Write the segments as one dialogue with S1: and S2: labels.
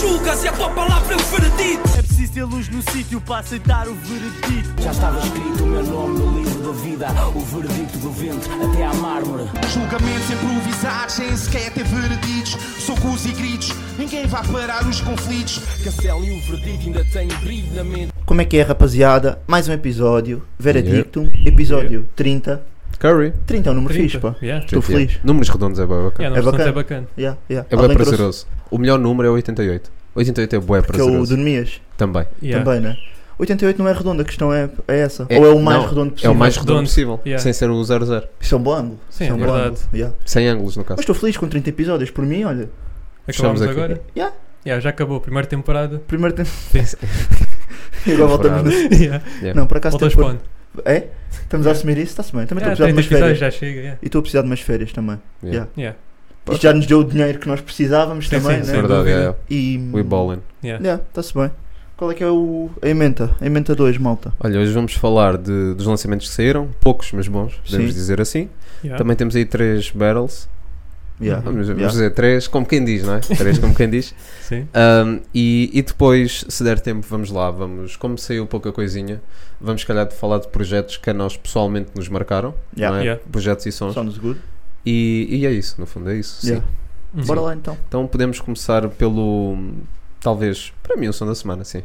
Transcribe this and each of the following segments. S1: julgas e a tua palavra é o veredito.
S2: É preciso ter luz no sítio para aceitar o veredito.
S3: Já estava escrito o meu nome no livro da vida, o veredito do vento até à mármore.
S4: Julgamentos improvisados, sem sequer ter vereditos. Socos e gritos, ninguém vai parar os conflitos.
S3: Castelo e o veredito ainda têm brilho na mente.
S5: Como é que é, rapaziada? Mais um episódio. Veredictum, episódio 30.
S6: Curry.
S5: 30 é um número
S7: 30,
S5: fixe, pá.
S7: yeah.
S5: Estou
S6: Yeah.
S5: feliz.
S6: Números redondos é bué bacana.
S7: Yeah, não,
S5: É
S7: é bacana. É
S5: bacana.
S7: bacana.
S5: Yeah, yeah.
S6: É bué
S5: Alguém trouxe-
S6: prazeroso. O melhor número é 88. 88 é bué
S5: Que é o do
S6: prazeroso.
S5: Nemias,
S6: Também.
S7: Yeah.
S5: também, né? 88 não é redondo, a questão é, é essa.
S6: É-
S5: Ou é o mais
S6: não,
S5: redondo
S6: É
S5: possível.
S6: o mais
S7: Redondo.
S6: redondo possível.
S7: Yeah.
S6: Sem ser o 00.
S5: Isso é um bom ângulo.
S7: Sim,
S5: Isso é um
S7: é
S5: bom
S7: verdade.
S5: ângulo, yeah.
S6: Sem ângulos, no
S5: Mas
S6: caso.
S5: estou feliz com 30 episódios. Por mim, olha,
S6: Estamos
S7: Acabamos
S6: aqui.
S7: agora?
S5: Yeah.
S7: Yeah, já acabou a primeira temporada.
S5: primeiro tempo. e agora voltamos. No...
S7: yeah.
S6: Yeah.
S5: Não, por acaso.
S7: Volta a
S5: temos-
S7: Spawn.
S5: É? Estamos a assumir isso? Está-se bem. Também estou
S7: Yeah, 30
S5: a precisar de umas
S7: episódios
S5: férias.
S7: já chega. é. Yeah.
S5: E estou a precisar de umas férias também.
S6: Yeah.
S7: Yeah.
S5: Isto já nos deu o dinheiro que nós precisávamos
S7: Sim, sim,
S5: também,
S6: É
S5: né?
S7: sim.
S6: verdade,
S7: dúvida.
S6: é. é.
S5: E.
S6: We ballin'.
S7: Yeah.
S5: Yeah, está-se bem. Qual é que é o. A emenda? A emenda 2, malta.
S6: Olha, hoje vamos falar de, dos lançamentos que saíram. Poucos, mas bons, podemos
S5: Sim.
S6: dizer assim.
S7: Yeah.
S6: Também temos aí três battles.
S5: Yeah,
S6: Vamos, vamos
S5: yeah.
S6: dizer três, como quem diz, não é? Três, como quem diz.
S7: Sim.
S6: Um, e, e depois, se der tempo, vamos lá. Vamos, como saiu pouca coisinha, vamos se calhar de falar de projetos que a nós pessoalmente nos marcaram.
S5: Yeah.
S6: não é?
S7: Yeah.
S6: Projetos e sons.
S5: Sounds good.
S6: E, e é isso, no fundo, é isso. sim.
S5: Yeah.
S7: Uhum.
S5: Bora lá então.
S6: Então podemos começar pelo. Talvez, para mim, o som da semana, sim.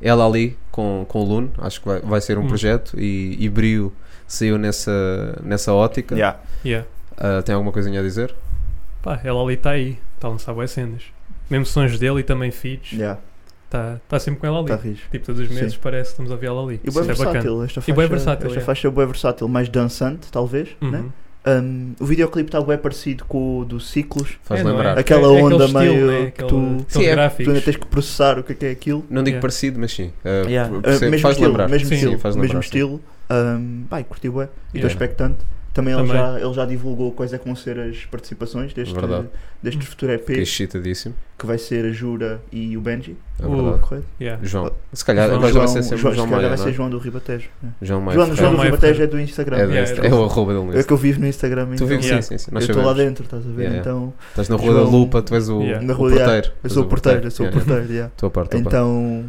S6: Ela ali com, com o Luno, acho que vai, vai ser um
S7: Hum.
S6: projeto e, e Brio saiu nessa, nessa ótica.
S7: Yeah.
S6: Ah, tem alguma coisinha a dizer?
S7: Pá, ela ali está aí. Está a lançar boas cenas. Mesmo sons dele e também feats. Está
S5: Yeah,
S7: tá sempre com ela ali.
S5: tá rijo.
S7: Tipo, todos os meses
S5: Sim.
S7: parece que estamos a ver ela ali.
S5: E bem
S7: Isso é bacana.
S5: versátil, né? esta
S7: E
S5: faixa.
S7: bué versátil,
S5: esta
S7: yeah.
S5: faixa é bem versátil, mais dançante, talvez.
S7: Uhum.
S5: Né? Um, o videoclipe está bem parecido com o do Ciclos.
S6: Faz
S7: É, não é?
S6: lembrar.
S7: É
S5: Aquela
S7: aquele
S5: onda
S7: estilo,
S5: meio
S7: né?
S5: que
S7: Aquele-
S5: tu-
S7: aqueles
S6: Sim, é-
S5: Tu ainda
S7: gráficos.
S5: tens que processar o que é, que é aquilo.
S6: Não digo
S7: Yeah.
S6: parecido, mas sim. Ah,
S5: Yeah.
S6: percebo-
S5: Uh, mesmo
S6: faz
S5: estilo,
S6: lembrar.
S5: mesmo
S7: Sim.
S5: estilo,
S6: Sim, faz
S5: mesmo
S6: lembrar, sim.
S5: estilo. Um, pá, e curti bué. E estou
S6: Yeah.
S5: expectante. Também, Ele,
S7: Também.
S5: já, ele já divulgou quais é que vão ser as participações deste,
S6: Verdade.
S5: deste futuro EP,
S6: Fiquei excitadíssimo.
S5: que vai ser a Jura e o Benji.
S6: É
S7: Uh,
S6: verdade.
S5: Correto?
S7: Yeah.
S6: João. Se calhar
S7: João-
S6: agora
S5: João,
S6: vai ser sempre
S5: João,
S6: João,
S5: se calhar
S6: Maia.
S5: vai
S6: não
S5: ser
S6: é?
S5: João do Ribatejo. é.
S6: João Maia.
S5: João, João do
S6: Ferreira.
S7: Maia
S5: Ribatejo
S7: Ferreira.
S5: é do Instagram.
S6: É,
S5: É,
S6: do
S7: Yeah,
S6: Insta-
S7: é
S6: é o arroba dele no
S5: que
S6: Insta.
S5: eu vivo no Instagram.
S6: Tu
S5: então.
S6: vives?
S7: Yeah.
S6: Sim, sim, sim.
S5: Eu
S6: Nós
S5: estou lá
S6: sabemos.
S5: dentro, estás a ver?
S6: Yeah, yeah.
S5: Então,
S6: Estás na Rua da
S5: João-
S6: Lupa, tu és o,
S7: Yeah.
S5: Na
S6: o
S5: Rua- yeah,
S6: porteiro.
S5: eu
S6: És
S5: sou o porteiro, eu sou o
S6: Yeah, é yeah.
S5: porteiro, yeah.
S6: Tua parte, tua parte.
S5: Então,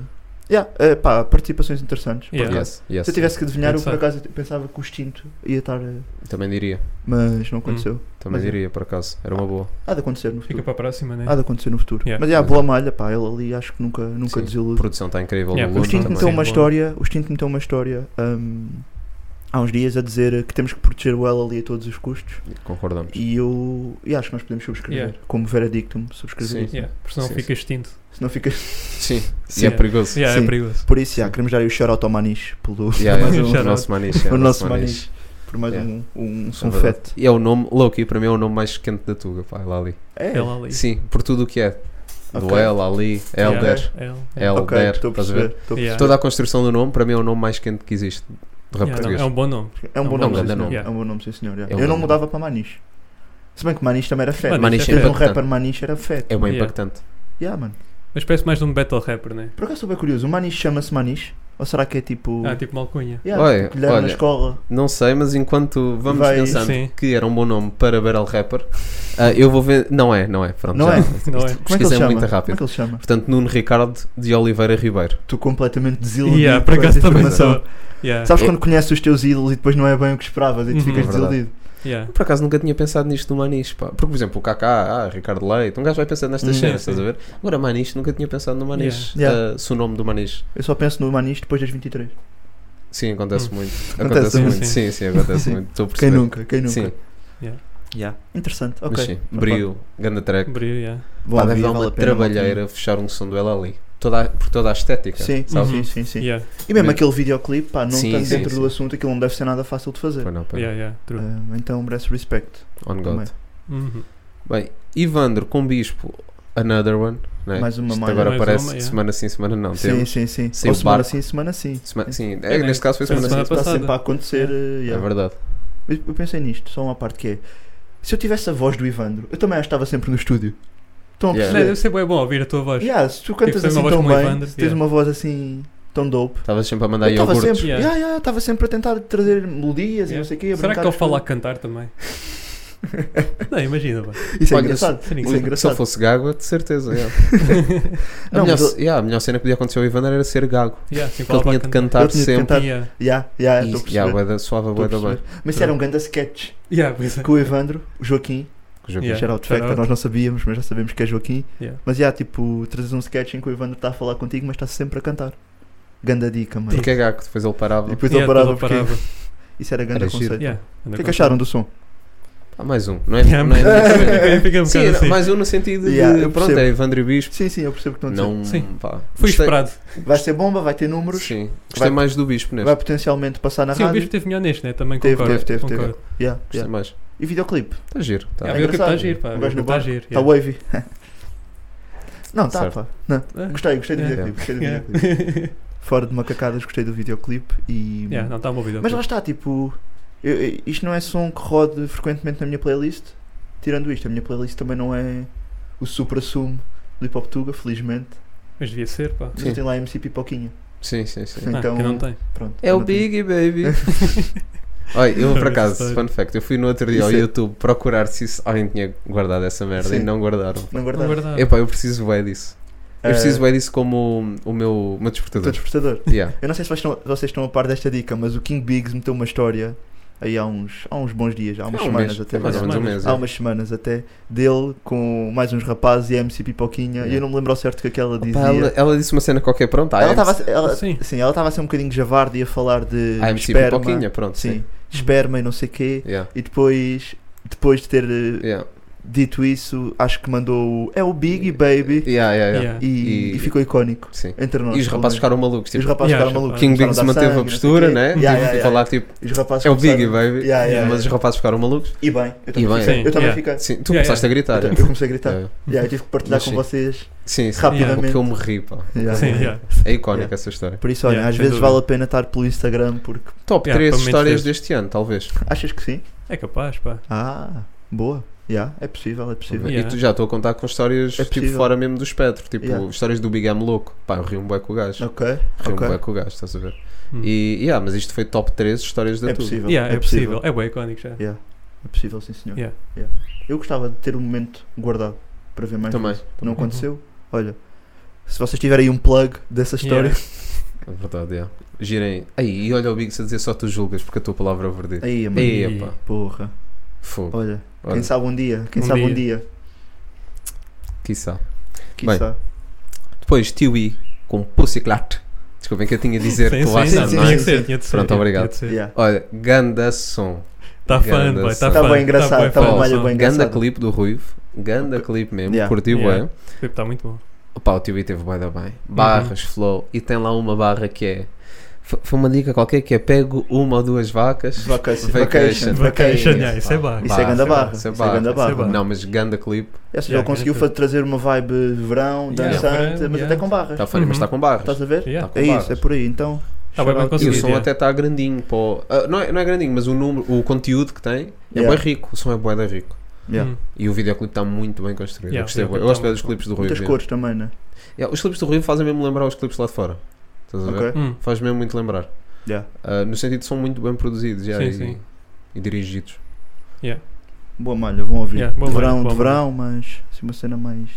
S5: yeah, eh, pá, participações interessantes.
S7: Yeah.
S5: por acaso.
S6: Yes, yes.
S5: Se eu tivesse que adivinhar, eu por
S7: Pensar.
S5: acaso pensava que o instinto ia estar. eh,
S6: Também diria.
S5: Mas
S7: Hum.
S5: não aconteceu.
S6: Também
S5: Mas-
S6: diria, por acaso. Era uma boa.
S5: Há de acontecer no
S7: Fica
S5: futuro.
S7: para a próxima, né?
S5: Há de acontecer no futuro.
S7: Yeah.
S5: Mas é, yeah, boa malha, pá, ele ali acho que nunca, nunca
S6: Sim. A
S5: desilude.
S6: produção está incrível.
S7: Yeah,
S5: O
S6: o Luno
S7: Sim,
S5: Instinto
S6: também.
S5: meteu uma
S7: Sim, bom.
S5: história, o Instinto meteu uma história hum, há uns dias a dizer que temos que proteger o L ali a todos os custos
S6: Concordamos.
S5: e eu e acho que nós podemos subscrever,
S7: Yeah.
S5: como veredictum, subscrever.
S6: Sim.
S5: isso.
S7: Yeah. Porque senão
S6: Sim,
S7: fica extinto.
S5: Se não fica
S6: Sim,
S7: Sim.
S6: e é perigoso.
S7: Yeah,
S5: Sim.
S7: é perigoso.
S5: por isso, yeah, queremos dar aí o shout out ao Maniche pelo
S6: Yeah,
S5: mais
S6: é,
S5: um-
S6: o nosso Maniche. é
S5: o nosso
S6: Maniche.
S5: Maniche por mais
S6: Yeah.
S5: um, um
S6: É verdade.
S5: sunfete.
S6: E é o nome, Loki, para mim é o nome mais quente da Tuga, pá, ela ali.
S5: É,
S7: Ela ali. É,
S6: Sim, por tudo o que é. Do
S5: Ok.
S6: El, ali,
S7: Yeah.
S6: Elder,
S7: Ela.
S5: ok,
S6: Elder,
S5: estou a
S6: estás
S5: perceber. estou
S6: a ver?
S5: a
S7: Yeah.
S5: perceber.
S6: Toda a construção do nome, para mim é o nome mais quente que existe de
S7: Yeah,
S6: rap
S7: não,
S6: português.
S7: é um bom nome.
S5: É um bom
S7: É um
S5: nome,
S6: grande
S5: sim, senhor.
S6: nome.
S5: É um bom nome, sim senhor. yeah.
S6: É um
S5: Eu não
S6: grande
S5: mudava para Maniche. Se bem que Maniche também era fete.
S7: Maniche
S6: Maniche é
S7: Teve
S5: um
S6: impactante.
S5: rapper Maniche era fete.
S6: É bem
S7: Yeah.
S6: impactante.
S5: Yeah, mano.
S7: Mas parece mais de um battle rapper, né?
S5: Por acaso estou bem curioso, o Maniche chama-se Maniche? Ou será que é tipo.
S7: Ah, tipo Malcunha.
S5: yeah,
S6: Olha,
S5: tipo, lhe deram na
S6: olha.
S5: escola.
S6: Não sei, mas enquanto vamos
S5: Vai-
S6: pensando
S7: Sim.
S6: que era um bom nome para Barrel Rapper, ah, eu vou ver. Não é, não é. Pronto,
S5: Não
S6: já.
S5: é?
S7: Não é?
S5: Como é que ele
S6: Pesquisei
S5: chama?
S6: muito
S5: Como
S6: rápido.
S5: é que ele chama?
S6: Portanto, Nuno Ricardo de Oliveira Ribeiro.
S5: Estou completamente desiludido.
S7: Yeah,
S5: com
S7: por acaso
S5: esta
S7: também
S5: informação.
S7: sou. Yeah.
S5: Sabes
S6: É-
S5: quando conheces os teus ídolos e depois não é bem o que esperavas e tu
S7: Uhum.
S5: ficas
S6: É verdade.
S5: desiludido?
S7: Yeah.
S6: Por acaso nunca tinha pensado nisto no Maniche, pá. Porque, por exemplo, o Kaká, ah, Ricardo Leite, um gajo vai pensando nestas
S5: Sim,
S6: cenas,
S7: Hum. sim.
S6: estás a ver? Agora, Maniche, nunca tinha pensado no Maniche.
S5: Yeah. Yeah.
S6: Ah, se o nome do Maniche.
S5: Eu só penso no Maniche depois das 23.
S6: Sim, acontece
S7: Hum.
S6: muito. Acontece,
S5: Acontece
S6: muito,
S7: muito.
S6: sim, sim, acontece
S5: Sim.
S6: muito. Estou a
S5: Quem
S6: perceber.
S5: nunca? Quem nunca?
S6: Sim,
S5: Interessante,
S6: mas
S5: ok.
S6: sim. Brio, ganda track.
S7: Brilho, yeah.
S5: Bom,
S6: Pá,
S5: ouvir,
S6: deve dar
S5: vale
S6: uma
S5: a pena, malta.
S6: trabalheira fechar um som do Ela ali. Toda a- por toda a estética.
S5: Sim,
S6: Sabe?
S5: sim, sim, sim.
S7: Yeah.
S5: E mesmo
S6: Mas-
S5: aquele videoclipe, pá, não
S6: Sim,
S5: estando
S6: sim,
S5: dentro
S6: sim.
S5: do assunto, aquilo não deve ser nada fácil de fazer.
S6: Pois não, pois não.
S7: Yeah, yeah. True.
S5: Ah, então merece respect.
S6: On God.
S5: também.
S7: Uhum.
S6: Bem, Ivandro com Bispo, another one. Né?
S5: Mais uma
S6: Isto
S5: malha.
S6: agora
S7: Mais
S6: parece
S7: uma, yeah.
S6: semana sim, semana não.
S5: Sim,
S6: Temos
S5: sim, sim.
S6: Sim,
S5: Ou
S6: o
S5: semana
S6: barco.
S5: sim, semana sim.
S6: sema- sim,
S7: É,
S6: é,
S7: né?
S6: neste caso foi
S7: Foi
S6: semana
S7: semana
S6: sim.
S5: Está
S7: passada.
S5: sempre a acontecer. eh,
S6: É
S5: yeah.
S6: verdade.
S5: Eu eu pensei nisto, só uma parte que é. Se eu tivesse a voz do Ivandro, eu também acho que estava sempre no estúdio. Estão a
S6: Yeah.
S7: Não,
S5: perceber?
S7: Deve ser bem é bom ouvir a tua voz.
S5: Yeah, se tu cantas
S7: Tipo, tem
S5: assim
S7: uma voz
S5: tão
S7: como o
S5: bem,
S7: Ivandro,
S5: se tens
S7: yeah.
S5: uma voz assim tão dope.
S6: Estavas sempre a mandar
S5: Eu estava
S6: iogurte.
S5: sempre,
S7: Yeah.
S5: yeah, yeah, estava sempre a tentar trazer melodias e
S7: Yeah.
S5: não sei o quê. a
S7: Será
S5: brincar
S7: que ele
S5: com
S7: fala a
S5: tudo.
S7: cantar também? Não, imagina, pá.
S5: Isso é
S6: Olha,
S5: engraçado.
S7: se-
S5: Isso é
S6: Se eu
S5: engraçado.
S6: fosse gago, é de certeza. yeah. a,
S5: Não,
S6: melhor,
S5: mas eu-
S6: yeah, a melhor cena que podia acontecer ao Ivander era ser gago.
S7: Yeah, sim,
S6: Porque ele
S7: para
S6: tinha de cantar
S5: Ele tinha de
S6: sempre.
S5: cantar.
S7: Yeah,
S5: Yeah, yeah, estou a
S6: e yeah,
S5: perceber.
S6: bué da- suava
S5: estou a
S6: bué da bem.
S5: perceber. Mas isso era um grande sketch
S7: yeah, pois é.
S5: que o Evandro, o Joaquim,
S6: Que jogo.
S7: Yeah.
S5: shout out Factor,
S7: shout out.
S5: nós não sabíamos, mas já sabemos que é Joaquim.
S7: Yeah.
S5: Mas yeah, tipo, trazes um sketch em que o Evandro está a falar contigo, mas está sempre a cantar. Ganda dica, mano.
S6: Porque é gago, depois ele
S5: E
S6: parava.
S5: depois
S7: Yeah,
S5: ele parava
S7: tudo
S5: porque
S7: parava.
S5: isso era ganda
S6: Era giro.
S5: conceito.
S7: Yeah,
S5: O
S7: anda
S5: que
S7: com-
S5: é que acharam do som?
S6: Ah, mais um. Não é,
S7: Yeah,
S6: não é, não é-
S7: fica- fica um
S6: Sim,
S7: bocado
S6: era
S7: assim.
S6: mais um no sentido de.
S5: Yeah, eu
S6: pronto,
S5: percebo.
S6: é Evandro e Bispo.
S5: Sim, sim, eu percebo o que estão a
S6: Não,
S7: Sim.
S6: pá.
S7: Foi
S6: Gostei-
S7: esperado.
S5: dizer. Vai ser bomba, vai ter números,
S6: Sim. Gostei
S5: Vai-
S6: mais do Bispo neste.
S5: vai potencialmente passar na
S7: Sim, o
S5: rádio.
S7: Bispo teve melhor neste, né? Também
S5: Teve,
S7: concordo.
S5: teve, teve, teve.
S7: concordo. Ah,
S5: Yeah,
S6: Gostei
S5: yeah.
S6: mais.
S5: E videoclipe?
S6: Está giro. Tá.
S7: Yeah, o videoclipe
S5: engraçado.
S7: está giro, pá.
S5: O
S7: O
S5: gajo no
S7: videoclipe está
S5: bar. tá
S7: giro.
S5: Está wavy. Não, está,
S6: Certo.
S5: pá. Não.
S7: yeah.
S5: Gostei, gostei do
S7: Yeah.
S5: videoclipe. Gostei do
S7: Yeah.
S5: videoclipe. Fora de macacadas, gostei do videoclipe e.
S7: Yeah, não, está bom o
S5: Mas lá
S7: videoclipe.
S5: está, tipo, eu- eu- isto não é som que rode frequentemente na minha playlist. Tirando isto, a minha playlist também não é o super sumo do Hip Hop Tuga, felizmente.
S7: Mas devia ser, pá.
S5: Mas
S6: Sim.
S5: tem lá MC Pipoquinha.
S6: Sim, sim, sim.
S7: Ah,
S5: Então-
S7: quem não tem.
S5: Pronto.
S6: É o
S5: não tem-
S6: Biggie, baby. Olha, eu por acaso,
S7: é-
S6: fun fact, eu fui no outro dia ao
S5: Isso é-
S6: YouTube procurar se isso- alguém tinha guardado essa merda e
S5: Sim.
S6: não guardaram.
S5: Não
S7: Não
S5: guardar.
S7: guardava.
S6: Epá, eu preciso bué disso. Eu preciso
S5: Eh,
S6: bué disso como o, o meu, o meu despertador.
S5: todo despertador.
S6: Yeah.
S5: Eu não sei se vocês estão, vocês estão a par desta dica, mas o King Biggs meteu uma história aí há uns, há uns bons dias, há umas
S6: É um
S5: semanas
S6: mês,
S5: até.
S6: é mais ou
S5: verdade.
S6: menos um
S7: Há
S6: mês.
S5: Há
S6: é.
S5: umas semanas até, dele com mais uns rapazes e a MC Pipoquinha, e eu não me lembro ao certo o que é que ela dizia.
S6: Pá, ela, ela disse uma cena qualquer, pronto.
S5: ela
S6: a
S5: estava
S6: MC,
S5: a- ela-
S7: Sim.
S5: sim, ela estava a ser um bocadinho javarda e a falar de
S6: a assim. Ah, MC
S5: esperma,
S6: Pipoquinha, é tipo pronto.
S5: é? sim,
S6: Sim.
S5: esperma e não sei quê,
S6: Yeah.
S5: e depois, depois de ter eh,
S6: Yeah.
S5: dito isso, acho que mandou o é o Biggie Baby
S6: Yeah, yeah, yeah.
S7: Yeah.
S5: e,
S6: E-
S5: e ficou icónico
S6: Sim.
S5: entre nós.
S6: E os
S5: pelo
S6: rapazes
S5: menos.
S6: ficaram malucos.
S5: E os
S6: Tipo,
S5: rapazes
S7: Yeah,
S5: ficaram
S7: os
S5: malucos.
S7: rapazes
S6: King
S5: começaram a
S6: Biggs
S5: dar
S6: manteve
S5: sangue,
S6: a
S5: não sei
S6: postura,
S5: quê.
S6: né?
S5: Yeah, yeah,
S6: Ficou lá
S5: yeah.
S6: tipo,
S5: E os rapazes
S6: é o
S5: começaram-
S6: Biggie, baby.
S5: Yeah, yeah,
S6: Mas os
S5: yeah.
S6: rapazes ficaram malucos.
S5: E bem, eu também
S6: E bem.
S5: fiquei.
S7: Sim,
S5: eu também
S7: yeah.
S5: fiquei.
S6: Sim, tu
S7: Yeah,
S6: começaste a gritar.
S5: Eu,
S6: é.
S5: eu comecei a gritar.
S6: É.
S5: Yeah, eu tive que partilhar
S6: Mas
S5: com
S6: sim.
S5: vocês
S6: Sim, sim.
S7: Yeah.
S5: rapidamente.
S6: Porque eu me ri, pá.
S5: Yeah,
S7: Sim,
S5: yeah.
S7: yeah.
S6: É icónica
S5: Yeah.
S6: essa história.
S5: Por isso, olha,
S7: Yeah,
S5: às
S7: sem
S5: vezes
S7: dúvida.
S5: vale a pena estar pelo Instagram porque
S6: Top
S7: Yeah,
S6: 3
S7: pelo menos
S6: histórias
S7: três.
S6: deste ano, talvez.
S5: achas que sim?
S7: É capaz, pá.
S5: Ah, boa. Yeah, é possível, é possível.
S7: Yeah.
S6: E tu já estou a contar com histórias
S5: É
S6: tipo
S5: possível.
S6: fora mesmo do espectro, tipo
S5: Yeah.
S6: histórias do Big M louco. Pá, eu ri um bué com o gajo.
S5: Ok,
S6: Ri um
S5: ok.
S6: bué com o gajo, estás a ver?
S7: Hum.
S6: E, yeah, mas isto foi top 3 histórias da
S5: É
S6: tua.
S5: possível.
S7: Yeah, é, possível.
S5: possível.
S7: É bem icónico já.
S5: Yeah, É possível, sim senhor.
S7: Yeah.
S5: Yeah. Eu gostava de ter um momento guardado para ver mais.
S6: Também.
S5: vezes. Não aconteceu? Olha, se vocês tiverem aí um plug dessa história,
S7: Yeah.
S6: É verdade, yeah. Girem. Aí, e olha o Biggs a dizer só tu julgas porque a tua palavra é verdade.
S5: aí, mano.
S6: Aí,
S7: Ei.
S6: pá.
S5: Porra.
S6: Fogo.
S5: Olha,
S6: Olha,
S5: quem sabe um dia, quem
S7: Um
S5: sabe um
S7: dia.
S5: dia,
S6: quiçá.
S5: quiçá.
S6: Depois, Tiwi com Pussyclat. Desculpem que eu tinha de dizer
S7: Sim,
S6: clássico,
S7: sim, não,
S5: sim,
S6: não
S7: tinha
S6: é?
S7: que ser, tinha de ser.
S6: Pronto, obrigado.
S5: Yeah.
S6: Olha, ganda som.
S7: Está fã,
S6: Ganda
S7: boy.
S6: som.
S7: Está
S5: Tá
S7: fã.
S5: bem engraçado, tá
S6: bem
S5: malha bem
S6: Ganda
S5: engraçado.
S6: clipe do Ruivo. Ganda clipe mesmo.
S5: Yeah.
S6: Curti
S7: Yeah.
S6: bué.
S7: Está muito bom.
S6: Opa, o Tiwi teve bué da bem. Barras,
S5: Uhum.
S6: flow. E tem lá uma barra que é... f- Foi uma dica qualquer que é pego uma ou duas vacas.
S5: Vacation,
S6: Vacation.
S7: Vacation,
S5: vacation, vacation.
S7: yeah, isso é barra.
S5: Isso é ganda barra.
S6: Isso é
S5: Isso é ganda
S6: barra.
S5: barra.
S6: Não, mas ganda clipe.
S5: Ou seja,
S7: Yeah,
S5: ele conseguiu
S7: grande
S5: fa- trazer uma vibe de verão,
S7: Yeah.
S5: dançante,
S7: Verão,
S5: mas
S7: yeah.
S5: até com barras.
S6: Está funny, mas
S7: Uhum.
S6: está com barras.
S5: Estás a ver?
S7: Yeah.
S6: Tá com
S5: É
S6: barras.
S5: isso, é por aí. Então,
S7: Tá bem,
S5: shout
S7: bem
S5: out.
S6: E o
S7: Conseguido,
S6: som
S7: yeah.
S6: até está grandinho. Pô. Ah, não, é, não é grandinho, mas o, número, o conteúdo que tem é
S5: Yeah.
S6: bué rico. O som é bué da rico.
S5: Yeah.
S7: Hum.
S6: E o videoclipe está muito bem construído.
S7: Yeah,
S6: eu gostei
S7: o
S6: bué. Eu
S7: videoclipe
S6: gosto
S7: tá
S6: bem dos
S7: muito
S6: clipes do Rui.
S5: muitas cores também, né?
S6: os clipes do Rui fazem mesmo lembrar os clipes lá de fora. Estás a ver?
S5: Ok?
S7: Hum.
S6: Faz mesmo muito lembrar.
S5: Yeah.
S6: Ah, no sentido de são muito bem produzidos já,
S7: Sim,
S6: e,
S7: sim.
S6: e dirigidos.
S5: Boa malha, vão ouvir.
S7: Yeah, boa
S5: de
S7: malha,
S5: verão,
S7: boa
S5: de verão, mas assim, uma cena mais.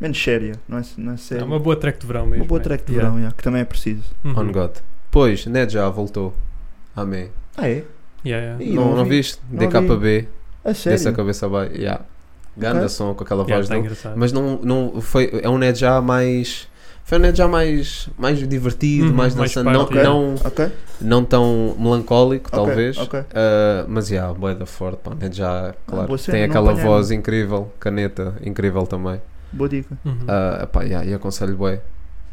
S5: menos séria, não é, não é
S7: É
S5: séria.
S7: uma boa track de verão mesmo.
S5: Uma boa
S7: é.
S5: track de
S7: Yeah.
S5: verão, yeah, que também é preciso.
S7: Uhum.
S6: On God. Pois, Ned já voltou. Amém.
S5: Ah, é?
S7: Yeah, yeah.
S6: Ih,
S5: Não
S6: não, não
S5: ouvi.
S6: viste?
S5: Não
S6: DKB,
S5: A
S6: dessa
S5: sério?
S6: cabeça abaixo. Yeah. Ganda
S5: Ok.
S6: som com aquela
S7: Yeah,
S6: voz
S7: está
S6: dele.
S7: engraçado.
S6: Mas não, não foi, é um Ned já mais. Foi um Ned já mais, mais divertido,
S7: Uhum,
S6: mais
S7: mais
S6: dançante. Não,
S7: party.
S6: não,
S5: Ok,
S6: não tão melancólico, talvez.
S5: ok. Ah,
S6: Ah, mas yeah, boeda forte. Pá, Ned já, claro.
S5: boa cena,
S6: tem
S5: não
S6: aquela
S5: apanhei.
S6: voz incrível, caneta incrível também.
S5: boa dica.
S7: Uhum.
S6: Ah, pá, yeah, e aconselho bué.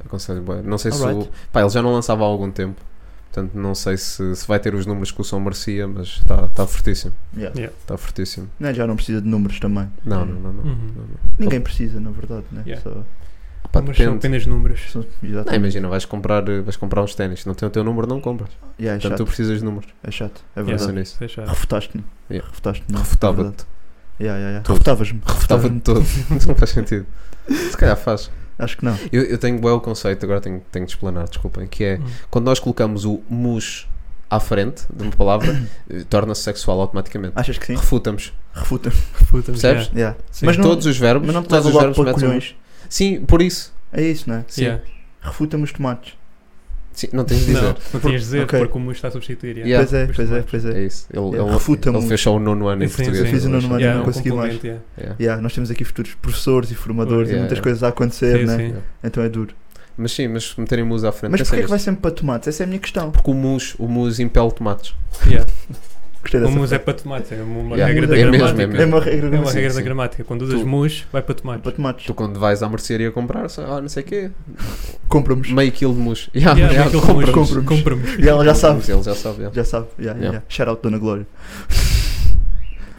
S6: Aconselho bué. Não sei
S5: Alright.
S6: se o, pá, ele já não lançava há algum tempo. Portanto, não sei se, se vai ter os números que o som merecia, mas está tá fortíssimo.
S5: Yeah.
S6: Está fortíssimo.
S5: Não, já não precisa de números também.
S6: Não, não, não. não.
S7: Uhum.
S6: não, não.
S5: Ninguém precisa, na verdade, né?
S7: Yeah.
S5: Só-
S6: Pá,
S7: Números são
S6: depende.
S7: apenas números.
S5: só-
S6: Não,
S5: exatamente.
S6: imagina, vais comprar, eh, vais comprar uns ténis. Não tem o teu número, não compras.
S5: Yeah, é
S6: Portanto, tu
S5: chato,
S6: precisas de números.
S5: é chato, é
S7: Yeah.
S5: verdade.
S6: Pensa nisso.
S7: Deixa.
S5: Refutaste-me.
S6: Yeah.
S5: Refutaste-me. é verdade.
S6: Refutava-te.
S5: Yeah, yeah, yeah.
S6: Tudo.
S5: Refutavas-me.
S6: Refutava-te todo. não faz sentido. Se calhar faz.
S5: Acho que não.
S6: Eu, eu tenho bem o conceito, agora tenho, tenho de explanar, desculpem, que é
S7: Hum.
S6: quando nós colocamos o mus à frente de uma palavra, eh, torna-se sexual automaticamente.
S5: Achas que sim?
S6: Refutamos.
S5: Refuta.
S7: Refuta-me,
S6: Percebes?
S7: yeah.
S5: Yeah.
S7: Sim.
S5: Mas não,
S6: todos os verbos,
S5: mas não te
S6: todos
S5: leva
S6: os
S5: logo
S6: verbos
S5: para
S6: metem um-
S5: colhões.
S6: Sim, por isso.
S5: É isso, não é?
S6: Sim.
S7: Yeah.
S5: Refuta-me os tomates.
S6: Sim, não tens de dizer.
S7: Não, não tinhas de dizer,
S5: Ok.
S7: porque o mundo está a substituir. Yeah.
S6: Yeah.
S5: Pois é,
S7: Os
S5: pois é,
S7: tomates.
S5: pois é.
S6: É isso. Ele,
S5: Yeah.
S6: ele-
S5: Refuta-me.
S6: ele fez só o nono ano em
S7: Sim,
S6: português. É.
S7: sim. Fiz
S5: o nono
S6: Alexandre.
S5: ano,
S7: Yeah,
S5: não
S7: um
S5: consegui mais.
S7: complemento, yeah.
S6: Yeah.
S5: Yeah, nós temos aqui futuros professores e formadores e
S6: Yeah,
S5: muitas
S6: yeah.
S5: coisas a acontecer,
S7: Sim,
S5: né?
S7: sim.
S5: Então é duro.
S6: Mas sim, mas se meterem mus à frente.
S5: Mas
S6: pensem
S5: porquê é que
S6: nisso.
S5: vai sempre para tomates? Essa é a minha questão.
S6: Porque o mus, o mus impele tomates.
S7: Yeah.
S5: Gostei
S7: O
S5: dessa
S7: mus é
S5: frase.
S7: para tomate, é uma
S6: Yeah.
S7: regra da
S6: É mesmo, é
S7: gramática.
S6: mesmo.
S5: É uma regra
S7: É uma
S5: gramática.
S7: regra
S6: sim.
S7: da gramática. Quando usas
S5: Tu-
S7: mus, vai para
S5: Para
S7: tomate.
S5: tomates.
S6: Tu quando vais à mercearia comprar, só, ah, não sei o quê,
S5: Compra-nos.
S6: meio quilo de mus. Yeah,
S7: Yeah,
S6: yeah,
S7: é aquele
S6: compra-me.
S7: mus,
S5: compra-me.
S7: compra-me.
S5: E ela já sabe.
S6: Ele já sabe. yeah.
S5: Já sabe. Yeah, yeah,
S6: Yeah.
S5: yeah. Shout out Dona Glória.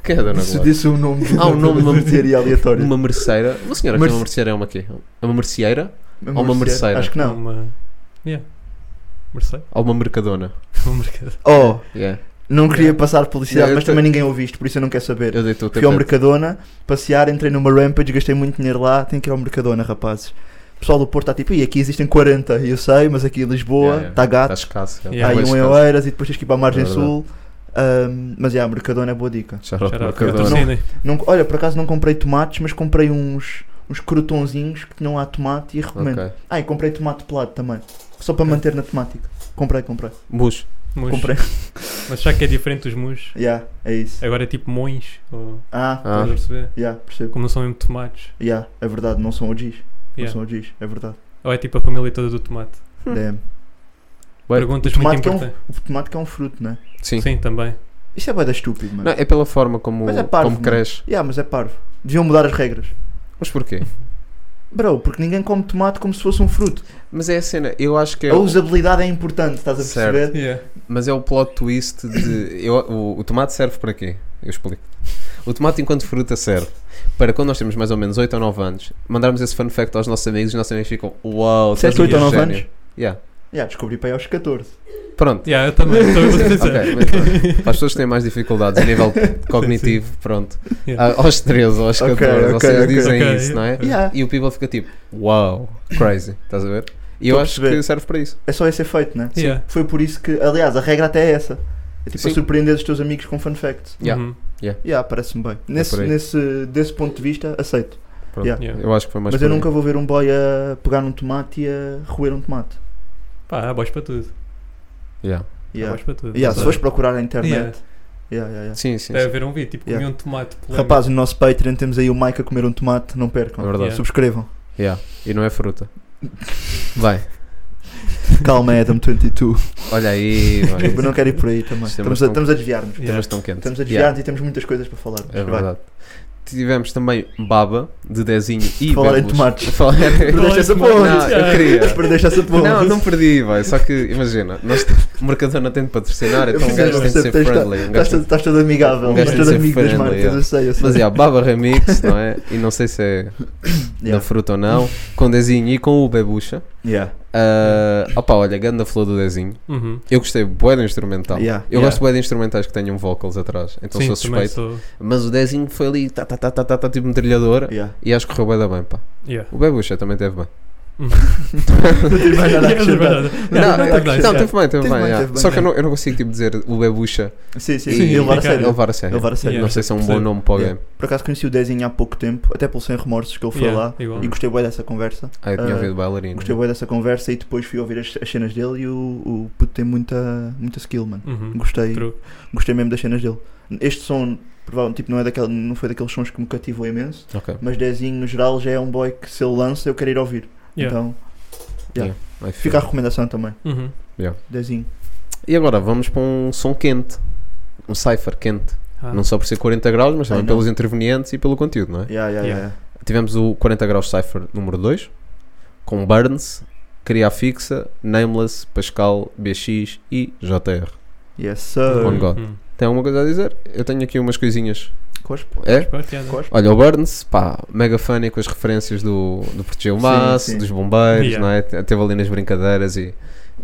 S6: Quem é a Dona
S5: Se
S6: Glória?
S5: disse o nome
S6: Ah, o nome de uma-
S5: mercearia aleatória.
S6: Uma merceira. Uma senhora que
S5: Merce-
S6: tem uma merceira é uma quê? É uma merceeira? ou uma merceira.
S5: Acho que não.
S7: É Uma... Yeah. Mercedes.
S6: Ou uma mercadona?
S7: Um mercado.
S5: Oh,
S6: Yeah.
S5: não queria
S7: Yeah.
S5: passar publicidade,
S6: Eu
S5: mas
S6: te-
S5: também ninguém ouviu isto, por isso eu não quero saber.
S6: Eu dei o
S5: Fui ao
S6: tapete.
S5: Mercadona, passear, entrei numa Rampage, gastei muito dinheiro lá, tenho que ir ao Mercadona, rapazes. O pessoal do Porto está tipo, e aqui existem 40, e eu sei, mas aqui em Lisboa
S6: Yeah, yeah.
S5: está
S6: Está
S5: tá gato,
S6: escasso. yeah.
S7: Yeah.
S5: há aí
S6: Tá
S5: um em
S6: bem escasso.
S5: Oeiras e depois tens que ir para a Margem
S6: É verdade.
S5: Sul. Ahm, mas yeah, Mercadona é boa dica.
S6: Shout out
S7: Shout out,
S6: Mercadona.
S7: patrocinem.
S5: Não, olha, por acaso não comprei tomates, mas comprei uns, uns crotonzinhos que tinham lá tomate e recomendo.
S6: Ok.
S5: Ah, e comprei tomate pelado também, só para manter na temática. Comprei, comprei,
S6: Mus.
S7: Mus.
S5: comprei.
S7: Mas já que é diferente dos mus,
S5: yeah, é isso.
S7: agora é tipo mões. Ou...
S5: Ah,
S6: Ah.
S7: Estás a perceber?
S5: yeah, percebo.
S7: Como não são mesmo tomates.
S5: Yeah, é verdade, não são OGs. Não
S7: Yeah.
S5: são OGs, é verdade.
S7: Ou é tipo a família toda do tomate.
S5: Damn.
S6: Ué,
S7: Perguntas
S5: o
S7: muito
S5: tomate é um-
S7: importantes.
S5: O tomate que é um fruto, né?
S6: Sim.
S7: Sim, também.
S5: Isso é boeda estúpido, mano.
S6: Não, é pela forma como,
S5: Mas é parvo,
S6: como
S5: mano.
S6: cresce.
S5: Yeah, mas é parvo. Deviam mudar as regras.
S6: Mas porquê?
S5: Bro, porque ninguém come tomate como se fosse um fruto.
S6: Mas é a cena, eu acho que é.
S5: A
S6: o-
S5: usabilidade é importante, estás a perceber?
S6: Mas é o plot twist de. eu- o, o tomate serve para quê? Eu explico. O tomate, enquanto fruta, serve para quando nós temos mais ou menos 8 ou 9 anos, mandarmos esse fun fact aos nossos amigos e os nossos amigos ficam: Uau, tu és
S5: Disseste
S6: um
S5: 8 ou 9
S6: gênio."
S5: anos?
S6: Yeah.
S5: Yeah, descobri para aí aos 14.
S6: Pronto.
S7: Yeah, eu também. estou a
S6: Ok,
S7: dizer.
S6: mas pronto. Para as pessoas que têm mais dificuldades a nível cognitivo, pronto.
S7: Yeah.
S6: A- Aos 13 ou aos
S5: Ok,
S6: 14,
S5: ok,
S6: vocês
S5: ok.
S6: dizem
S7: Ok,
S6: isso, não é?
S5: Yeah.
S6: E o people fica tipo: Uau, crazy. Estás a ver? E eu
S5: Estou a
S6: acho
S5: perceber.
S6: que serve para isso.
S5: É só esse efeito, né?
S7: Yeah.
S5: Foi por isso que, aliás, a regra até é essa. É tipo
S6: Sim.
S5: a surpreender os teus amigos com fun facts.
S6: Yeah.
S7: Uhum.
S5: Yeah, parece-me bem. Nesse,
S6: É por aí.
S5: nesse, desse ponto de vista, aceito.
S6: Pronto.
S5: Yeah.
S7: Yeah.
S6: Eu acho que foi mais
S5: Mas,
S6: por
S5: eu
S6: aí.
S5: nunca vou ver um boy a pegar num tomate e a roer um tomate.
S7: Pá, há boys para tudo.
S6: Yeah.
S7: Há
S5: Yeah.
S7: boys para tudo.
S5: Yeah, se
S7: Mas,
S5: fores procurar na internet.
S7: Yeah.
S5: Yeah, yeah, yeah.
S6: Sim, sim.
S7: Deve
S6: sim.
S7: haver um vídeo, tipo,
S5: Yeah.
S7: comi um tomate polémico.
S5: Rapaz, no nosso Patreon temos aí o Mike a comer um tomate, não percam.
S6: É verdade.
S7: Yeah.
S5: Subscrevam.
S6: Yeah. E não é fruta. Vai,
S5: Calma, é Adam22.
S6: olha aí. Vai.
S5: Eu não quero ir por aí também.
S6: Os
S5: Estamos
S6: temas
S5: a,
S6: estão-
S5: estamos a desviar-nos.
S6: Os
S7: Yeah.
S6: temas estão quentes.
S5: Estamos a
S6: Yeah,
S5: desviar-nos e temos muitas coisas para falar.
S6: É
S5: Vai.
S6: verdade. Tivemos também Baba, de Dezinho e
S5: Falar em
S6: Belos.
S5: tomates.
S6: Falar-
S5: Perdeste essa
S7: Não,
S5: ponte.
S6: Não, eu queria.
S5: Mas perdeste essa ponte.
S6: Não, não perdi, vai. Só que imagina, nós, o Mercadona tem de patrocinar, então um
S5: percebi,
S6: gajo tem de ser
S5: percebi, está-
S6: friendly. um
S5: Estás,
S6: gajo
S5: todo-
S6: tem-
S5: estás todo amigável,
S6: Um gajo
S5: estás
S6: tem
S5: todo
S6: de
S5: amigo
S6: ser
S5: das
S6: friendly,
S5: marcas,
S6: yeah.
S5: eu sei, eu sei.
S6: Mas é, a Baba Remix, não é? E não sei se é da
S5: Yeah,
S6: fruta ou não, com Dezinho e com o Bebucha.
S5: yeah,
S6: Ah, opa, olha, ganda flor do Dezinho.
S7: Uhum.
S6: Eu gostei bué do instrumental.
S5: yeah.
S6: Eu
S7: Yeah.
S6: gosto bué de instrumentais que tenham vocals atrás, então
S7: Sim,
S6: sou
S7: também
S6: suspeito.
S7: sou.
S6: Mas o Dezinho foi ali, tá, tá, tá, tá, tá, tá, tipo metralhadora.
S5: yeah.
S6: E acho que correu bem, bem, pá.
S7: Yeah.
S6: O Bebucha também teve bem.
S7: Hum.
S5: Não tens mais nada a acrescentar.
S7: Yeah,
S5: não,
S7: não,
S5: não,
S7: tem nada.
S6: Não, teve bem, teve
S5: Teve
S6: bem.
S5: bem,
S6: yeah.
S5: teve bem,
S6: Só que eu
S7: yeah.
S6: não, eu não consigo tipo, dizer o Bebucha
S5: Sim, sim,
S6: e
S5: sim. Ele levar a
S7: fica-
S5: sério.
S6: levar a sério.
S5: Ele levar a sério.
S7: Yeah.
S6: Não sei se é um bom
S7: Percebo.
S6: nome para o
S5: Yeah.
S6: game.
S5: Por acaso conheci o Dezinho há pouco tempo, até pelo Sem Remorsos que ele foi
S7: Yeah,
S5: lá.
S7: igual.
S5: E gostei bem dessa conversa.
S6: Ah, eu tinha
S5: Ah,
S6: ouvido bailarina.
S5: Gostei bem dessa conversa e depois fui ouvir as, as cenas dele e o, o puto tem muita, muita skill, mano.
S7: Uhum.
S5: Gostei,
S7: True.
S5: gostei mesmo das cenas dele. Este som, provavelmente, tipo, não, é daquele, não foi daqueles sons que me cativou imenso,
S6: Ok,
S5: mas Dezinho no geral já é um boy que se ele lança eu quero ir ouvir.
S7: Yeah.
S5: Então
S6: vai
S5: fica a
S6: ficar.
S5: recomendação também.
S7: Uhum.
S5: Dezinho.
S6: E agora vamos para um som quente. Um cipher quente.
S7: Ah.
S6: Não só por ser 40 graus, mas
S5: Ai,
S6: também
S5: não.
S6: pelos intervenientes e pelo conteúdo, não é?
S5: Yeah, yeah, yeah.
S6: Tivemos o 40 graus cipher número 2, com Burns, Cria Fixa, Nameless, Pascal, BX e JR.
S5: yeah. Yes,
S6: On
S5: sir.
S6: God.
S7: Uhum.
S6: Tem alguma coisa a dizer? Eu tenho aqui umas coisinhas.
S5: Cospe,
S6: É?
S7: Pronto, yeah,
S5: cospe.
S6: Olha, o Burns, pá, mega funny com as referências do, do Proteger o
S5: Sim,
S6: Maço,
S5: sim.
S6: dos bombeiros,
S7: Yeah.
S6: não é? Te- Teve ali nas brincadeiras e,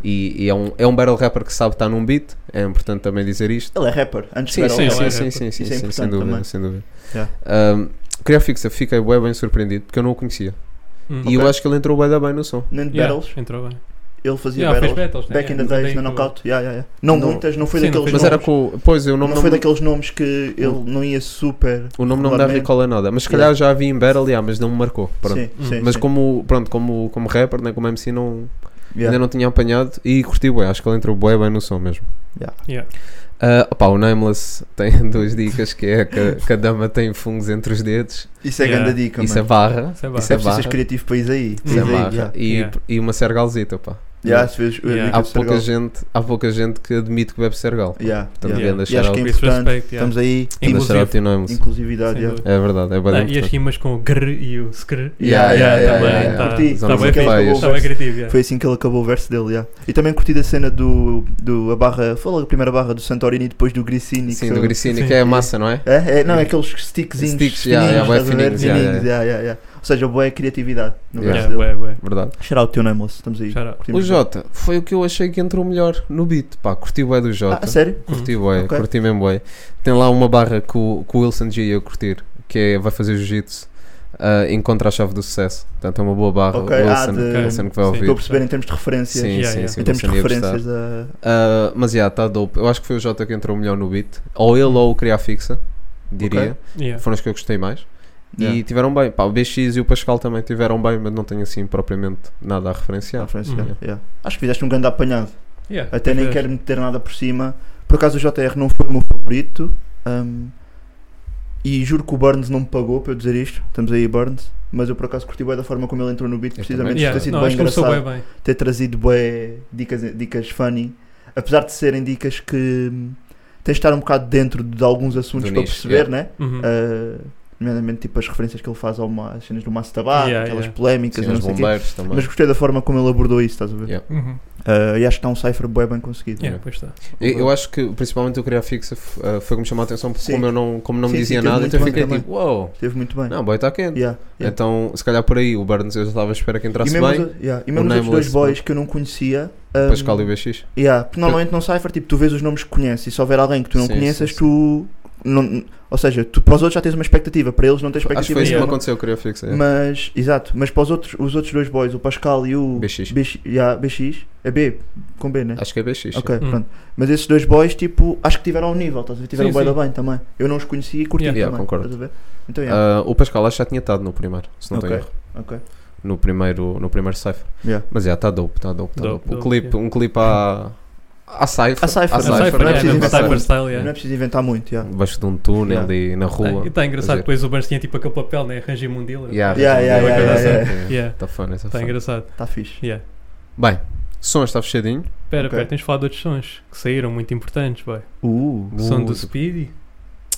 S6: e, e é, um, é um battle rapper que sabe estar num beat, é importante também dizer isto.
S5: Ele é rapper, antes
S6: Sim,
S5: era
S6: sim,
S5: ele.
S7: ela
S6: sim,
S7: é
S6: sim,
S7: rapper.
S6: sim,
S5: Isso
S6: sim,
S5: é
S6: sim, sem
S5: importante
S6: dúvida,
S5: também.
S6: sem dúvida.
S5: Yeah.
S6: Um, Cria Fixa, fiquei bem, bem surpreendido porque eu não o conhecia.
S7: Uhum.
S6: E eu acho que ele entrou bem, bem no som.
S5: Nem de
S7: Yeah,
S5: battles,
S7: Entrou bem.
S5: ele fazia
S7: Yeah, fez
S5: battles.
S7: battles, né?
S5: Back in the
S7: Yeah, daí
S5: days, na
S7: com-
S5: Knockout. Yeah, yeah, yeah. Não,
S6: Não.
S5: muitas, não foi
S7: Sim, não
S5: daqueles
S7: fez
S6: Mas era
S5: nomes.
S6: com. o- Pois, o
S5: Não,
S6: nome
S5: foi
S6: não,
S5: daqueles nomes que ele não ia super.
S6: o nome não me dá
S5: Claramente.
S6: recall a é nada. Mas se calhar já vi em Battle, yeah, mas não me marcou. Pronto. Uhum.
S5: Sim, sim,
S6: Mas
S5: sim.
S6: como, pronto, como, como rapper, né, como MC, não,
S5: Yeah.
S6: ainda não tinha apanhado e curti bué. Acho que ele entrou bué bem no som mesmo.
S7: Yeah.
S6: Ah, opá, o Nameless tem duas dicas, que é que, a- que a dama tem fungos entre os dedos.
S5: Isso é
S7: Yeah.
S5: grande dica,
S6: isso, é
S5: mano.
S6: barra,
S7: Isso é barra.
S6: isso é
S5: preciso
S6: barra.
S5: seres criativo para isso aí.
S6: Isso é
S5: Isso aí,
S6: barra.
S5: yeah.
S6: E,
S7: Yeah.
S6: e uma sergalzita, pá.
S5: Yeah, às vezes eu
S7: Yeah.
S5: digo
S6: Há
S5: isso,
S6: pouca,
S5: Sergal.
S6: gente, há pouca gente que admite que bebe sergal.
S5: Yeah.
S6: Portanto,
S5: yeah.
S7: Yeah.
S5: E
S6: vendo a
S5: acho que é
S6: shout-out-
S7: With
S5: importante.
S7: respect, yeah.
S5: Estamos aí.
S7: é
S6: vendo a
S7: inclusive-
S6: shout-out e o Nameless.
S5: Inclusividade.
S7: Sem
S5: Yeah.
S7: dúvida.
S6: É verdade, é
S7: Ah,
S6: bem
S7: e as
S6: importante.
S7: rimas com o gr e o scr.
S5: Yeah, yeah, yeah,
S7: também,
S5: yeah,
S7: tá-
S5: Curti.
S7: tá
S5: Foi
S7: bem
S5: assim que ele
S7: feito.
S6: fez.
S7: Tá bem criativo, yeah.
S5: Foi assim que ele acabou o verso dele, yeah. E também curti da cena do, do a barra, fala a primeira barra do Santorini e depois do Grissini. que
S6: Sim,
S5: são-
S6: do Grissini,
S7: Sim.
S6: que é a massa, não é?
S5: É, é, não, é aqueles stickzinhos
S6: Sticks,
S5: fininhos,
S6: yeah, yeah, bué
S5: estás a ver?
S6: fininhos, yeah,
S5: Fininhos, yeah, yeah, yeah. Ou seja, boa é a criatividade no
S6: Yeah.
S5: verso
S7: Yeah,
S5: dele.
S7: bué, bué.
S6: Verdade.
S5: Shout out to Nameless, estamos aí.
S7: Shout out.
S5: Curtimos
S6: O Jota
S5: é-
S6: foi o que eu achei que entrou melhor no beat, pá. Curti o do
S5: bem.
S6: Jota.
S5: Ah, a sério?
S6: Curti bué,
S5: Ok.
S6: curti mesmo bué. Tem lá uma barra que o, que o Wilson G ia curtir, que é vai fazer jiu-jitsu, ah, encontra a chave do sucesso. Portanto, é uma boa barra.
S5: Ok,
S6: Wilson,
S5: ah, de-
S6: Wilson que vai
S7: Sim.
S6: ouvir.
S5: Estou a perceber em termos de referências.
S6: Sim,
S7: Yeah,
S6: sim,
S7: yeah.
S6: sim.
S5: Em termos de
S6: Wilson ia gostar.
S5: referências a.
S6: Ah, mas já, está dope. Eu acho que foi o Jota que entrou melhor no beat. Ou ele ou o Criar Fixa, diria.
S7: Mm-hmm. Yeah.
S6: Foram os que eu gostei mais.
S5: Yeah.
S6: E tiveram bem. Pá, o BX e o Pascal também tiveram bem, mas não tenho assim propriamente nada a
S5: é a
S6: referenciar.
S5: referência,
S7: Uhum.
S5: yeah, yeah. Acho que fizeste um grande apanhado.
S7: Yeah,
S5: Até nem
S7: pois é.
S5: quero meter nada por cima. Por acaso o JR não foi o meu favorito. hum, e juro que o Burns não me pagou para eu dizer isto. Estamos aí, Burns. Mas eu por acaso curti bem da forma como ele entrou no beat,
S6: Eu
S5: precisamente
S6: também.
S5: por
S7: Yeah.
S5: ter sido
S7: Não,
S5: bem
S7: acho que começou
S5: engraçado.
S7: bem bem.
S5: ter trazido bué dicas, dicas funny, apesar de serem dicas que hum, tens de estar um bocado dentro de alguns assuntos
S6: Do
S5: para
S6: nicho,
S5: perceber, né?
S7: Uhum.
S5: Ah, Nomeadamente, tipo as referências que ele faz ao ma- às cenas do Massa Tabaco,
S7: Yeah,
S5: aquelas
S7: yeah.
S5: polémicas,
S6: Sim,
S5: e Ah, não
S6: os
S5: sei o quê.
S6: bombeiros também.
S5: Mas gostei da forma como ele abordou isso, estás a ver?
S6: Yeah.
S7: Uhum.
S5: Ah, e acho que está um cipher bué bem conseguido.
S7: Yeah, pois tá. está.
S6: Eu, eu acho que principalmente o Criar Fixa f- ah, foi o que me chamou a atenção porque
S5: Uhum. Sim.
S6: como eu não, como não me
S5: Sim,
S6: dizia
S5: sim, teve
S6: nada,
S5: muito
S6: então eu
S5: bem
S6: fiquei
S5: também.
S6: tipo, uou,
S5: Esteve muito bem.
S6: não, boy está quente.
S5: Yeah, yeah.
S6: Então, se calhar por aí, o Burns eu já estava à espera que
S5: E
S6: entrasse
S5: mesmo, os,
S6: bem,
S5: o- yeah, e mesmo os outros
S6: Nameless,
S5: dois boys que eu não conhecia. hum,
S6: Pascal e o BX.
S5: Yeah, porque normalmente num cipher, tipo, tu vês os nomes que conheces e se houver alguém que tu não
S6: Sim,
S5: conheças,
S6: sim, sim.
S5: tu. Não, ou seja, tu para os outros já tens uma expectativa, para eles não tens
S6: Acho que
S5: expectativa
S6: foi isso que me
S5: nenhuma.
S6: aconteceu, o Criar Fixa. é.
S5: Mas, exato, mas para os outros, os outros dois boys, o Pascal e o.
S6: BX.
S5: yeah, BX. É B, com B, né?
S6: Acho que é BX. sim.
S5: Ok,
S7: Hum.
S5: pronto. Mas esses dois boys, tipo, acho que tiveram ao nível, estás a ver? Tiveram
S7: Sim,
S5: bué da
S7: sim.
S5: bem também. Eu não os conhecia e curti
S7: Yeah.
S6: Yeah,
S5: também.
S6: concordo.
S5: estás a ver? Então, yeah.
S6: Ah, o Pascal acho que já tinha estado no primeiro, se não
S5: Ok,
S6: tenho erro.
S5: ok.
S6: No primeiro, no primeiro cipher.
S5: Yeah.
S6: Mas já, está dope, está dope, está
S7: Dope,
S6: dope. O
S7: dope,
S6: clipe,
S7: yeah.
S6: um clipe à, à cipher.
S5: À Cypher,
S6: À
S7: Cypher,
S5: à Cypher, não é
S7: yeah,
S5: preciso
S7: mesmo
S5: inventar
S7: Cypher
S5: muito.
S7: Style,
S5: Não
S7: Oh, yeah.
S5: é preciso inventar muito, yeah.
S6: Debaixo de um túnel
S5: Yeah.
S6: e na rua.
S7: Ah, e está
S6: Quer
S7: engraçado,
S6: dizer,
S7: depois o Burns tinha tipo aquele papel, né? Arranjei um dealer.
S6: Yeah,
S5: Yeah,
S6: yeah,
S5: yeah,
S6: yeah,
S7: yeah,
S6: yeah,
S7: Yeah.
S6: Tá fun, essa
S7: Está
S6: fun.
S7: engraçado.
S5: Está Tá fixe.
S7: Yeah.
S6: Bem, som está fechadinho.
S7: Espera,
S5: Ok.
S7: espera, tens de falar de outros sons que saíram muito importantes, boy.
S5: Uh.
S7: O som do
S6: Uh,
S7: Speedy.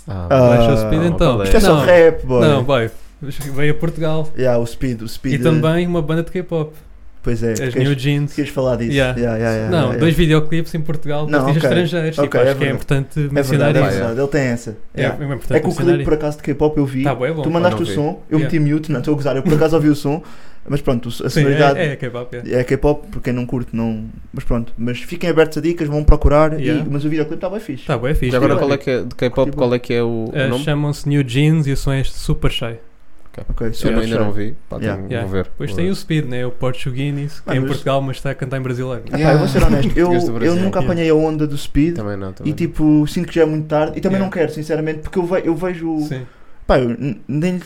S5: Ah,
S6: Ah,
S7: Baixa o Speed
S6: não,
S7: então.
S6: qual é?
S5: Isto é só
S7: Não,
S5: rap, boy.
S7: Não, boy. Veio a Portugal.
S5: Yeah, o Speed, o Speed.
S7: E também uma banda de K-pop.
S5: Pois é,
S7: As
S5: queres,
S7: New Jeans.
S5: queres falar disso?
S7: Yeah.
S5: Yeah, yeah, yeah,
S7: não,
S5: yeah,
S7: dois
S5: yeah.
S7: videoclipes em Portugal de
S5: É, Não,
S7: artistas
S5: ok.
S7: estrangeiros. Tipo,
S5: Ok, é
S7: acho que é
S5: verdade.
S7: importante
S5: É
S7: mencionar
S5: verdade, é
S6: cenário.
S7: isso.
S5: verdade, ele tem essa.
S7: É,
S5: Yeah.
S7: é importante
S5: É que o
S7: mencionar
S5: clipe por
S7: isso.
S5: acaso de K-pop eu vi.
S7: Tá bué bom.
S5: tu mandaste
S6: não
S5: o
S6: vi.
S5: som, eu meti mute, não estou a gozar, eu por acaso ouvi o som, mas pronto, a
S7: Sim,
S5: sonoridade
S7: é,
S5: é,
S7: é K-pop, é.
S5: K-pop, por quem não curte, não. Mas pronto, mas fiquem abertos a dicas, vão procurar, e-
S7: Yeah.
S5: mas o videoclipe está bem fixe.
S7: Tá bom, é fixe.
S6: E agora
S7: tipo,
S6: qual é que é, de K-pop,
S5: Curti
S6: qual é que é o, o
S7: eh,
S6: nome?
S7: Chamam-se New Jeans e o som é super cheio.
S5: Ok,
S6: Eu
S5: super
S6: não- ainda não
S5: chato.
S6: vi. Pá,
S5: Yeah.
S6: tenho-
S7: Yeah.
S6: Vou ver.
S7: Depois
S6: vou
S7: tem
S6: ver.
S7: o Speed, né? O Portuguinis, que é
S5: Mano,
S7: em
S5: mas-
S7: Portugal, mas está a cantar em brasileiro.
S5: Ah, pá, eu vou ser honesto, eu,
S6: Gosto do
S5: eu
S6: Brasil.
S7: Yeah.
S5: nunca apanhei a onda do Speed
S6: Também não, também
S5: e tipo, sinto que já é muito tarde e também
S7: Yeah.
S5: não quero, sinceramente, porque eu, ve- eu vejo.
S7: Sim.
S5: Pá, eu n- nem.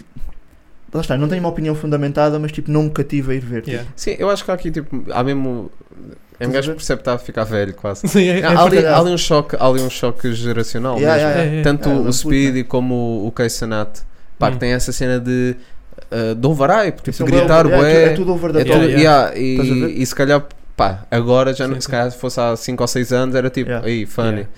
S5: Lá está, não tenho uma opinião fundamentada, mas tipo, não me cativa a ir ver.
S7: Yeah.
S6: não. Sim, eu acho que há aqui, tipo, há mesmo... É um gajo que percebe que está a ficar velho, quase.
S7: Sim, é, é,
S6: Há ali,
S5: verdade.
S6: há ali um choque, há ali um choque geracional
S5: Yeah,
S6: mesmo.
S5: yeah,
S7: é, é.
S6: Tanto
S5: Ah,
S6: o
S5: não
S6: Speed
S5: puta.
S6: como o Keisanat, pá, que
S7: Hum.
S6: tem essa cena de uh, do overhype, tipo,
S5: Isso é um
S6: gritar,
S5: over- é,
S6: bué,
S5: é tudo over the
S6: é
S5: top.
S6: tudo-
S7: Yeah,
S6: yeah,
S5: Estás a ver?
S6: e, e se calhar, pá, agora já, não-
S7: Sim,
S6: se
S7: sim.
S6: calhar fosse há 5 ou 6 anos, era tipo,
S5: Yeah.
S6: aí, funny.
S7: Yeah.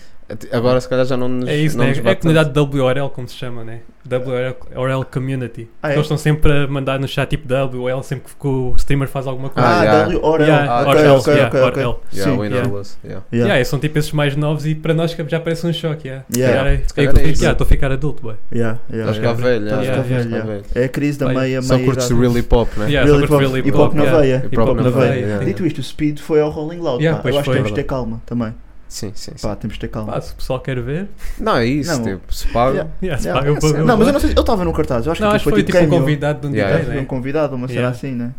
S6: Agora se calhar já não nos
S7: É isso,
S6: não
S7: né?
S6: nos
S7: É a
S6: bate
S7: comunidade WRL, como se chama, né? WRL WRL Community.
S5: Ah, é?
S7: Eles estão sempre a mandar no chat tipo WL sempre que o streamer faz alguma coisa.
S5: Ah,
S6: Ah, yeah.
S5: W or L.
S7: Yeah,
S5: Ah,
S7: or
S5: ok,
S7: else,
S5: ok,
S7: yeah,
S5: ok,
S7: or
S5: ok.
S7: else.
S6: tanto. Yeah,
S5: Sim.
S6: we know
S7: Yeah.
S6: this, yeah.
S5: Yeah.
S7: Yeah, são tipo esses mais novos e para nós que já parece um choque. Yeah. Se
S5: Yeah.
S7: calhar é-
S6: calhar
S7: é que eu
S6: é
S7: fico,
S6: isso.
S7: yeah, Estou a ficar adulto, boy.
S5: Yeah, yeah,
S6: Estás é a ficar
S5: yeah.
S6: Tá velho,
S5: Estás a
S6: yeah,
S5: ficar Tá
S6: yeah,
S5: velho,
S6: estás
S5: yeah.
S6: velho.
S5: É a crise da
S7: Bem,
S5: meia, meia
S6: Só curtes
S5: idade.
S6: really pop, né?
S7: Yeah,
S5: Really
S7: só curto
S5: pop.
S7: really
S5: Hip hop na
S7: yeah.
S5: veia.
S7: Hip
S6: Hip hop
S7: hop
S6: na
S7: na
S5: veia.
S7: veia,
S6: Yeah.
S7: sim.
S5: Dito isto, o Speed foi ao Rolling Loud.
S7: Yeah,
S5: pá.
S7: pois
S5: Eu acho
S7: foi.
S5: que temos de ter calma também.
S6: Sim, sim, sim.
S5: Pá, temos de ter calma.
S7: Ah, se o pessoal quer ver,
S6: Não, é isso,
S5: Não.
S6: tipo, se paga.
S5: Yeah.
S7: yeah, se
S5: Yeah.
S7: paga um pouco.
S5: Não, mas eu não sei, ele estava no cartaz. Eu acho
S7: Não,
S5: que
S7: acho
S5: tipo,
S7: que foi tipo um
S5: cameo.
S7: convidado de um
S6: Yeah.
S7: yeah.
S5: Deve ser um convidado, uma cena
S7: Yeah.
S5: assim, né?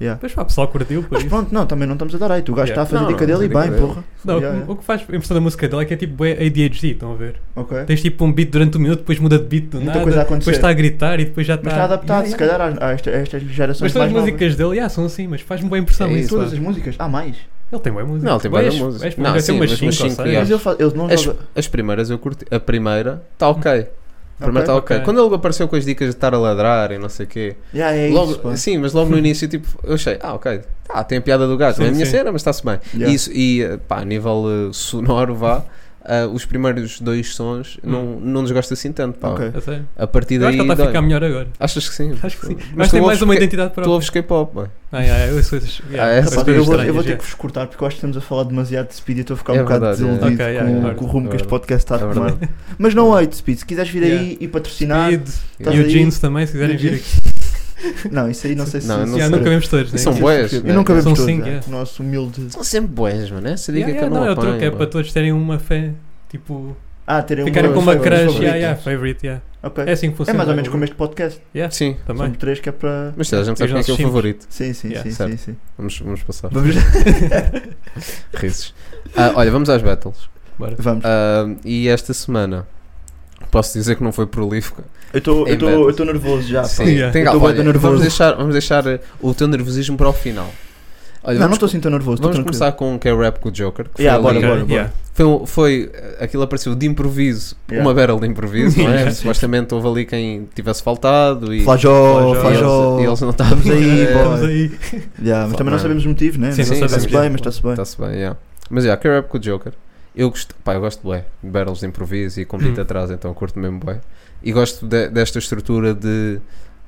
S5: Yeah.
S7: Depois pá, o pessoal curtiu por
S5: Mas
S7: isso.
S5: pronto, não, também não estamos a dar hate. O gajo
S7: Yeah.
S5: está a fazer
S6: Não,
S5: dica
S6: não,
S5: dele e
S6: dica
S5: bem,
S6: dele.
S5: porra.
S7: Não,
S5: Yeah,
S7: o-
S5: yeah.
S7: o que faz a impressão da música dela é que é tipo bué ADHD, estão a ver?
S5: Ok.
S7: Tens tipo um beat durante um minuto, depois muda de beat do
S5: É. Muita
S7: nada,
S5: coisa a acontecer.
S7: depois está a gritar e depois já está.
S5: Mas está adaptado,
S7: Yeah,
S5: se
S7: yeah.
S5: calhar, às- a esta- a estas gerações
S7: Mas todas as
S5: mais novas.
S7: músicas dele, yeah, são assim, mas faz-me boa impressão
S6: É
S7: isso.
S6: isso,
S5: Todas
S6: pá.
S5: as músicas? Há mais.
S7: Ele tem boa música.
S6: Não, ele tem bué da
S7: Bué-
S6: música.
S7: bué-
S6: Não,
S7: deve ter
S6: sim,
S7: umas
S6: mas
S7: cinco
S6: umas
S7: ou
S6: cinco,
S7: seis.
S6: yeah.
S5: Mas ele, faz, ele não
S6: As,
S5: joga.
S6: as primeiras eu curti. A primeira está ok. A primeira está
S7: Ok.
S6: ok. Quando ele apareceu com as dicas de estar a ladrar e não sei o quê.
S5: Yeah, é
S6: logo,
S5: isso, pá.
S6: sim, mas logo no início tipo, eu achei, ah ok, tá, tem a piada do gato,
S7: Sim,
S6: não é a minha
S7: sim.
S6: cena, mas está-se bem.
S5: Yeah.
S6: E, isso, e eh, pá, a nível eh, sonoro vá, eh, os primeiros dois sons não, não nos gosta assim tanto. Pá.
S5: Hum. Ok.
S7: A sério?
S6: A partir
S7: Eu
S6: daí.
S7: acho que ele tá está a
S6: dói.
S7: ficar melhor agora.
S6: Achas que sim?
S7: Acho que sim.
S6: Mas
S7: Mas
S6: tu
S7: tem mais
S6: ouves
S7: uma
S6: que-
S7: identidade
S6: Tu
S7: própria.
S6: ouves K-pop, mano.
S5: Tá
S7: Ah, yeah, eu sou esses- yeah,
S6: Ah, é?
S7: coisas
S5: Rapaz, eu, vou, eu vou
S7: estranhas,
S5: ter
S7: yeah.
S5: que vos cortar porque eu acho que estamos a falar demasiado de speed e eu estou a ficar um
S6: É
S5: bocado
S6: verdade, é.
S5: desiludido
S7: Ok,
S5: com,
S7: yeah, yeah.
S5: com o rumo que
S6: É
S5: este
S6: verdade.
S5: podcast está a
S6: É
S5: tomar.
S6: verdade.
S5: Mas não hate, Speed. Se quiseres vir aí
S7: Yeah.
S5: e patrocinar.
S7: Speed,
S5: estás
S7: E o
S5: aí?
S7: jeans também, se quiserem vir
S5: Eugene?
S7: aqui.
S5: Não, isso aí não sei se.
S6: Não, eu
S5: se-
S7: Yeah,
S6: não
S5: se-
S6: sei.
S7: Nunca vemos todos, né?
S6: E são
S5: se-
S6: bués,
S5: E
S6: né?
S5: nunca vemos
S7: São
S5: todos.
S7: cinco,
S5: é.
S7: yeah.
S5: O Nosso humilde.
S6: São sempre boés, mano. Essa dica
S7: Yeah,
S6: que eu
S7: yeah,
S6: não
S7: Não, é o truque, é
S6: apanho.
S7: para
S6: mano.
S7: todos terem uma fé. Tipo,
S5: Ah, terem
S7: ficarem
S5: um-
S7: com uma
S5: um
S7: crush,
S5: favorito.
S7: yeah, yeah, favorite, yeah.
S5: Ok.
S7: É assim que
S5: É
S7: funciona.
S5: mais ou menos como este podcast.
S7: Yeah,
S6: Sim,
S7: também.
S5: São três que é para.
S6: mas a gente sabe
S7: Os
S6: quem é que é o
S7: nossos
S6: favorito.
S5: Sim, sim,
S7: Yeah,
S5: sim,
S6: certo.
S5: sim, sim.
S6: Vamos, vamos passar.
S5: Vamos.
S6: Risos. Ah, olha, vamos às battles.
S7: Bora.
S5: Vamos.
S6: Ah, e esta semana posso dizer que não foi prolífica.
S5: Eu tô-
S6: Em
S5: eu tô-
S6: battles.
S5: eu estou nervoso
S7: Ah,
S5: já. pá.
S6: Sim,
S7: Yeah.
S6: tem
S5: Eu tô
S6: calma.
S5: bué
S6: olha,
S5: de nervoso.
S6: vamos, deixar, vamos deixar eh, o teu nervosismo para o final.
S5: Não,
S6: Olha,
S5: não
S6: vamos,
S5: estou assim tão nervoso. estou
S6: vamos
S5: tranquilo.
S6: começar com um o K-Rap com o Joker. Que
S5: Yeah,
S6: foi, ali-
S5: bora, bora, bora.
S7: Yeah.
S6: Foi, um- foi, eh, Aquilo apareceu de improviso.
S5: Yeah.
S6: Uma barrel de improviso, não é?
S7: Yeah.
S6: Supostamente houve ali quem tivesse faltado e.
S7: Flajó.
S5: Flajó,
S6: e eles,
S5: Flajó.
S6: e eles não estavam.
S5: Estamos oh, aí,
S6: Eh,
S5: boy.
S7: Estamos aí.
S5: Yeah, mas
S6: Fuck,
S5: também
S6: mano.
S5: não sabemos os motivos, né?
S7: Sim,
S6: não
S5: está-se
S6: sabemos.
S5: bem, mas
S7: Tá.
S5: está-se bem.
S6: Está-se bem, yeah. Mas já, yeah, K-Rap com o Joker. Eu gosto, pá, eu gosto bué de battles de improviso e com beat
S7: Hum.
S6: atrás, então eu curto mesmo bué. E gosto de- desta estrutura de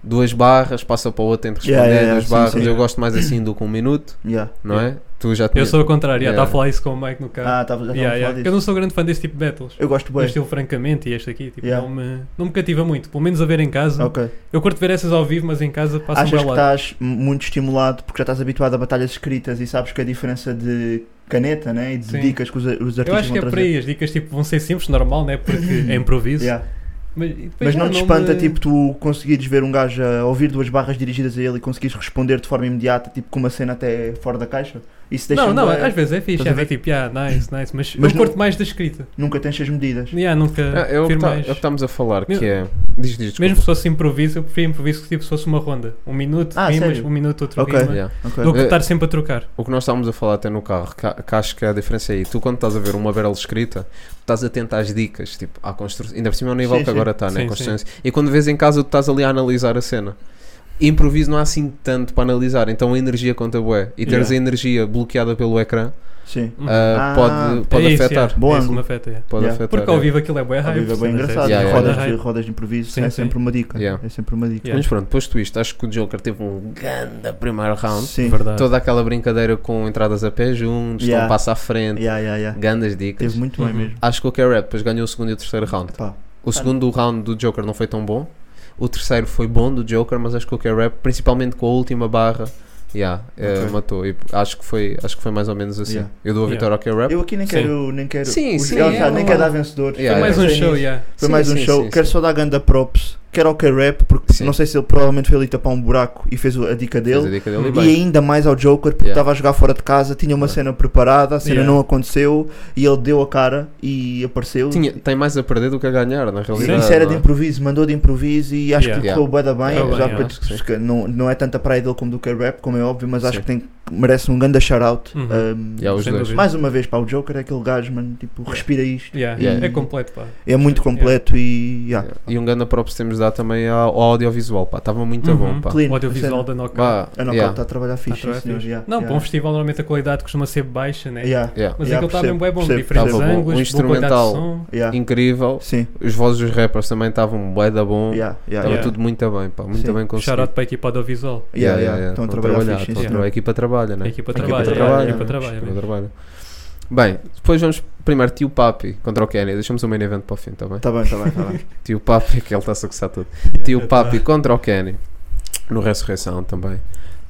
S6: duas barras, passa para o outro, tem de responder
S5: Yeah, yeah, yeah,
S6: duas
S5: sim,
S6: barras.
S5: sim.
S6: eu
S7: Yeah.
S6: gosto mais assim do que um minuto,
S5: Yeah.
S6: não é? Tu já
S7: Eu
S6: tinhas-
S7: sou ao contrário, yeah,
S6: Yeah.
S7: estava a falar isso com o Mike no carro.
S5: Ah, estava
S7: Yeah,
S5: já estava a
S7: yeah.
S5: falar
S7: Eu
S5: disso.
S7: não sou grande fã desse tipo de battles.
S5: Eu gosto
S7: O
S5: bem.
S7: estilo, francamente, e este aqui, tipo,
S5: Yeah.
S7: não, me, não me cativa muito. Pelo menos a ver em casa.
S5: Ok.
S7: Eu curto ver essas ao vivo, mas em casa passa um
S5: Achas que tá-
S7: belo
S5: estás muito estimulado porque já estás habituado a batalhas escritas e sabes que a diferença de caneta né, e de
S7: Sim.
S5: dicas que os, os artistas
S7: Eu acho
S5: vão
S7: que é por
S5: trazer.
S7: aí. As dicas tipo, vão ser simples, normal, né? Porque é improviso.
S5: Yeah.
S7: Mas, e depois,
S5: Mas
S7: yeah,
S5: não te espanta,
S7: é, me-
S5: tipo, tu conseguires ver um gajo a ouvir duas barras dirigidas a ele e conseguires responder de forma imediata, tipo, com uma cena até fora da caixa? Isso deixa
S7: Não, não, às vezes é fixe.
S5: Estás a
S7: É
S5: ver?
S7: tipo, yeah, nice, nice. Mas,
S5: Mas
S7: eu
S5: não-
S7: curto mais da escrita.
S5: Nunca tens as medidas.
S7: Yeah, nunca
S6: Ah, é o que
S7: prefiro
S6: tá- é o
S7: mais.
S6: que estamos a falar, que
S7: Mesmo-
S6: é. Diz, diz, desculpa.
S7: Mesmo se fosse improviso, eu preferia improviso que tipo, se fosse uma ronda. Um minuto,
S5: Ah,
S7: rimas,
S5: sério?
S7: um minuto, outro
S5: Ok.
S7: rima.
S6: Yeah.
S5: Ok.
S7: Do que
S6: Eh,
S7: estar sempre a trocar.
S6: O que nós estávamos a falar até no carro, que, a- que acho que a diferença é aí. Tu, quando estás a ver uma barrel escrita, tu estás atento às dicas, tipo, à construção. Ainda por cima, é o nível
S5: Sim,
S6: que
S5: sim.
S6: agora está, né?
S7: Sim,
S6: Consciência. E quando vês em casa, tu estás ali a analisar a cena. Improviso não há assim tanto para analisar, então a energia conta bué. E teres
S5: Yeah.
S6: a energia bloqueada pelo ecrã
S5: Sim.
S7: Hum.
S6: ah,
S5: Ah,
S6: pode, pode
S7: é isso,
S6: afetar.
S7: yeah.
S5: Bom
S7: é isso,
S5: ângulo.
S7: me afeta, yeah.
S6: Pode
S5: Yeah.
S6: afetar.
S7: Porque ao vivo aquilo é bué
S5: Ao
S7: hype.
S5: vivo é bem
S7: percebes?
S5: engraçado.
S6: Yeah, yeah.
S5: rodas,
S7: Roda
S5: de,
S7: hype.
S5: rodas de improviso
S7: Sim,
S5: é
S7: sim.
S5: sempre uma dica.
S6: Yeah.
S5: É sempre uma dica.
S7: Yeah.
S6: Mas pronto, depois tu isto, acho que o Joker teve um grande primeiro round.
S5: Sim.
S7: Verdade.
S6: Toda aquela brincadeira com entradas a pé juntos,
S5: Yeah.
S6: um passo à frente,
S5: Yeah, yeah, yeah.
S6: grandes dicas.
S5: Teve muito bem
S7: Uhum.
S5: mesmo.
S6: Acho que o K-Rap depois ganhou o segundo e o terceiro round.
S5: Pá.
S6: O segundo round do Joker não foi tão bom. O terceiro foi bom do Joker, mas acho que o K-Rap, principalmente com a última barra, yeah, eh,
S5: Ok.
S6: matou. E acho que, foi, acho que foi mais ou menos assim.
S5: Yeah.
S6: Eu dou a
S7: Yeah.
S6: vitória ao K-Rap.
S5: Eu aqui nem
S7: Sim.
S5: quero. Nem quero
S6: Uhum. Sim,
S5: os-
S6: sim,
S5: eu já nem
S6: é uma-
S5: quero dar vencedor.
S6: Yeah,
S7: Foi
S6: yeah.
S7: mais um
S5: Pensei
S7: show,
S5: nisso.
S7: yeah.
S5: Foi
S6: Sim,
S5: mais um
S6: sim,
S5: show.
S6: sim,
S5: quero
S6: sim.
S5: só dar ganda props. Quero ao K-Rap, porque
S6: Sim.
S5: não sei se ele provavelmente foi ali tapar um buraco e fez o- a dica
S6: Fez
S5: dele.
S6: a dica dele e
S7: E
S6: bem.
S5: E ainda mais ao Joker, porque
S6: Yeah.
S5: estava a jogar fora de casa, tinha uma
S6: Yeah.
S5: cena preparada, a cena
S7: Yeah.
S5: não aconteceu e ele deu a cara e apareceu.
S6: Tinha- tem mais a perder do que a ganhar, na
S5: E
S6: realidade.
S5: isso era de
S6: não é?
S5: improviso, mandou de improviso e acho
S7: Yeah.
S5: que
S6: Yeah.
S5: correu bué da bem.
S7: Correu bem,
S5: apesar
S7: yeah,
S5: que-
S6: acho que sim.
S5: que não, não é tanta praia dele como do K-Rap, como é óbvio, mas acho
S6: Sim.
S5: que tem, merece um grande shout-out.
S7: Uhum.
S5: Um,
S6: Yeah, é os
S7: Sem
S6: dois.
S7: dúvida.
S5: mais uma vez, pá, o Joker é aquele gajo, mano, tipo, respira isto.
S7: Yeah,
S6: Yeah.
S7: É completo, pá.
S5: É muito completo e. yeah.
S6: E um grande props temos de dar também ao ao audiovisual, pá. Estava muito
S7: Uhum.
S6: bom, pá.
S5: Clean,
S7: O
S5: a
S7: audiovisual
S5: cena.
S7: da Knockout.
S6: Pá,
S5: A Knockout
S6: yeah.
S5: está É a trabalhar
S7: Tá,
S5: fixe,
S7: tá,
S5: sim, senhor.
S7: fixe.
S5: yeah,
S7: Não,
S5: yeah.
S7: para um festival normalmente a qualidade costuma ser baixa, né?
S5: Yeah,
S6: Yeah.
S7: Mas
S5: Yeah,
S7: aquilo está bem
S5: percebo,
S7: bué bom,
S5: percebo.
S7: diferentes
S6: Tava bom.
S7: ângulos,
S6: Um
S7: boa qualidade de
S6: instrumental.
S7: som.
S5: yeah.
S6: Incrível.
S5: Sim,
S6: Os vozes dos rappers também estavam bué da bom.
S5: yeah, yeah,
S6: Estava
S5: yeah.
S7: Yeah.
S6: tudo muito bem, pá. Muito
S5: Sim.
S6: bem conseguido.
S7: Shout-out para a equipa audiovisual.
S5: Yeah, yeah, Estão a
S6: Tá
S5: trabalhar fixe, sim,
S6: estão a
S5: senhor.
S6: trabalhar. A equipa trabalha, né?
S7: A equipa
S5: A equipa
S7: trabalha,
S5: trabalha,
S7: yeah, a equipa
S5: yeah.
S7: trabalha. né?
S6: Equipa
S7: mesmo.
S6: trabalha. Bem, depois vamos primeiro Tio Papi contra o Kenny. Deixamos o main event para o fim, tá bem?
S5: Tá bem, tá bem, tá bem.
S6: Tio Papi, que ele está a sucessar tudo. Tio Papi contra o Kenny. No Ressurreição também.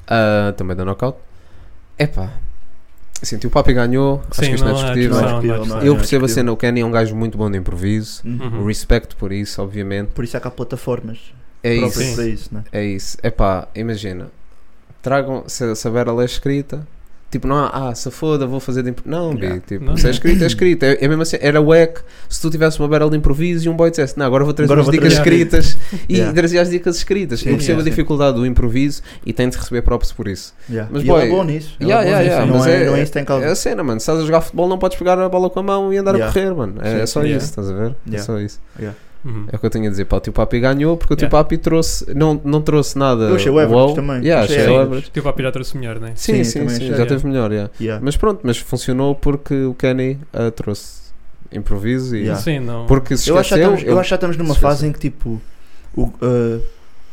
S6: Ah, também da Knockout. Epá. Assim, Tio Papi ganhou. Acho
S7: Sim,
S6: que isto não,
S7: não há
S6: é
S7: discussão, não há
S6: discutível.
S5: Não
S7: discussão.
S5: é discutível,
S6: Eu
S5: não é
S6: percebo
S5: discutível.
S6: a cena. O Kenny é um gajo muito bom de improviso.
S5: Uhum.
S7: Uhum.
S6: Respeito por isso, obviamente.
S5: Por isso é que há plataformas
S6: É
S5: próprias
S6: isso.
S7: Sim.
S5: para isso, né?
S6: É isso. Epá, imagina. Tragam, se, se a Vera lê escrita. Tipo, não há, ah, se foda, vou fazer de imp... Não, B,
S5: Yeah.
S6: tipo,
S7: Não.
S6: se é escrita, é escrita. É, é mesmo assim, era wack se tu tivesse uma barrel de improviso e um boy dissesse, não, agora vou trazer
S5: Agora
S6: umas
S5: vou
S6: dicas
S7: trazer."
S6: escritas e
S5: Yeah.
S6: trazia as dicas escritas.
S5: Sim,
S6: eu percebo
S5: yeah,
S6: a
S5: sim.
S6: dificuldade do improviso e tem de receber props por isso.
S5: Yeah.
S6: Mas,
S5: e ele
S6: boy,
S5: é bom nisso. ele é
S6: Yeah,
S5: bom
S6: yeah,
S5: nisso.
S6: yeah,
S5: não,
S6: mas
S5: é,
S6: é-
S5: não é isso que tem causa.
S6: É a cena, mano. Se estás a jogar futebol, não podes pegar a bola com a mão e andar a
S5: Yeah.
S6: correr, mano. É,
S5: Sim.
S6: é só
S7: Yeah.
S6: isso, estás a ver? É
S5: Yeah.
S6: só isso.
S7: Uhum.
S6: É o que eu tenho a dizer. Pá, o teu papi ganhou porque o teu
S7: Yeah.
S6: papi trouxe, não, não trouxe nada.
S5: Eu achei o Everett
S6: uau.
S5: também.
S6: Yeah,
S5: Achei
S6: achei o
S5: Everett.
S6: Everett.
S7: Tipo a pirata trouxe melhor, não é?
S6: Sim,
S5: Sim,
S6: sim,
S5: também
S6: sim,
S5: achei,
S6: já
S7: yeah.
S6: teve melhor. Yeah.
S5: Yeah.
S6: Mas pronto, mas funcionou porque o Kenny ah, trouxe improviso e.
S5: Yeah.
S7: Sim, não.
S6: Porque se
S5: Eu acho que já
S6: esqueceu.
S5: estamos, eu acho que já estamos numa
S6: esqueceu.
S5: fase em que tipo o, uh,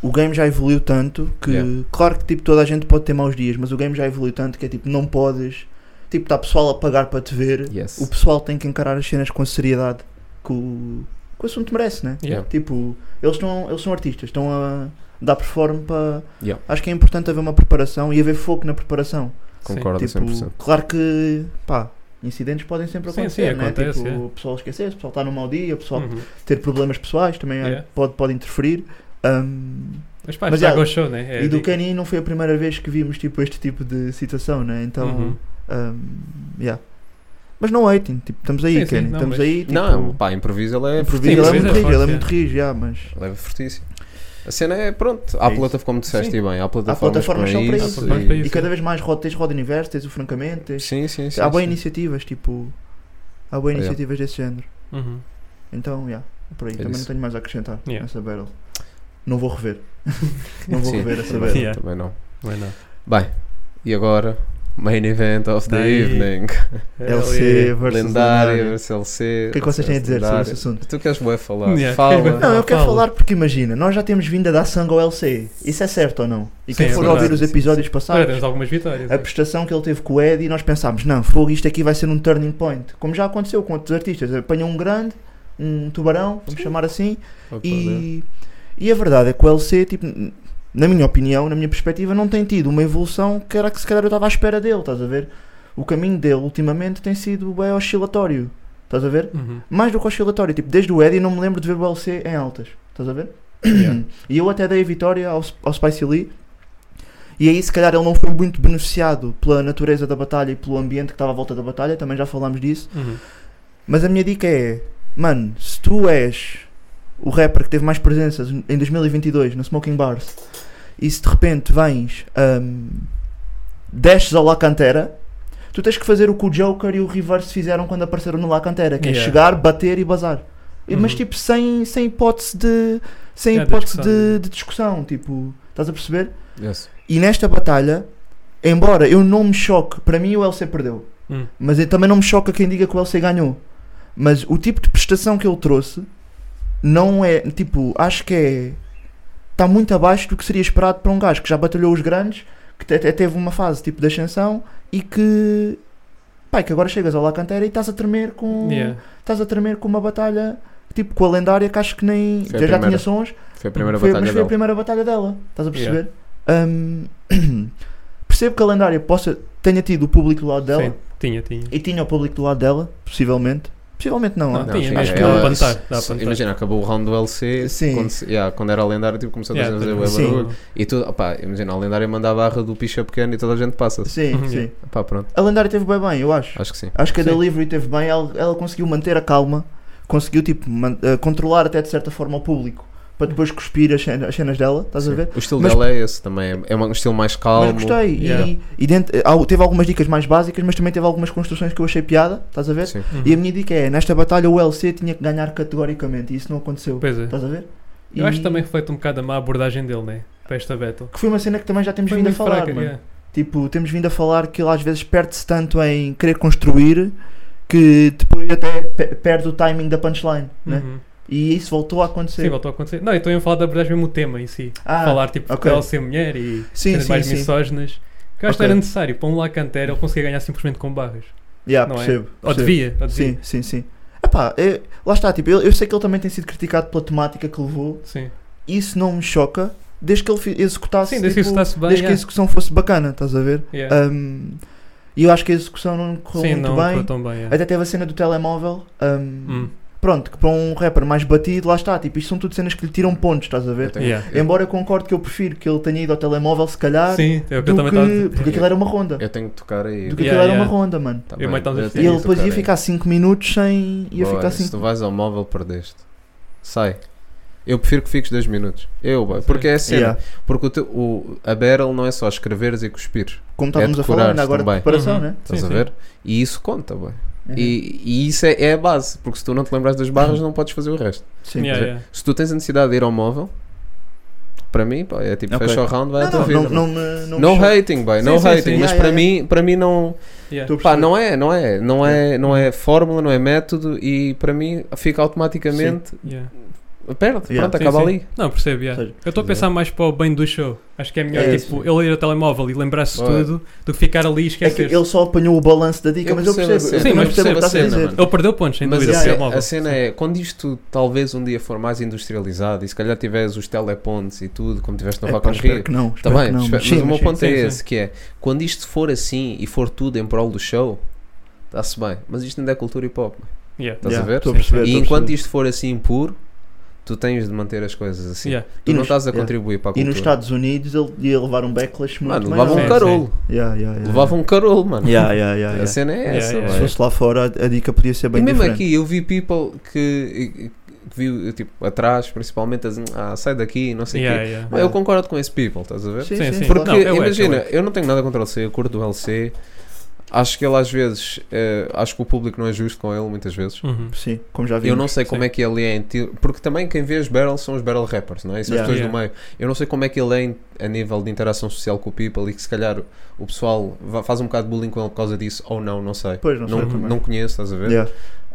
S5: o game já evoluiu tanto que
S6: Yeah.
S5: claro que tipo toda a gente pode ter maus dias, mas o game já evoluiu tanto que é tipo não podes tipo está pessoal a pagar para te ver,
S6: Yes.
S5: o pessoal tem que encarar as cenas com a seriedade que o, que o assunto merece, né?
S7: Yeah.
S5: Tipo, eles, estão, eles são artistas, estão a dar performance para.
S6: Yeah.
S5: Acho que é importante haver uma preparação e haver foco na preparação.
S7: Sim.
S6: Concordo
S5: Tipo,
S6: 100%.
S5: claro que, pá, incidentes podem sempre
S7: Sim,
S5: acontecer,
S7: sim,
S5: né?
S7: acontece,
S5: tipo,
S7: é.
S5: o pessoal esquecer, o pessoal está num mau dia, o pessoal
S7: Uhum.
S5: ter problemas pessoais também é-
S7: Yeah.
S5: pode, pode interferir. Ahm,
S7: Mas pá,
S5: Mas,
S7: já
S5: yeah,
S7: gostou, né? É,
S5: e do
S7: digo-
S5: Kenny não foi a primeira vez que vimos tipo, este tipo de situação, né? Então,
S7: Uhum.
S5: ahm, yeah. mas não hating, tipo, estamos aí,
S7: Sim, sim,
S5: Kenny,
S7: não,
S5: estamos
S7: mas-
S5: aí. Tipo,
S6: Não, pá, improviso ele é
S5: improviso, ele é
S7: improviso é
S5: muito rijo, ele é
S7: fácil,
S5: muito rijo, já, mas.
S6: Leva fortíssimo. A cena é, pronto, há
S5: É isso.
S6: plataforma, como disseste
S5: Sim.
S6: e bem, há plataformas,
S5: plataformas só para
S7: isso. Há plataformas para
S6: e-
S7: isso.
S5: E cada vez mais roda, tens Roda Universo, tens o Francamente, tens...
S6: Sim, sim, sim.
S5: há boas
S6: sim.
S5: iniciativas, tipo, há boas
S6: Ah, yeah.
S5: iniciativas desse género.
S7: Uhum.
S5: Então, yeah, é por aí, também
S6: isso.
S5: não tenho mais a acrescentar
S7: Yeah.
S5: nessa battle. Não vou rever. não vou
S6: Sim,
S5: rever essa
S6: também,
S5: battle.
S7: Yeah.
S6: também não.
S7: Não é nada.
S6: Bem, e agora? Main event of the
S7: Daí.
S6: evening.
S5: É
S7: É
S5: LC versus
S6: Lendária
S5: lendária.
S6: versus LC.
S5: O que é que vocês têm a dizer sobre
S6: lendária.
S5: esse assunto?
S6: Tu queres bué falar?
S7: Yeah, queres bué
S6: Fala.
S5: Não, eu quero
S7: Fala.
S5: falar porque imagina, nós já temos vindo a dar sangue ao LC. Isso é certo ou não? E
S7: Sim,
S5: quem
S7: é
S5: for
S7: verdade, É,
S5: ouvir os
S6: sim, sim,
S5: episódios
S7: Olha,
S5: passados,
S7: temos algumas vitórias. né?
S5: a prestação que ele teve com o Ed e nós pensámos, não, fogo, isto aqui vai ser um turning point. Como já aconteceu com outros artistas, apanham um grande, um tubarão, vamos chamar assim,
S6: Opa, né?
S5: e, e a verdade é que o LC, tipo, n- na minha opinião, na minha perspectiva, não tem tido uma evolução que era que se calhar eu estava à espera dele, estás a ver? O caminho dele ultimamente tem sido bem oscilatório, estás a ver?
S7: Uhum.
S5: Mais do que oscilatório, tipo, desde o Eddie não me lembro de ver o LC em altas, estás a ver? E eu até dei a vitória ao, ao Spicy Lee. E aí, se calhar, ele não foi muito beneficiado pela natureza da batalha e pelo ambiente que estava à volta da batalha, também já falámos disso.
S7: Uhum.
S5: Mas a minha dica é, mano, se tu és o rapper que teve mais presenças em 2022 no Smoking Bars e se de repente vens, ahm, desces ao La Cantera, tu tens que fazer o que o Joker e o Reverse fizeram quando apareceram no La Cantera, que
S7: Yeah.
S5: é chegar, bater e bazar. E- Mas
S7: Uhum.
S5: tipo, sem, sem hipótese de. Sem
S7: É, da
S5: hipótese
S7: discussão.
S5: de, de discussão, tipo, estás a perceber?
S6: Yes.
S5: E nesta batalha, embora eu não me choque, para mim o LC perdeu.
S7: Hum.
S5: Mas eu também não me choca quem diga que o LC ganhou. Mas o tipo de prestação que ele trouxe não é, tipo, acho que é está muito abaixo do que seria esperado para um gajo que já batalhou os grandes, que te- até teve uma fase tipo de ascensão e que pá, que agora chegas ao La Cantera e estás a tremer com
S7: Yeah.
S5: estás a tremer com uma batalha tipo com a lendária que acho que nem
S6: Foi
S5: já,
S6: a
S5: já
S6: primeira.
S5: tinha sons
S6: Foi a primeira
S5: foi,
S6: batalha
S5: mas foi a
S6: dela.
S5: primeira batalha dela, estás a perceber? Ahm, percebo que a lendária possa, tenha tido o público do lado dela
S7: Sim, tinha, tinha.
S5: e tinha o público do lado dela, possivelmente. Possivelmente não,
S7: Não,
S5: ah.
S7: tinha,
S6: sim,
S7: mas
S6: é,
S7: que dá
S6: ela-
S7: a plantar, dá a
S6: se-
S7: plantar.
S6: Imagina, acabou o round do LC.
S5: Sim.
S6: Quando, se- yeah, quando era lendário, tipo, começou
S7: Yeah,
S6: a fazer o
S7: também.
S5: Sim.
S6: barulho. E tu, opá, imagina, a lendária manda a barra do picha pequeno e toda a gente passa-se.
S5: ah, Sim,
S7: Uhum.
S5: sim.
S6: Pá, pronto,
S5: A lendária teve bem bem, eu acho.
S6: acho que sim.
S5: Acho que a
S7: Sim.
S5: delivery teve bem, ela, ela conseguiu manter a calma, conseguiu tipo man- eh, controlar até de certa forma o público para depois cuspir as, cena- as cenas dela, estás a
S6: Sim.
S5: ver?
S6: O estilo
S5: Mas-
S6: dela é esse também. é- É um estilo mais calmo.
S5: Mas gostei. e-
S7: Yeah.
S5: E, dentro- eh, há- teve algumas dicas mais básicas, mas também teve algumas construções que eu achei piada, estás a ver?
S6: Sim.
S7: Uhum.
S5: E a minha dica é, nesta batalha o LC tinha que ganhar categoricamente e isso não aconteceu.
S7: Pois é.
S5: Estás a ver?
S7: Eu
S5: E-
S7: acho que também reflete um bocado a má abordagem dele, né? Para esta battle.
S5: Que foi uma cena que também já temos
S7: Foi
S5: vindo a
S7: muito
S5: falar,
S7: fraca,
S5: mano.
S7: yeah.
S5: Tipo, temos vindo a falar que ele às vezes perde-se tanto em querer construir que depois até pe- perde o timing da punchline, né?
S7: Uhum.
S5: E isso voltou a acontecer.
S7: Sim, voltou a acontecer. Não, então iam falar da abordagem mesmo o tema em si.
S5: Ah,
S7: falar tipo
S5: ok.
S7: que ela ser mulher e
S5: Sim,
S7: cenas
S5: sim,
S7: mais
S5: sim.
S7: misóginas. Que eu acho que
S5: Ok.
S7: era necessário. Para um Lacantera ele conseguia ganhar simplesmente com barras.
S5: Yeah,
S7: não é?
S5: percebo,
S7: Ou
S5: percebo.
S7: devia, ou devia.
S5: Sim, sim, sim. Epá, é- lá está, tipo, eu, eu sei que ele também tem sido criticado pela temática que levou,
S7: Sim.
S5: isso não me choca, desde que ele fi- executasse,
S7: Sim, desde que
S5: tipo,
S7: executasse bem, é.
S5: desde que a
S7: yeah.
S5: execução fosse bacana, estás a ver?
S7: Yeah.
S5: Um, E eu acho que a execução não Ah, correu
S7: Sim,
S5: muito
S7: não
S5: bem.
S7: correu tão bem. yeah.
S5: Até teve a cena do telemóvel. um,
S7: Hum.
S5: Pronto, que para um rapper mais batido, lá está, tipo, isto são tudo cenas que lhe tiram pontos, estás a ver?
S7: Yeah.
S6: Eu-
S5: Embora eu concorde que eu prefiro que ele tenha ido ao telemóvel, se calhar,
S7: Sim, é o que eu
S5: do
S7: também
S5: que-
S7: estava a dizer.
S5: porque aquilo era uma ronda.
S6: Eu tenho que tocar aí.
S5: Do que
S7: Yeah,
S5: aquilo era uma
S7: yeah.
S5: ronda, mano.
S6: Tá
S7: Eu
S6: bem,
S7: mais tarde
S6: eu
S5: E
S6: tenho
S5: ele
S6: que
S5: depois
S6: tocar
S5: ia
S6: aí.
S5: ficar 5 minutos sem. ia
S6: Boy,
S5: ficar
S6: Se tu
S5: 5
S6: vais ao móvel, perdeste. Sai. Eu prefiro que fiques 2 minutos. Eu, boy, porque é a cena.
S5: yeah.
S6: Porque o teu- o- a barrel não é só escreveres e cuspires.
S5: Como estávamos a
S6: decorar
S5: falar ainda agora
S6: também.
S5: de preparação,
S7: Uhum.
S5: né?
S6: Estás
S7: Sim,
S6: a
S7: sim.
S6: ver? E isso conta, boy.
S5: Uhum.
S6: E, e isso é, é a base. Porque se tu não te lembras das barras, não podes fazer o resto.
S5: Sim.
S7: Yeah, yeah.
S6: Se tu tens a necessidade de ir ao móvel, para mim, pá, é tipo,
S5: Ok.
S6: fecha o round, vai à tua
S5: Não,
S6: vida.
S5: não, não,
S6: mano.
S5: não, me- não,
S6: No
S5: me choca.
S6: hating, boy, no
S7: Sim, sim,
S6: hating,
S7: sim.
S6: mas
S5: Yeah,
S6: para
S5: yeah,
S6: mim, para mim não,
S7: Yeah.
S5: Estou a
S6: pá,
S5: perceber.
S6: não é, não é, não é, não é fórmula, não é método e para mim fica automaticamente
S7: Yeah.
S6: perde,
S5: Yeah.
S6: pronto,
S7: Sim,
S6: acaba
S7: sim.
S6: Tá ali.
S7: Não, percebo, yeah.
S5: Ou seja,
S7: Eu estou a pensar mais para o bem do show. Acho que é melhor
S5: É
S7: tipo, ele ir ao telemóvel e lembrar-se de
S6: Boa.
S7: tudo do que ficar ali e
S5: É que
S7: esquecer.
S5: ele só apanhou o balanço da dica,
S6: Eu
S5: mas eu
S6: percebo a
S5: percebo. eu
S6: cena.
S5: também
S7: Sim, mas
S5: percebo o que
S6: percebo a
S5: estás a
S6: cena,
S5: dizer.
S6: mano.
S7: Ele perdeu pontos, sem
S6: Mas
S7: dúvida.
S6: a,
S5: Yeah,
S7: com o
S6: ce-
S7: telemóvel.
S6: a cena é, quando isto talvez um dia for mais industrializado e se calhar tiveres os telepontes e tudo, como tiveste no
S5: É,
S6: Rock
S5: pá,
S6: on
S5: espero
S6: Rio,
S5: que não.
S6: Tá
S5: espero
S6: bem,
S5: que não,
S6: espe-
S5: mas
S6: mas
S5: sim,
S6: o meu
S5: mas
S6: ponto é
S7: sim, sim.
S6: esse, que é, quando isto for assim e for tudo em prol do show, está-se bem, mas isto ainda é cultura hip hop.
S7: Yeah.
S6: Estás a
S5: Yeah,
S6: ver?
S5: estou a
S7: Sim, sim.
S5: perceber,
S6: e
S5: estou a
S6: enquanto
S5: perceber.
S6: isto for assim puro, tu tens de manter as coisas assim.
S7: Yeah.
S6: Tu
S5: E
S6: não
S5: nos-
S6: estás a
S5: yeah.
S6: contribuir para a
S5: E
S6: cultura.
S5: nos Estados Unidos ele ia levar um backlash muito
S6: Mano,
S5: maior.
S6: levava um
S7: Sim,
S6: carolo.
S5: Yeah, yeah, yeah.
S6: Levava um carolo, mano.
S5: Yeah, yeah, yeah,
S6: A
S5: yeah.
S6: cena é
S7: Yeah,
S6: essa,
S7: yeah.
S5: Se
S6: mano.
S5: fosse lá fora, a a dica podia ser
S6: E
S5: bem
S6: mesmo
S5: diferente.
S6: aqui, eu vi people que, que viu, tipo, atrás, principalmente, assim, ah, sai daqui, não sei o
S7: Yeah,
S6: quê.
S7: yeah.
S6: Mas Eu concordo com esse people, estás a ver?
S5: Sim,
S7: Sim,
S5: sim,
S7: sim.
S5: claro.
S6: Porque,
S7: Não, é o Ed,
S6: imagina,
S7: é o Ed.
S6: eu não tenho nada contra o LC, eu curto do LC. Acho que ele às vezes, eh, acho que o público não é justo com ele, muitas vezes.
S7: Uhum.
S5: Sim, como já vi.
S6: Eu não sei como
S7: Sim.
S6: é que ele é em ti- porque também quem vê as barrels são os barrel rappers, não é? E são as
S5: Yeah.
S6: pessoas do
S7: Yeah.
S6: meio. Eu não sei como é que ele é em- a nível de interação social com o people e que se calhar o pessoal va- faz um bocado de bullying com ele por causa disso ou não, não sei.
S5: Pois, não sei
S6: Não,
S5: também.
S6: não conheço, estás a ver?
S5: Yeah.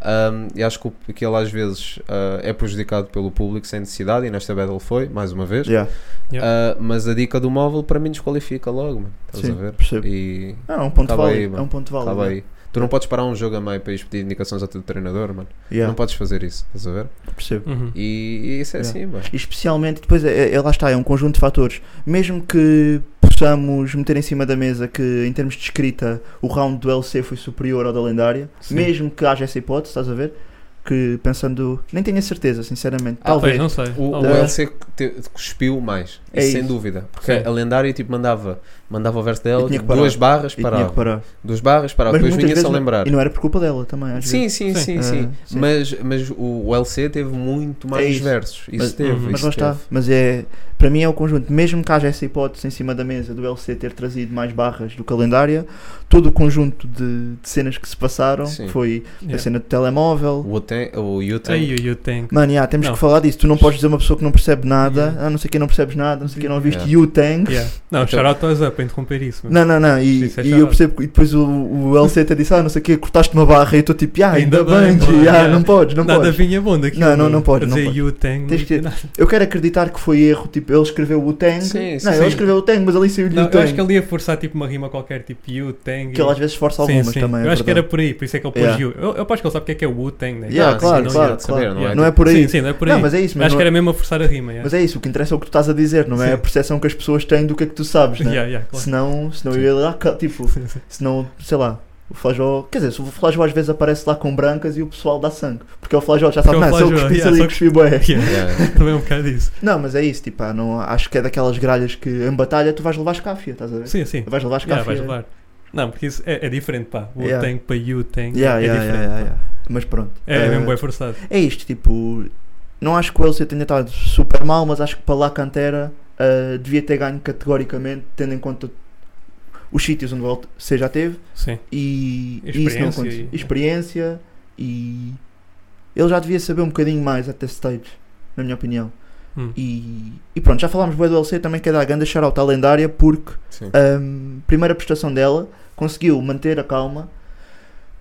S6: Um, e acho que, o- que ele às vezes ah, é prejudicado pelo público sem necessidade e nesta battle foi, mais uma vez.
S5: Yeah,
S6: Ah, mas a dica do móvel para mim desqualifica logo, mano. Estás a
S5: Sim,
S6: ver?
S5: percebo.
S6: E
S5: Ah, É um ponto
S6: Acaba aí,
S5: válido. É
S6: mano.
S5: um ponto válido.
S6: estava aí. Tu não podes parar um jogo a meio para ires pedir indicações ao teu treinador, mano. Não
S5: Yeah,
S6: podes fazer isso, estás a ver?
S5: percebo.
S7: Uhum.
S6: E, e isso é
S5: Yeah.
S6: assim, mano.
S5: E especialmente, depois, é, é- lá está, é um conjunto de fatores. Mesmo que possamos meter em cima da mesa que, em termos de escrita, o round do LC foi superior ao da lendária,
S7: Sim.
S5: mesmo que haja essa hipótese, estás a ver? Que pensando. Nem tenho a certeza, sinceramente.
S6: Ah,
S7: Pois,
S5: Talvez.
S7: não sei.
S6: O, o
S7: Talvez.
S6: LC te- cuspiu mais,
S5: É
S6: isso sem
S5: isso.
S6: dúvida. Porque
S7: Sim.
S6: a lendária tipo, mandava, mandava o verso dela,
S5: E tinha
S6: tipo,
S5: que parar.
S6: duas barras
S5: e tinha que
S6: parava.
S5: parar.
S6: Duas barras parava,
S5: Mas
S6: depois
S5: muitas
S6: vinha-se
S5: vezes
S6: a
S5: não-
S6: lembrar.
S5: E não era por culpa dela também, às
S6: Sim,
S5: vezes.
S6: sim, sim, sim.
S5: Ah, sim.
S6: Mas, mas o, o LC teve muito mais
S5: isso.
S6: versos. Isso
S5: Mas-
S6: teve.
S7: Uhum.
S5: Mas
S6: isso
S5: lá está.
S6: teve.
S5: Mas é. Para mim é o conjunto. Mesmo que haja essa hipótese em cima da mesa do LC ter trazido mais barras do calendário, todo o conjunto de, de cenas que se passaram
S6: Sim.
S5: foi a
S7: Yeah.
S5: cena do telemóvel.
S6: O Uten- O Yutan.
S7: Aí o You Tank.
S5: Mano, yeah, temos
S7: Não.
S5: que falar disso. Tu não podes dizer a uma pessoa que não percebe nada,
S7: Yeah.
S5: ah, não sei quem não percebes nada, não sei quem não ouviste
S6: Yeah.
S5: You Tanks.
S7: Yeah. Não,
S6: Então-
S7: shout out to us up para interromper isso. mas-
S5: Não, não, não, e,
S7: Isso é
S5: e
S7: chato.
S5: eu percebo, que- e depois o, o LC até disse, ah, não sei o quê, cortaste uma barra, e eu estou tipo, ah, ainda,
S7: Ainda
S5: bem,
S7: bem,
S5: G,
S7: pô,
S5: ah,
S7: yeah.
S5: não podes, não
S7: Nada
S5: podes.
S7: vinha bom daqui.
S5: Não, não, não pode, não
S7: Dizer
S5: pode.
S7: You Tank.
S5: Tens
S7: não
S5: que-
S7: tem nada.
S5: Eu quero acreditar que foi erro, tipo, ele escreveu o Tang,
S6: Sim, sim,
S5: não,
S6: sim.
S5: ele escreveu o Tang, mas ali saiu-lhe
S7: Não,
S5: o
S7: eu acho que
S5: Tang,
S7: ele ia forçar tipo uma rima qualquer, tipo You Tank.
S5: que ele às vezes força
S7: Sim,
S5: algumas
S7: sim.
S5: também,
S7: Eu
S5: é
S7: acho que era
S5: verdade.
S7: por aí, por isso é que ele pôs
S5: Yeah.
S7: You. Eu, eu acho que ele sabe o que é que é o Wu-Tang, né?
S5: Yeah,
S6: Ah,
S5: claro,
S6: sim, não
S5: claro,
S6: ia de saber,
S5: claro.
S6: não é?
S5: Não é por aí.
S7: Sim, sim, não é por aí.
S5: Não, mas é isso, mas
S7: acho
S5: não-
S7: que era mesmo a forçar a rima. Yeah.
S5: Mas é isso, o que interessa é o que tu estás a dizer, não é
S7: Sim.
S5: a percepção que as pessoas têm do que é que tu sabes, né?
S7: Yeah, yeah, claro.
S5: Senão, senão eu ia lá, ca- tipo, senão, sei lá, o Flajó, quer dizer, se o Flajó às vezes aparece lá com brancas e o pessoal dá sangue, porque é o Flajó já sabe,
S7: Porque é o
S5: não, se eu
S7: Flajó,
S5: cuspi,
S7: yeah,
S5: ali
S7: só-
S5: cuspi bué.
S7: Yeah.
S6: Yeah.
S7: Também é um bocado isso.
S5: Não, mas é isso, tipo, ah, não, acho que é daquelas gralhas que em batalha tu vais levar escáfia, estás a ver?
S7: Sim, sim.
S5: Vais levar
S7: Yeah,
S5: escáfia.
S7: vais levar. Não, porque isso é, é diferente, pá. O
S5: Yeah.
S7: Tank para You Tank
S5: Yeah,
S7: é
S5: yeah,
S7: diferente.
S5: yeah,
S7: pá.
S5: yeah, yeah. Mas pronto.
S7: É, é
S5: Eh,
S7: mesmo bem forçado.
S5: é isto, tipo, não acho que o LC tenha estado super mal, mas acho que para lá Cantera ah, devia ter ganho categoricamente, tendo em conta os sítios onde o LC já teve.
S7: Sim.
S5: e, e isso não
S7: Experiência
S5: aconteceu.
S7: e-
S5: Experiência e ele já devia saber um bocadinho mais até stage, na minha opinião.
S7: Hum.
S5: E, e pronto, já falámos bué do LC, também quer dar grande shout-out à lendária porque
S6: Sim.
S5: a primeira prestação dela conseguiu manter a calma,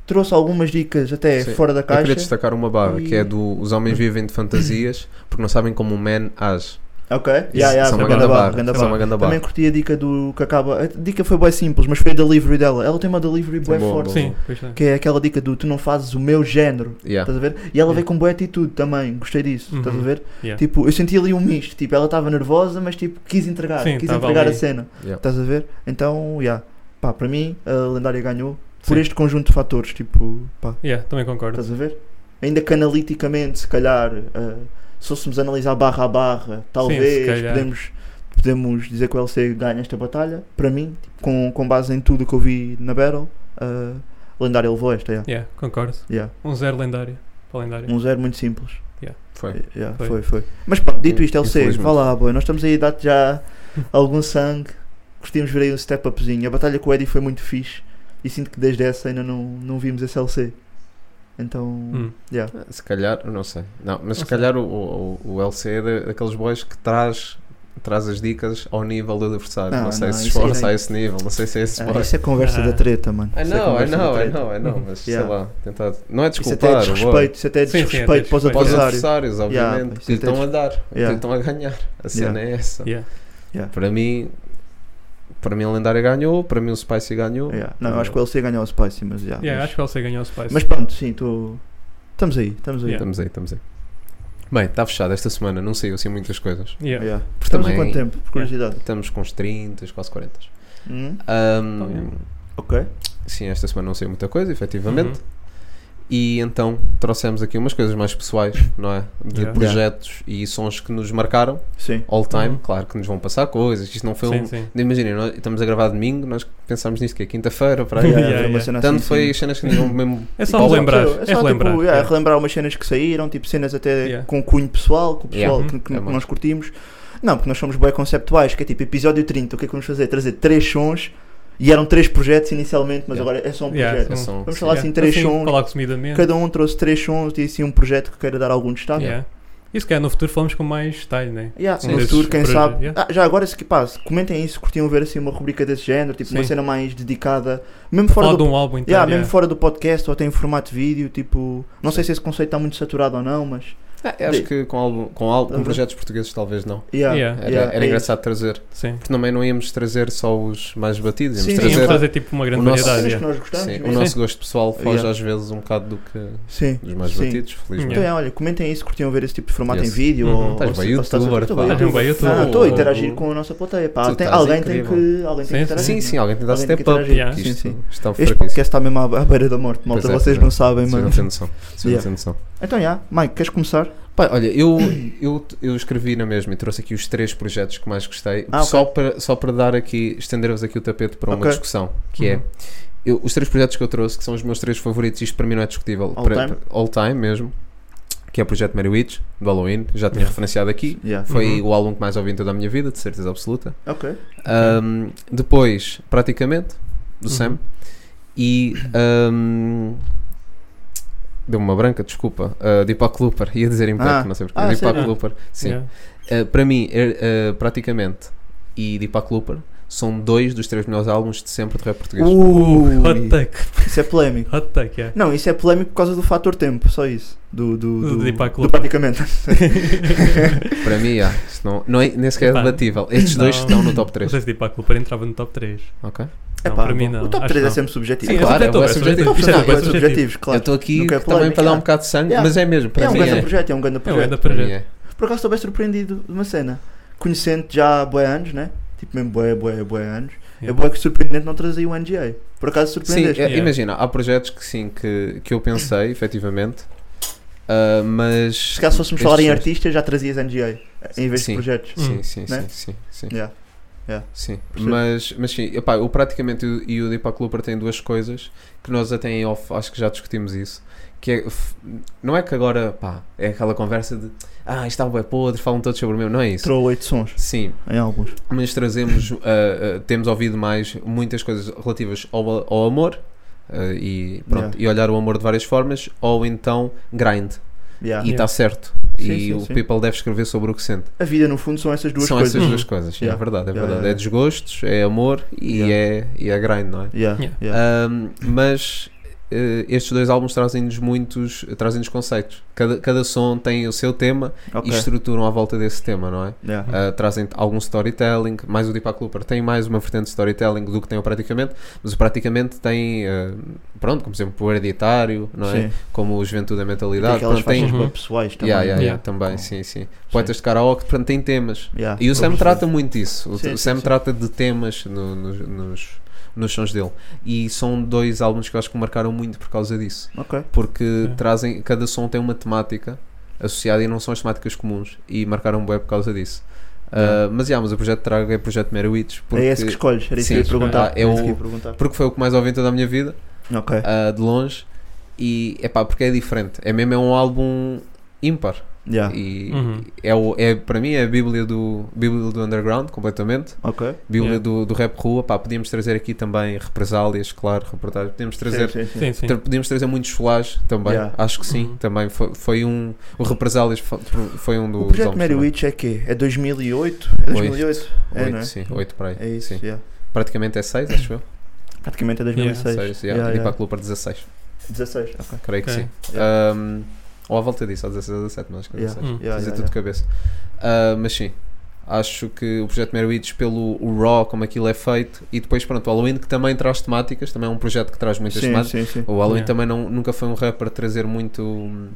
S5: trouxe algumas dicas até
S6: Sim.
S5: fora da
S6: Eu queria
S5: caixa.
S6: destacar uma barra
S5: E-
S6: que é do Os Homens Vivem de Fantasias porque não sabem como o man age.
S5: Ok,
S6: Isso
S5: yeah, yeah,
S6: isso é
S5: foi
S7: ganda
S5: grande
S6: uma grande
S5: barra,
S6: barra.
S5: grande
S6: Isso é
S5: barra.
S6: uma grande barra.
S5: Também curti a dica do que acaba. A dica foi bem simples, mas foi a delivery dela. Ela tem uma delivery bué
S6: Boa,
S5: forte.
S6: boa,
S7: Sim, pois é.
S5: Que é aquela dica do tu não fazes o meu género.
S6: Yeah.
S5: Estás a ver? E ela veio com boa atitude também, gostei disso,
S7: Uhum.
S5: estás a ver?
S7: Yeah.
S5: Tipo, eu senti ali um misto, tipo, ela estava nervosa, mas tipo, quis entregar,
S7: Sim,
S5: quis
S7: tava
S5: entregar
S7: ali.
S5: a cena,
S6: Yeah.
S5: estás a ver? Então, yeah. pá, para mim, a lendária ganhou por
S7: Sim.
S5: este conjunto de fatores, tipo, pá,
S7: Yeah, também concordo.
S5: estás a ver? ainda que analiticamente, se calhar, eh, se fôssemos analisar barra a barra,
S7: se
S5: talvez
S7: calhar.
S5: podemos, podemos dizer que o LC ganha esta batalha. Para mim, tipo, com, com base em tudo o que eu vi na Battle, eh, lendário levou esta. Yeah.
S7: Yeah, concordo.
S5: Yeah.
S7: Um zero lendário. Para lendário.
S5: Um zero muito simples.
S6: Foi.
S5: Yeah,
S7: Foi.
S5: foi. foi, Mas pronto, dito isto, LC,
S6: Infelizmente.
S5: vá lá, boy. Nós estamos aí a dar-te já algum sangue. Curtimos ver aí um step upzinho. A batalha com o Eddie foi muito fixe. E sinto que desde essa ainda não, não vimos esse LC. Então,
S7: Hum.
S5: yeah.
S6: Ah, Se calhar, não sei. Não, mas se
S7: Não sei.
S6: calhar o, o, o LC é da- daqueles boys que traz, traz as dicas ao nível do adversário. Não,
S5: Não,
S6: sei
S5: não,
S6: se
S5: isso aí
S6: esforça
S5: não.
S6: a esse nível, não sei se é esse
S5: Ah,
S6: boy.
S5: isso é conversa
S7: Ah.
S5: da treta, mano.
S6: I
S5: Isso é
S6: know, I
S5: conversa da
S6: know, I
S5: treta.
S6: know, I know, mas
S5: Yeah.
S6: sei lá, tentar. Não é
S5: Isso até é
S6: desculpar, o boy.
S5: desrespeito, isso até é
S7: Sim, sim, é
S5: desrespeito para os
S7: desrespeito.
S6: Para os
S5: adversários.
S6: adversários,
S5: Yeah,
S6: obviamente,
S5: isso
S6: que lhe
S5: até
S6: estão a dar, que lhe
S5: Yeah.
S6: estão a ganhar. A cena é
S5: Tá.
S6: essa.
S7: Yeah.
S5: Yeah.
S6: Para mim, para mim a lendária ganhou, para mim o Spicy ganhou.
S5: Yeah. Não, eu acho que o LC ganhou o Spicy, mas já.
S7: Yeah,
S5: Tá, mas,
S7: acho que o LC ganhou o Spice.
S5: mas pronto, sim, tô... estamos aí, estamos aí.
S7: Yeah.
S6: Estamos aí, estamos aí. Bem, está fechado esta semana, não saiu assim muitas coisas.
S7: Yeah.
S5: Yeah. Estamos em
S6: também-
S5: quanto tempo, por curiosidade?
S6: Estamos com uns 30, quase 40.
S5: Hum?
S6: Ahm,
S7: Tá bem.
S5: Ok.
S6: sim, esta semana não saiu muita coisa, efetivamente.
S7: Uhum.
S6: E então trouxemos aqui umas coisas mais pessoais, não é? De
S7: Yeah.
S6: projetos e sons que nos marcaram,
S5: Sim.
S6: all time.
S7: Uhum.
S6: Claro que nos vão passar coisas, isto não foi um.
S7: Sim, sim.
S6: Imaginem, nós estamos a gravar domingo, nós pensámos nisto que é quinta-feira, para aí.
S7: Yeah,
S5: foi uma
S7: yeah.
S5: cena
S6: Tanto
S5: assim,
S6: foi
S5: sim.
S6: as cenas que não mesmo.
S7: É só
S6: Tipo,
S5: Tipo,
S7: relembrar.
S5: é
S7: É
S5: só,
S7: relembrar.
S5: Tipo, yeah,
S7: yeah.
S5: relembrar umas cenas que saíram, tipo cenas até
S7: Yeah. Uhum.
S5: com cunho pessoal, com o pessoal
S7: Yeah.
S5: que, que
S6: É bom.
S5: nós curtimos. Não, porque nós somos bem conceptuais, que é tipo episódio 30, o que é que vamos fazer? Trazer três sons e eram três projetos inicialmente, mas
S6: Yeah.
S5: agora é só um
S7: Yeah.
S5: projeto.
S6: é só um-
S5: Vamos falar assim três sons,
S7: Falar resumidamente.
S5: cada um trouxe três sons e assim um projeto que queira dar algum destaque.
S7: Yeah. E se calhar no futuro falamos com mais detalhe, né?
S5: Yeah,
S6: Sim.
S5: no
S6: Desses
S5: futuro, quem
S7: proje-
S5: sabe.
S7: yeah.
S5: Ah, já agora, se que pá, se comentem isso, curtiam ver assim uma rubrica desse género, tipo uma
S7: Sim.
S5: cena mais dedicada, mesmo fora
S7: Falar
S5: do
S7: de um álbum inteiro.
S5: Yeah,
S7: yeah.
S5: mesmo fora do podcast ou até em formato de vídeo, tipo, não sei se esse conceito está muito saturado ou não, mas
S6: Ah, eu acho que com, álbum, com, álbum, com
S5: Uhum.
S6: projetos portugueses talvez não.
S5: yeah,
S7: Yeah.
S6: Era,
S5: yeah,
S6: era
S5: é
S6: engraçado trazer.
S7: Sim.
S6: Porque também não íamos trazer só os mais batidos, íamos
S5: Sim,
S7: Sim,
S6: trazer.
S7: vamos fazer tipo uma grande
S6: o nosso-
S5: isso. Cenas
S7: variedade.
S5: que
S7: yeah.
S5: nós gostamos
S6: Sim, o
S5: mesmo.
S6: nosso gosto pessoal foge
S5: Yeah.
S6: às vezes um bocado do que
S5: Sim.
S6: dos mais
S5: Sim.
S6: batidos, felizmente.
S5: Então, é, olha, comentem aí se curtiam ver esse tipo de formato
S6: Yes.
S5: em vídeo
S7: Uhum.
S5: ou,
S6: Estás
S5: ou
S6: bem
S5: se- ou se estás a-
S6: youtuber,
S5: estou bem
S6: pá.
S7: Estás bem
S5: youtuber.
S7: youtuber.
S5: Não, não, estou a
S6: Oh.
S5: interagir com a nossa plateia, pá.
S6: Tu
S5: Tem-
S6: estás
S5: alguém, tem
S6: incrível.
S5: que, alguém tem
S7: Sim,
S5: que
S6: Sim,
S5: interagir.
S6: sim, é alguém tem de dar
S5: Alguém
S6: step
S5: tem que
S6: up.
S5: interagir.
S6: que
S5: Sim,
S6: Isto,
S5: sim.
S6: isto está um
S5: Este
S6: fraquíssimo.
S5: podcast está mesmo à à beira da morte, malta,
S6: Pois é,
S5: vocês
S6: pois é.
S5: não sabem,
S6: Vocês
S5: mano.
S6: não têm noção. Vocês não
S5: Yeah.
S6: têm noção.
S5: Então, já, Mike, queres começar?
S6: Pá, olha, eu, eu, eu escrevi na mesma e trouxe aqui os três projetos que mais gostei,
S5: Ah, ok.
S6: só, para, só para dar aqui, estender-vos aqui o tapete para uma
S5: Ok.
S6: discussão, que é
S7: Uhum.
S6: eu- os três projetos que eu trouxe, que são os meus três favoritos, isto para mim não é discutível,
S5: All
S6: para-
S5: time?
S6: para- all time mesmo, que é o projeto Mary Witch, do Halloween, já tinha
S5: Uhum.
S7: Yeah.
S6: referenciado aqui,
S5: Yeah.
S6: foi
S7: Uhum.
S6: o álbum que mais ouvi em toda a minha vida, de certeza absoluta.
S5: Ok.
S6: Ahm, depois, praticamente, do
S7: Uhum.
S6: Sam. E. ahm, Deu-me uma branca, desculpa. Uh, Deepak Looper, ia dizer Impact,
S5: Ah.
S6: não sei porquê.
S5: Ah,
S6: Deepak
S7: sério?
S6: Looper, sim.
S7: Yeah.
S6: Uh, para mim, er- uh, praticamente, e Deepak Looper são dois dos três melhores álbuns de sempre de rap português.
S5: Uh.
S7: Hot
S5: Ui,
S7: take.
S5: isso é polémico.
S7: Hot take, yeah.
S5: Não, isso é polémico por causa do fator tempo, só isso. Do, do,
S7: Do
S5: do,
S7: Deepak
S5: do
S7: Looper.
S5: praticamente.
S6: Para mim, yeah, isto não, não é, nem sequer é
S7: Epá,
S6: debatível. Estes dois
S7: não.
S6: estão no top
S7: Não
S6: 3.
S7: sei se Deepak Looper entrava no top 3.
S6: Ok?
S5: Epá,
S7: Não, para mim não.
S5: O top
S7: Acho
S5: 3 é
S7: não.
S5: sempre subjetivo.
S6: Sim, é
S5: claro,
S6: subjetivo, é subjetivo.
S7: Isto
S5: Isto
S7: é
S5: é
S7: uma coisa
S5: objetivos,
S7: subjetiva.
S5: subjetivos,
S6: Eu
S5: claro.
S6: estou aqui
S5: Nunca é
S6: também
S5: polémico,
S6: para dar um
S5: yeah.
S6: bocado de sangue,
S5: Yeah.
S6: mas é mesmo. Para
S5: É um
S6: mim,
S5: grande
S6: é.
S5: projeto, é um grande
S7: É um grande
S5: projeto.
S6: Para mim
S7: projeto.
S6: é.
S5: Por acaso estou bem surpreendido de uma cena. Conhecendo já há bué anos, né? Tipo mesmo bué, bué, bué anos. É
S7: Yeah.
S5: bué que surpreendente não trazer o NGA. Por acaso
S6: Sim,
S5: surpreendeste.
S6: é,
S7: Yeah.
S6: imagina, há projetos que sim, que, que eu pensei, efetivamente, ah, mas.
S5: Se caso fôssemos falar em
S6: Estes-
S5: artistas, já trazias NGA em vez
S6: é Sim.
S5: de projetos.
S6: Sim, sim, sim,
S5: né?
S6: sim, sim.
S5: Yeah.
S6: sim.
S5: Percebo.
S6: Mas, mas sim, epá, eu praticamente o- e o Deepak Looper têm duas coisas que nós até em off, acho que já discutimos isso. Que é, f- não é que agora, pá, é aquela conversa de ah, isto álbum é podre, falam todos sobre o meu, não é isso?
S5: Trouxe 8 sons
S6: Sim,
S5: em alguns.
S6: mas trazemos, ah, ah, temos ouvido mais muitas coisas relativas ao, ao amor ah, e, pronto,
S5: Yeah.
S6: e olhar o amor de várias formas, ou então grind,
S5: Yeah.
S6: e
S7: Yeah.
S6: está certo.
S5: Sim,
S6: e
S5: sim,
S6: o
S5: sim.
S6: people deve escrever sobre o que sente.
S5: A vida, no fundo, são essas duas
S6: São
S5: coisas.
S6: essas duas
S7: Uhum.
S6: coisas, é
S5: Yeah.
S6: verdade, é
S5: Yeah,
S6: verdade.
S5: yeah,
S6: É desgostos, é amor e, é, e é grind, não é?
S5: Yeah,
S7: Yeah.
S5: yeah.
S6: Ahm, mas eh, estes dois álbuns trazem-nos muitos, trazem-nos conceitos. Cada, cada som tem o seu tema
S5: Ok.
S6: e estruturam à volta desse tema, não é?
S5: Yeah.
S6: Ah, trazem algum storytelling, mais o Deepak Looper tem mais uma vertente de storytelling do que tem o Praticamente, mas o Praticamente tem, ah, pronto, como sempre, o Hereditário, não é?
S5: Sim.
S6: Como o Juventude da
S5: E
S6: Mentalidade,
S5: aquelas
S6: pronto, tem,
S5: faixas
S7: Uhum.
S5: bué pessoais também.
S6: Yeah, yeah, yeah,
S7: Yeah.
S6: também, sim, sim. Poetas de karaoke, portanto, tem temas.
S5: Yeah,
S6: E o
S5: estou a
S6: Sam
S5: perceber.
S6: trata muito isso. O,
S5: Ah, Sim,
S6: o
S5: sim,
S6: Sam
S5: sim.
S6: trata de temas no- nos, nos, nos sons dele. E são dois álbuns que eu acho que marcaram muito por causa disso.
S5: Ok.
S6: Porque
S7: É.
S6: trazem, cada som tem uma temática associada e não são as temáticas comuns. E marcaram bem por causa disso. Ah, mas, yeah, mas o projeto Traga é projeto Merowitz. porque-
S5: É esse que escolhes, era isso
S6: Sim,
S5: que eu ia perguntar.
S6: ah, é
S5: era isso
S6: o-
S5: que eu ia perguntar.
S6: porque foi o que mais ouvi em toda a minha vida.
S5: Ok.
S6: ah, de longe e é pá, porque é diferente. É mesmo é um álbum ímpar
S5: Yeah.
S6: e
S7: Uhum.
S6: é, o, é para mim é a bíblia do bíblia do underground completamente.
S5: Ok.
S6: Bíblia
S7: Yeah.
S6: do, do rap rua, pá, podíamos trazer aqui também represálias, claro, reportagens, podíamos trazer
S5: Sim, sim, sim.
S7: Sim, sim.
S6: tra- Podíamos trazer muitos flash também,
S5: Yeah.
S6: acho que sim.
S7: Uhum.
S6: Também foi, foi um. O Represálias fo- foi um dos.
S5: O projeto
S6: álbuns
S5: Mary
S6: também.
S5: Witch é quê? É 2008? É 2008? É,
S6: Oito,
S5: não é?
S6: sim, oito para aí.
S5: É isso,
S6: sim.
S5: yeah.
S6: Praticamente é 6, acho eu.
S5: Praticamente é 2006. Yeah,
S6: Seis, yeah. E
S5: yeah.
S6: para a Clube 16.
S5: 16, ok.
S6: Creio que
S7: Ok.
S6: sim.
S5: Yeah.
S6: Um, ou à volta disso, ou 16 ou 17, mas acho que é
S5: Yeah.
S6: 16.
S7: Hum.
S5: Yeah,
S6: Fazer
S5: yeah,
S6: tudo de
S5: yeah.
S6: cabeça. Ah, mas sim, acho que o projeto Merowitz, pelo o Raw, como aquilo é feito, e depois, pronto, o Halloween, que também traz temáticas, também é um projeto que traz muitas
S5: Sim,
S6: temáticas.
S5: sim, sim.
S6: O Halloween
S7: Yeah.
S6: também não, nunca foi um rapper a trazer muito. hum,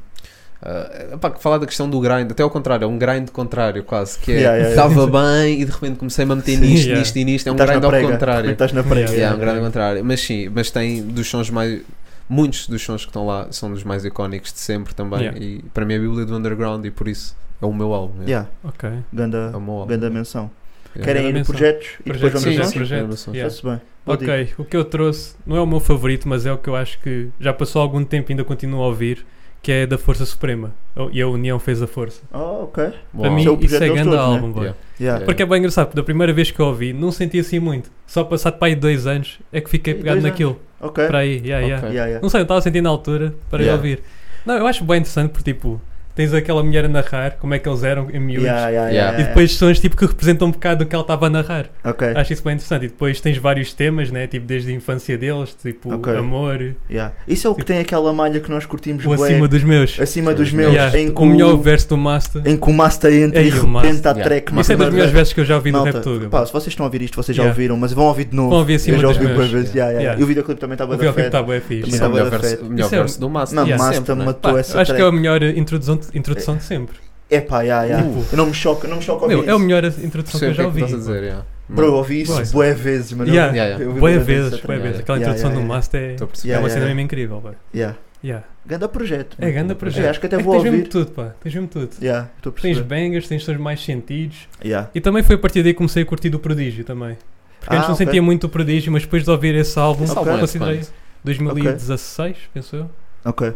S6: ah, pá, que falar da questão do grind, até ao contrário, é um grind contrário quase, que é
S5: Yeah, yeah,
S6: estava bem e de repente comecei-me a meter
S7: Sim,
S6: nisto,
S7: yeah.
S6: nisto e nisto, é um
S5: Estás
S6: grind
S5: na
S6: ao
S5: prega.
S6: contrário.
S5: Estás na prega.
S7: Yeah,
S6: Yeah, é um
S5: yeah.
S6: grande contrário. Mas sim, mas tem dos sons mais. Muitos dos sons que estão lá são dos mais icónicos de sempre também.
S7: Yeah.
S6: E para mim é a Bíblia do Underground e por isso é o meu álbum. é.
S5: Yeah,
S7: Ok.
S5: ganda,
S6: É o meu álbum.
S5: ganda menção.
S6: Yeah.
S5: Querem
S7: Ganda
S5: ir a
S7: menção.
S5: projetos e depois
S7: Projetos,
S5: vamos
S6: sim,
S5: aos
S7: projetos,
S5: sons?
S7: projetos. yeah.
S5: Está-se bem. Bom dia.
S7: Ok, o que eu trouxe não é o meu favorito, mas é o que eu acho que já passou algum tempo e ainda continuo a ouvir, que é da Força Suprema. E a União fez a força.
S5: Oh, ok.
S6: Bom
S7: Para mim,
S5: Isso é o
S6: álbum.
S7: isso é
S5: projeto deles
S7: grande
S5: todos, né?
S7: álbum, boy.
S6: Yeah.
S5: Yeah.
S6: Yeah.
S7: Porque é bem engraçado, porque da primeira vez que eu ouvi, não senti assim muito. Só passado para aí dois anos é que fiquei
S5: Dois
S7: pegado
S5: anos.
S7: naquilo.
S5: Ok.
S7: Para aí, Um yeah, yeah.
S6: Ok.
S5: Yeah, yeah.
S7: Não sei, eu estava sentindo na altura para ir
S5: Yeah.
S7: ouvir. Não, eu acho bem interessante porque, tipo, tens aquela mulher a narrar, como é que eles eram em miúdos.
S5: Yeah, yeah,
S6: Yeah.
S5: yeah, É.
S7: E depois sons tipo, que representam um bocado do que ela estava a narrar.
S5: Ok.
S7: Acho isso bem interessante. E depois tens vários temas, né? Tipo, desde a infância deles, tipo,
S5: Ok.
S7: amor,
S5: Yeah. Isso é o que tem aquela malha que nós curtimos
S7: o
S5: bué,
S7: acima dos meus.
S5: acima dos
S6: Yeah.
S5: meus,
S7: Yeah,
S5: em que
S7: o melhor
S5: o,
S7: verso do Master.
S5: em que o Masta entra
S7: Ei, o
S5: e rebenta a
S6: Masta.
S5: track.
S7: Isso é
S5: Masta-
S7: dos melhores versos que eu já ouvi do
S5: Malta,
S7: Rap Tuga.
S5: pá, se vocês estão a ouvir isto, vocês já
S7: Yeah.
S5: ouviram, mas vão ouvir de novo.
S7: Vão ouvir acima
S5: eu já
S7: dos
S5: ouvi
S7: meus.
S5: bué vezes. Yeah, yeah,
S7: Yeah.
S5: E o videoclipe também estava
S7: Ouvi
S5: da
S7: ao clipe,
S5: fé.
S7: está bem tá fixe.
S5: Também
S6: Isso é o
S5: Estava
S6: melhor
S5: da
S6: verso,
S5: fé.
S6: o melhor
S7: Isso é-
S6: verso do Master.
S5: Não,
S7: Yeah,
S5: Masta
S6: sempre, né?
S5: matou
S7: Pá,
S5: essa
S7: acho que é a
S5: track.
S7: melhor introdução, introdução de sempre.
S5: É pá, yeah, yeah.
S7: Tipo,
S5: Eu não me choca, não me choca ouvir
S7: meu, é a
S5: isso.
S7: melhor introdução que
S6: Percebo
S7: eu
S6: o que
S7: já
S6: é que
S7: ouvi.
S6: estás a dizer. yeah.
S5: Bro, eu ouvi isso
S7: Bué.
S5: bué vezes, mano.
S7: Yeah.
S6: Yeah, yeah.
S5: Eu ouvi
S7: Boa
S5: bué vezes
S7: vezes,
S5: essa
S7: boa
S5: track.
S7: vezes. Aquela
S5: Yeah,
S7: introdução
S5: yeah,
S7: do
S5: yeah.
S7: Master é.
S6: Estou a perceber.
S7: É
S5: Yeah,
S7: uma cena
S5: yeah.
S7: mesmo incrível, pá.
S5: Yeah.
S7: Yeah.
S5: Ganda projeto.
S7: É grande
S5: É,
S7: projeto.
S5: acho que até
S7: É que
S5: vou
S7: tens mesmo
S5: ouvir.
S7: tudo, pá. Tens mesmo tudo.
S5: Yeah, estou a
S7: Tens
S5: perceber.
S7: bangers, tens sons mais sentidos.
S5: Yeah.
S7: E também foi a partir daí que comecei a curtir do Prodígio também. Porque antes
S5: Ah,
S7: não
S5: ok.
S7: sentia muito o Prodígio, mas depois de ouvir esse álbum,
S6: Esse álbum é de
S7: considerei
S6: quando?
S7: 2016, penso eu.
S5: Ok.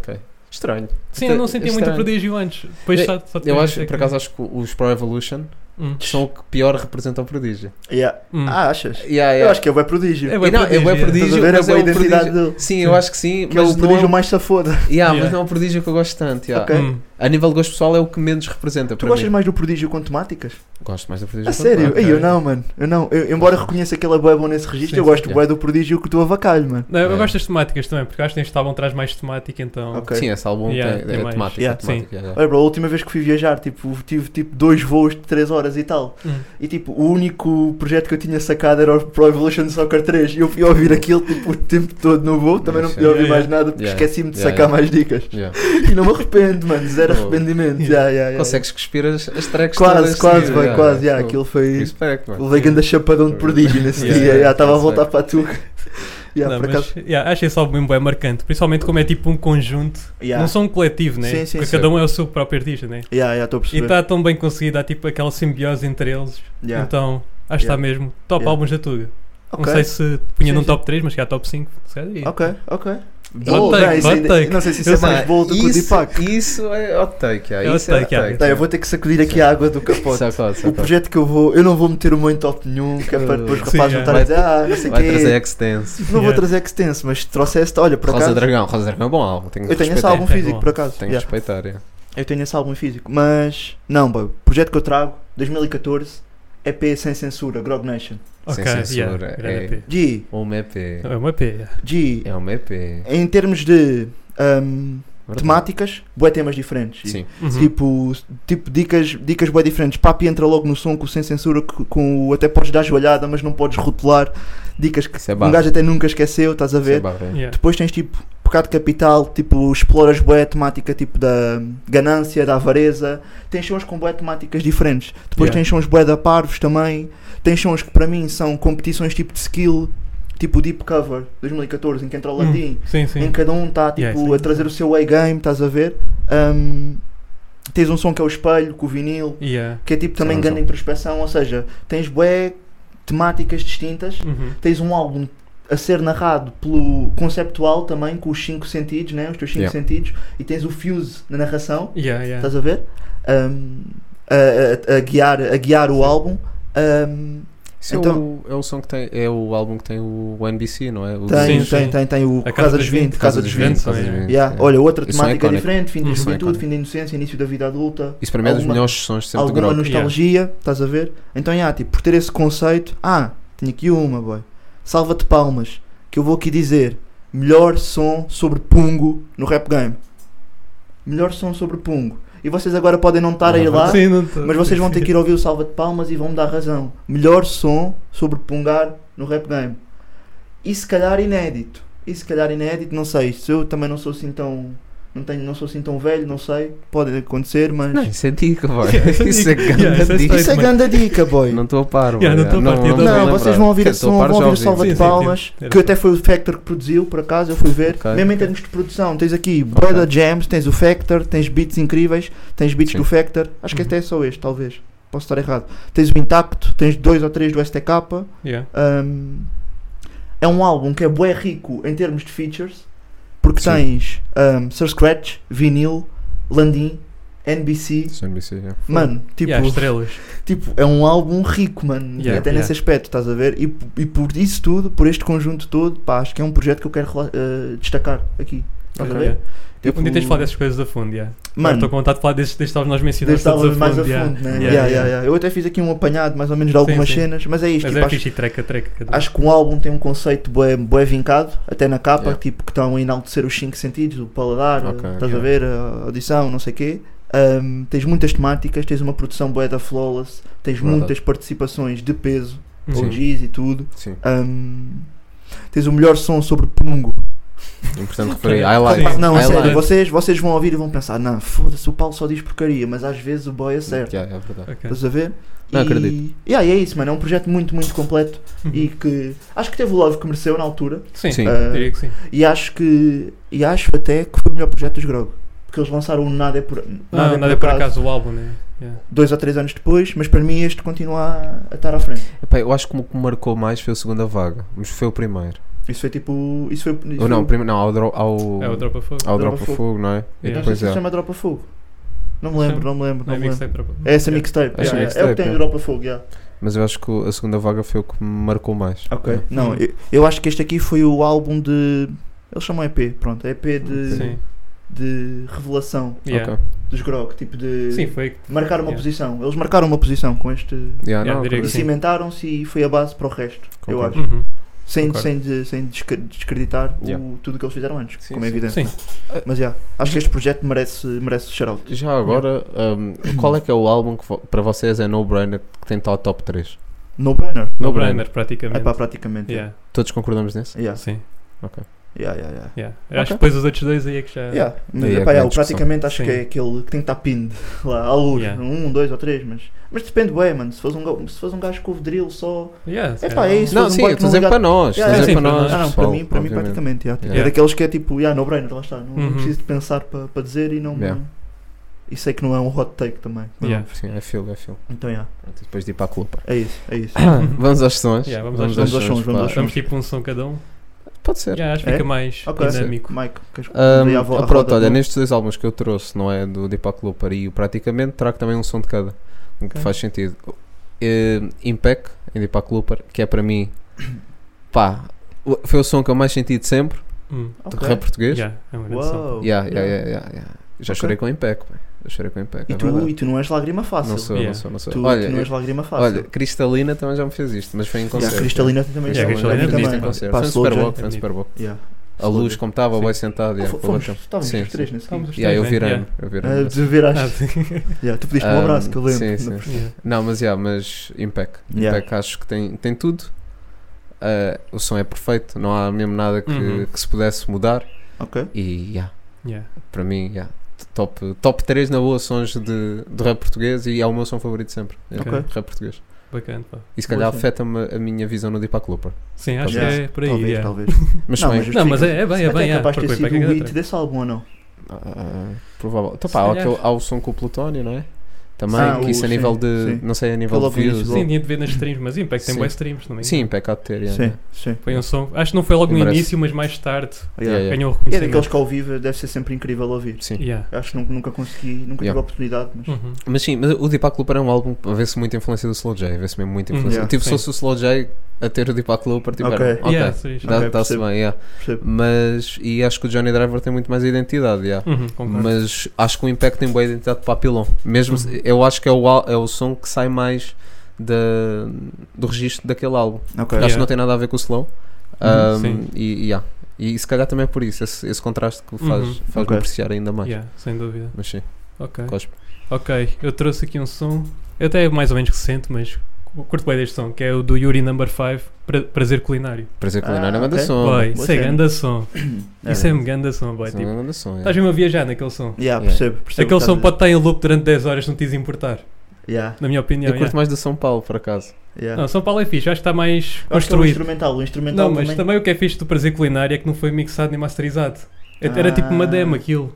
S6: Estranho.
S5: Então,
S7: Sim, eu não sentia muito o
S6: Estranho.
S7: Prodígio antes. Depois
S6: Eu-
S7: só, só
S6: Eu
S7: depois é
S6: acho,
S7: que-
S6: por acaso, acho que os Pro Evolution
S7: Hum.
S6: são o que pior representam o prodígio.
S5: Yeah.
S7: Hum.
S5: Ah, achas?
S6: Yeah,
S5: Eu
S6: yeah.
S5: acho que é bué prodígio.
S7: É
S5: Estás
S7: bué
S6: E não, é
S7: prodígio,
S6: bué
S7: yeah.
S5: a
S6: prodígio,
S5: ver? É
S6: mas
S5: bué
S6: é
S5: a
S6: um
S5: identidade
S6: prodígio.
S5: dele.
S6: Sim,
S7: Sim.
S6: eu acho que sim,
S5: Que é
S6: mas
S5: o
S6: não é
S5: prodígio
S6: um
S5: mais safoda.
S6: Yeah, mas
S7: Yeah.
S6: não é um prodígio que eu gosto tanto. yeah.
S5: Ok.
S7: Hum.
S6: A nível de gosto pessoal é o que menos representa.
S5: Tu
S6: para
S5: gostas Ah,
S6: mim.
S5: mais do prodígio com temáticas?
S6: Gosto mais do prodígio.
S5: A
S6: quanto
S5: sério?
S6: mais.
S5: Ei, eu não, mano. Eu não. Eu, embora reconheça que ele é bué bom nesse registro,
S7: Sim,
S5: eu
S7: sim.
S5: gosto bué do prodígio que tu avacalho, mano.
S7: Não, eu
S6: É.
S7: gosto das temáticas também, porque acho que este álbum traz mais temática, então.
S5: Ok.
S6: Sim, esse álbum
S7: Yeah,
S6: tem,
S7: tem
S6: é
S7: mais.
S6: temático.
S5: Yeah.
S6: é temático, yeah, yeah.
S5: Olha, bro, a última vez que fui viajar, tipo, tive tipo dois voos de 3 horas e tal.
S7: Hum.
S5: E tipo, o único projeto que eu tinha sacado era o Pro Evolution Soccer 3. E eu fui ouvir aquilo tipo, o tempo todo no voo, também não podia
S6: Yeah,
S5: ouvir
S7: yeah.
S5: mais nada porque
S6: Yeah.
S5: esqueci-me de
S6: Yeah,
S5: sacar
S6: yeah.
S5: mais dicas.
S6: Yeah.
S5: E não me arrependo, mano, zero
S6: Oh.
S5: arrependimento. Yeah, yeah, yeah.
S6: Consegues cuspir as, as tracks
S5: Quase,
S6: todas,
S5: quase,
S6: sim,
S5: vai,
S6: yeah,
S5: quase.
S6: yeah.
S5: Yeah, aquilo é foi.
S6: Respect, mano.
S5: Levei grande chapadão de prodígio nesse
S6: Yeah,
S5: dia.
S6: yeah,
S5: yeah, Estava a
S6: that's
S5: voltar
S6: right.
S5: para a tuca. Yeah,
S7: Não,
S5: por
S7: mas,
S5: acaso.
S7: yeah, acho esse álbum bem marcante, principalmente como é tipo um conjunto,
S5: Yeah.
S7: não são um coletivo, né?
S5: Sim, sim,
S7: Porque
S5: sim.
S7: cada um é o seu próprio artista, né?
S5: Yeah, yeah, estou a
S7: E
S5: perceber.
S7: está tão bem conseguido, há tipo aquela simbiose entre eles.
S5: Yeah.
S7: Então, acho que está
S5: Yeah.
S7: mesmo top
S5: Yeah.
S7: álbuns da Tuga.
S5: Ok.
S7: Não sei se punha
S5: Sim,
S7: num
S5: sim.
S7: top 3, mas cá top 5, se calhar. diria.
S5: Ok, ok.
S6: Hot
S5: Bold,
S7: take,
S5: não, isso
S7: hot
S5: ainda-
S7: take.
S5: não sei se isso
S6: Eu
S5: é mais
S6: sei,
S5: bold do que o
S6: isso-
S5: Deepak.
S6: Isso é hot take, yeah,
S7: É hot
S6: isso é hot
S7: take, yeah.
S6: take.
S5: Tá, eu vou ter que sacudir aqui a água do capote.
S6: Sacode,
S5: O
S6: sacode.
S5: projeto que eu vou, eu não vou meter o meu em top nenhum, que é para depois os
S7: Sim, é.
S5: rapazes não estarem a dizer, ah, não sei
S6: Vai trazer
S5: quê.
S6: Extense.
S5: Não vou
S7: Yeah.
S5: trazer extenso, mas se trouxeste, olha, por
S6: Rosa
S5: acaso.
S6: Dragão, Rosa Dragão é bom álbum. Tenho que
S5: Eu tenho esse
S6: respeitar.
S5: álbum
S7: É
S5: físico,
S7: bom.
S5: por acaso.
S6: Tenho que
S5: Yeah.
S6: respeitar, yeah.
S5: Eu tenho esse álbum físico, mas. Não, boy, o projeto que eu trago, 2014, EP sem censura, Grog Nation.
S7: Ok,
S6: Sem censura,
S7: yeah, grande
S6: é-
S7: EP.
S5: G,
S6: Um EP.
S7: É uma EP, yeah.
S5: G,
S6: É um EP.
S5: em termos de ahm,
S6: Verdade.
S5: temáticas, bué temas diferentes.
S6: Sim.
S7: Uhum.
S5: Tipo, tipo dicas, dicas bem diferentes. Papi entra logo no som com o sem censura, com- com o até podes dar joelhada, mas não podes rotular. Dicas que
S6: Isso é
S5: um
S6: barra.
S5: gajo até nunca esqueceu, estás a
S6: Isso é
S5: ver?
S6: barra, é.
S7: Yeah.
S5: Depois tens tipo pecado capital, tipo exploras boé temática tipo da ganância, da avareza. Tens sons com boé temáticas diferentes. Depois
S7: Yeah.
S5: tens sons boé da parvos também. Tens sons que para mim são competições tipo de skill. tipo o Deep Cover 2014, em que entra o
S7: Hum,
S5: Latim,
S7: Sim, sim.
S5: em que cada um está tipo,
S7: Yeah, sim.
S5: a trazer o seu A-game, estás a ver? Ahm, tens um som que é o espelho, com o vinil,
S7: Yeah.
S5: que é tipo também
S6: Sim,
S5: grande
S6: sim.
S5: introspeção, ou seja, tens bué temáticas distintas,
S7: Uhum.
S5: tens um álbum a ser narrado pelo conceptual também, com os cinco sentidos, né? os teus cinco
S6: Yeah.
S5: sentidos, e tens o fuse na narração,
S7: Yeah, yeah.
S5: estás a ver? Ahm, a, a- a guiar, a guiar o álbum. Um, ahm,
S6: Isso
S5: Então-
S6: é, o, é o som que tem, é o álbum que tem o NBC, não é? O
S5: tem,
S7: Sim,
S5: tem,
S7: sim.
S5: tem, tem o
S7: A
S5: Casa, dos 20, Casa dos 20.
S6: Casa dos
S7: é.
S6: 20,
S5: Yeah.
S6: é.
S5: Olha, outra
S6: Isso é
S5: temática
S6: icónico.
S5: diferente, fim da
S7: Uhum.
S6: Isso é
S5: juventude,
S6: icónico.
S5: fim da inocência, início da vida adulta,
S6: Isso para mim é dos
S5: Alguma-
S6: melhores sons sempre de
S5: alguma
S6: Grog.
S5: nostalgia, estás a ver? Então, yeah, tipo, por ter esse conceito, ah, tenho aqui uma, boy. Salva-te palmas, que eu vou aqui dizer melhor som sobre pungo no rap game. Melhor som sobre pungo. E vocês agora podem não estar aí
S6: Ah,
S5: lá,
S7: Sim, não tô-
S5: mas vocês vão ter que ir ouvir o Salva de Palmas e vão me dar razão. Melhor som sobre pungar no rap game. E se calhar inédito. E se calhar inédito, não sei. Se eu também não sou assim tão. Não, tenho, não sou assim tão velho, não sei. Pode acontecer, mas.
S6: Não, isso é dica, boy.
S7: Yeah, isso é
S6: isso é
S7: dica. Yeah, isso
S6: grande
S7: é
S6: dica.
S5: Isso é grande dica, boy.
S6: Não estou a par, boy.
S7: Yeah, não estou a par, eu
S5: Não,
S7: também
S6: me
S5: vocês
S6: lembrava.
S5: vão ouvir
S6: Quer
S5: a
S6: dizer, estou
S5: som,
S6: a par,
S5: vão
S6: já
S5: ouvir o
S6: ouvi.
S5: Salva
S7: Sim,
S5: de
S7: sim,
S5: Palmas,
S7: sim. Era
S5: que
S7: só-
S5: até foi o Factor que produziu, por acaso, eu fui ver.
S6: Ok,
S5: Mesmo em
S6: ok.
S5: termos de produção, tens aqui Boy da Jams, tens o Factor, tens beats incríveis, tens beats
S6: Sim.
S5: do Factor, acho que
S7: Uhum.
S5: até é só este, talvez. Posso estar errado. Tens o Intacto, tens dois ou três do STK.
S7: Yeah.
S5: hum, é um álbum que é bué rico em termos de features, porque
S6: Sim.
S5: tens um, Sir Scratch, Vinil, Landim, NBC.
S6: Isso é NBC, yeah.
S5: Mano, tipo,
S7: Yeah, estrelas.
S5: Tipo, é um álbum rico, mano.
S7: Yeah,
S5: até nesse
S7: yeah.
S5: aspecto, estás a ver? E, e por isso tudo, por este conjunto todo, pá, acho que é um projeto que eu quero rela- eh, destacar aqui. Estás
S7: Ok,
S5: a ver?
S7: yeah.
S5: Tipo,
S7: Um dia tens de falar dessas coisas a fundo, yeah. Agora
S5: Mano,
S7: Estou com vontade de falar desses desses que nós mencionamos todos
S5: deixava
S7: a
S5: mais
S7: fundo.
S5: a fundo,
S7: yeah.
S5: né?
S7: Yeah,
S5: Yeah,
S7: yeah.
S5: yeah, yeah. Eu até fiz aqui um apanhado mais ou menos de
S7: Sim,
S5: algumas
S7: sim.
S5: cenas, mas é isto.
S7: Mas
S5: tipo,
S7: é
S5: acho,
S7: fixe e treca, treca. cada um.
S5: acho que um álbum tem um conceito bué, bué vincado, até na capa,
S6: Yeah.
S5: tipo, que estão a enaltecer os cinco sentidos, o paladar, eh,
S6: Ok,
S5: estás
S7: yeah.
S5: a ver, a audição, não sei o quê. Ahm, tens muitas temáticas, tens uma produção bué da flawless, tens
S6: Verdade.
S5: muitas participações de peso,
S7: Uhum.
S5: OGs e tudo.
S6: Sim.
S5: Hum, tens o melhor som sobre pungo.
S6: Importante referir.
S5: Pá,
S6: Highlight.
S5: Não, a
S6: Highlight.
S5: sério, vocês, vocês vão ouvir e vão pensar, não, foda-se, o Paulo só diz porcaria, mas às vezes o boy é certo.
S6: Yeah, é verdade.
S7: Ok.
S5: Estás a ver?
S6: Não
S5: e...
S6: acredito.
S5: Yeah, e é isso, mano. É um projeto muito, muito completo
S7: Uhum.
S5: e que acho que teve o love que mereceu na altura
S7: Sim,
S6: Sim.
S5: Ah,
S7: diria que sim.
S5: e acho que e acho até que foi o melhor projeto dos Grog. Porque eles lançaram o Nada é por, nada
S7: Não, nada, é por acaso o álbum, né? Yeah.
S5: dois ou três anos depois, mas para mim este continua a estar à frente.
S6: Epá, eu acho que o que me marcou mais foi a segunda vaga, mas foi o primeiro.
S5: Isso foi tipo. Isso foi, isso
S6: Ou não,
S5: foi-
S6: o primeiro não, ao, dro- ao,
S7: É o Dropa Fogo.
S6: ao
S5: Dropa
S6: Dropa
S5: Fogo.
S6: Fogo, não é? E
S7: Yeah.
S5: Não sei
S6: depois
S5: se
S6: é.
S5: chama Dropa Fogo. Não me lembro, não me lembro.
S7: Não
S5: Não
S7: é
S5: me lembro.
S7: mixtape Dropa Fogo.
S5: É essa
S7: Yeah.
S5: mixtape.
S6: Essa
S5: yeah, é
S6: mixtape,
S5: o que tem o
S6: é.
S5: Dropa Fogo, yeah.
S6: Mas eu acho que a segunda vaga foi o que me marcou mais.
S5: Ok. Não,
S7: Hum.
S6: Uhum.
S5: eu, eu acho que este aqui foi o álbum de. Eles chamam EP, pronto. EP de,
S7: Sim.
S5: de revelação
S7: Yeah.
S6: Ok.
S5: dos Grog. Tipo de.
S7: Sim, foi.
S5: Marcar uma
S7: Yeah.
S5: posição. Eles marcaram uma posição com este.
S6: Yeah,
S7: Yeah,
S6: não,
S7: diria
S5: E
S7: que
S6: acredito.
S7: sim.
S5: cimentaram-se e foi a base para o resto, eu
S6: Concordo.
S5: acho.
S7: Uhum.
S5: Sem,
S6: Concordo.
S5: sem, de- sem descre- descreditar o-
S6: Yeah.
S5: tudo o que eles fizeram antes,
S6: Sim,
S5: como é
S6: sim.
S5: evidente.
S7: Sim.
S5: Mas yeah, acho que este projeto merece, merece shout-out.
S6: Já agora, um, qual é que é o álbum que vo- para vocês é no-brainer que tem tal top 3?
S5: No-brainer.
S7: No
S6: No-brainer.
S7: brainer,
S5: É
S7: praticamente.
S5: pá, praticamente.
S7: Yeah.
S6: Todos concordamos nesse?
S5: Yeah.
S7: Sim.
S5: Yeah, yeah, yeah.
S7: Yeah. Eu Acho
S6: Ok.
S7: que depois os outros dois aí é que já.
S5: Yeah, mas,
S6: Aí é
S5: epá,
S6: que é a
S5: eu
S6: discussão.
S5: praticamente acho
S7: Sim.
S5: que é aquele que tem que estar pinned lá à luz,
S7: Yeah.
S5: um, dois ou três, mas, mas depende bem, mano. Se fores um, ga- se fores um gajo com o drill só.
S7: Yeah, se
S5: Epá,
S7: calhar.
S5: é isso.
S6: Não,
S5: faz um
S6: sim,
S5: boy
S6: eu
S5: que
S6: estou
S5: não
S6: a dizer
S5: liga-
S6: para
S5: Yeah,
S6: nós. estou a
S7: sim,
S6: dizer é para
S7: para
S6: nós.
S7: nós.
S5: Ah, não, para
S6: pessoal,
S5: mim, para mim
S6: obviamente.
S5: praticamente. Yeah, tipo,
S7: Yeah.
S5: É daqueles que é tipo, yeah, no brainer, lá está. Não, não
S7: Uhum.
S5: preciso de pensar para para dizer e não.
S6: Yeah.
S5: E sei que não é um hot take também. mas-
S7: Yeah.
S6: Sim, é feel, é feel.
S5: Então, yeah,
S6: Pronto, e depois de ir para a culpa.
S5: é isso, é isso.
S6: vamos aos sons.
S7: Yeah, vamos aos
S5: sons, vamos aos
S6: pá.
S5: sons, vamos aos
S7: Vamos tipo um som cada um.
S6: Pode ser.
S7: Yeah, acho que
S5: É?
S7: fica mais
S5: Ok.
S7: dinâmico.
S5: Mike, queres
S6: Ahm, ah,
S5: fazer a vo- a
S6: Um, então pronto,
S5: roda
S6: olha,
S5: do-
S6: nestes dois álbuns que eu trouxe, não é? Do Deepak Looper e o Praticamente, trago também um som de cada, o que
S7: Ok.
S6: faz sentido. Eh, Impact, em Deepak Looper, que é para mim, pá, o- foi o som que eu mais senti de sempre,
S7: Hum.
S6: de
S5: Ok.
S6: rap português.
S7: Yeah, é uma grande som.
S5: Uau.
S6: Yeah, yeah,
S5: Yeah.
S6: yeah, yeah, yeah. Já
S5: Ok.
S6: chorei com o Impact, pá. já chorei com o Impact.
S5: E
S6: é
S5: tu,
S6: verdade.
S5: e tu não és lágrima fácil.
S6: Não sou,
S7: Yeah.
S6: não sou, não sou.
S5: Tu, tu
S6: olha,
S5: não és
S6: eu-
S5: lágrima fácil.
S6: olha, Cristalina também já me fez isto, mas foi em
S5: E a
S6: concerto.
S5: Cristalina também
S7: Yeah,
S5: já.
S7: a É, Cristalina
S5: também.
S7: também.
S6: em concerto.
S5: Pá,
S6: Foi um
S5: Slow
S6: super
S5: Jam.
S6: bom, foi um super bom.
S5: Yeah.
S6: A luz, como estava, o
S7: Sim.
S6: boy sentado.
S5: F-
S6: yeah, com o
S5: Fomos,
S6: botão.
S5: estávamos
S6: Sim,
S5: os três nesse
S7: Estávamos os
S5: vídeo.
S6: Yeah, eu
S7: três, né?
S6: virei-me, eu virei-me. assim.
S5: Ah, de ver,
S7: Ah,
S5: acho.
S7: sim.
S5: Yeah, tu pediste um
S6: Um,
S5: abraço, que eu lembro.
S6: sim, sim.
S5: Não-
S7: Yeah.
S6: Não, mas, yeah, mas Impact.
S5: Yeah.
S6: Impact acho que tem, tem tudo. Ah, o som é perfeito, não há mesmo nada que,
S7: Uhum.
S6: que se pudesse mudar.
S5: Ok.
S6: E yeah,
S7: Yeah.
S6: para mim, yeah, top, top 3 na boa sons de, de rap português e é o meu som favorito sempre. é
S7: Ok.
S6: Rap português.
S7: Bacana, pá.
S6: E se calhar
S5: Boa, sim.
S6: afeta-me a minha visão no Deepak Looper.
S7: Sim, acho
S5: Talvez.
S7: que é por aí.
S5: Talvez,
S7: yeah.
S5: talvez.
S6: Mas
S5: Não,
S6: bem,
S5: mas
S7: Não, mas
S5: justifica-se.
S7: é, é bem, é
S5: Até
S7: bem.
S5: é
S7: yeah,
S5: capaz de ter
S7: porque
S5: sido
S7: vai cagar
S5: o hit
S7: atrás.
S5: desse álbum ou não?
S6: ah, provável. Então,
S7: Se
S6: pá, há,
S7: calhar.
S6: aquele, há o som com o Plutónio, não é? Também,
S5: Ah,
S6: que
S5: o-
S6: isso a nível
S5: sim,
S6: de.
S5: sim.
S6: Não sei, a nível
S5: Pelo
S6: de views.
S5: visto,
S6: Sim,
S7: Sim, tinha de ver nas streams, mas Impact tem
S6: Sim.
S7: boas streams também.
S6: sim pecado de ter. yeah,
S5: Sim,
S6: yeah.
S5: sim.
S7: Foi um som. Acho que não foi logo no
S6: Merece.
S7: início, mas mais tarde
S5: Yeah.
S6: Yeah.
S7: ganhou o
S5: E é
S7: reconhecimento.
S5: daqueles que ao vivo deve ser sempre incrível ouvir.
S6: Sim.
S7: Yeah.
S5: Acho que nunca, nunca consegui, nunca tive
S6: Yeah.
S5: a oportunidade, mas.
S7: Uhum.
S6: Mas sim, mas o Deepak Looper é um álbum que vê-se muita influência do Slow J. Vê-se mesmo muita
S7: Hum,
S6: influência.
S5: yeah,
S6: tipo, se
S7: sim.
S6: fosse o Slow J a ter o Deepak Looper, tipo,
S5: Ok.
S6: era, ok,
S7: Yeah, seria
S6: dá-
S5: Ok,
S6: dá-se
S5: percebo.
S6: bem, yeah.
S5: Percebo.
S6: Mas, e acho que o Johnny Driver tem muito mais identidade, yeah.
S7: Uhum, concordo.
S6: Mas acho que o Impact tem boa identidade para Papilon. Mesmo se-
S7: Uhum.
S6: eu acho que é o, al- é o som que sai mais da- do registro daquele álbum.
S5: Ok.
S6: Acho
S7: Yeah.
S6: que não tem nada a ver com o Slow.
S7: Uhum,
S6: Um,
S7: sim.
S6: e, e, yeah. e se calhar também é por isso, esse, esse contraste que faz,
S7: Uhum.
S6: faz-me
S5: Ok.
S6: apreciar ainda mais.
S7: Yeah, sem dúvida.
S6: Mas sim,
S7: Ok.
S6: cospe.
S7: Ok, eu trouxe aqui um som, até é mais ou menos recente, mas cu- curto bem deste som, que é o do Yuri Number 5, pra- Prazer Culinário.
S6: Prazer culinário é
S5: Ah,
S6: um grande
S5: ok.
S7: boy,
S6: som.
S5: boa
S7: isso é
S5: cena.
S7: ganda som.
S5: É.
S7: Isso é um ganda som, boy.
S6: Isso é um
S7: Tipo,
S6: grande som, yeah.
S7: estás mesmo a viajar naquele som.
S5: Yeah,
S6: Yeah.
S5: percebo, percebo. o
S7: Aquele
S5: que
S7: som
S5: estás
S7: pode estar em loop durante 10 horas, não te diz importar.
S5: a dizer. Yeah,
S7: Na minha opinião,
S6: Eu curto
S7: yeah.
S6: mais do São Paulo, por acaso.
S5: yeah.
S7: Não, São Paulo é fixe, eu acho que está mais
S5: Eu Acho que é o
S7: construído.
S5: instrumental, o instrumental
S7: Não, mas
S5: também.
S7: também o que é fixe do Prazer Culinário é que não foi mixado nem masterizado. Era era tipo uma
S5: Ah.
S7: demo aquilo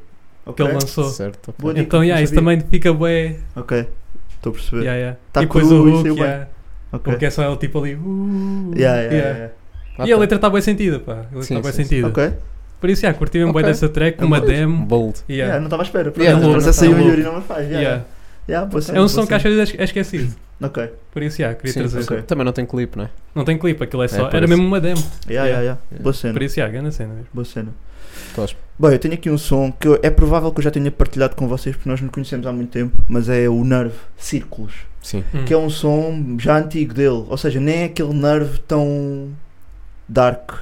S7: que
S5: Ok,
S7: ele lançou.
S6: Certo. ok.
S5: Boa dica,
S7: Então, yeah,
S5: não
S7: isso
S5: sabia.
S7: também fica bué.
S5: Ok, estou a perceber.
S7: Yeah, yeah.
S5: Tá
S7: e depois
S5: cru,
S7: o
S5: isso
S7: Hulk,
S5: aí, bué.
S7: yeah,
S5: Ok.
S7: porque é só ele tipo ali. uh,
S5: Yeah, yeah,
S7: yeah.
S5: yeah,
S6: Ah,
S7: E a
S6: tá.
S7: letra está bem sentida, pá. A letra
S6: Sim,
S7: está bem
S6: sim, sim.
S7: sentida.
S5: Ok, É
S7: Por isso, yeah, curti mesmo bem
S6: Ok.
S7: dessa track, uma
S6: É um Bold.
S7: demo.
S6: Bold.
S5: Yeah,
S7: Yeah.
S5: não estava à espera.
S6: Yeah,
S5: por
S6: louco,
S5: acaso, mas saiu
S7: tá
S5: o
S7: louco.
S5: Yuri não me faz.
S7: Yeah.
S5: Yeah, yeah, boa cena,
S7: É um
S5: boa
S7: som que
S5: cena.
S7: às vezes é esquecido.
S5: Ok,
S7: Por isso, yeah, queria
S6: Sim,
S7: trazer.
S5: ok.
S6: Também não tem clipe, não é?
S7: Não tem clipe, aquilo é só.
S6: parece.
S7: Era mesmo uma demo. Yeah.
S5: yeah, yeah, yeah.
S6: Yeah.
S5: Boa
S7: É. Por
S5: cena,
S7: isso, yeah, grande cena mesmo.
S5: boa cena.
S6: Cospe.
S5: Bom, eu tenho aqui um som que eu- é provável que eu já tenha partilhado com vocês porque nós nos conhecemos há muito tempo, mas é o Nerve Círculos,
S6: Sim.
S7: Hum.
S5: que é um som já antigo dele, ou seja, nem é aquele Nerve tão dark,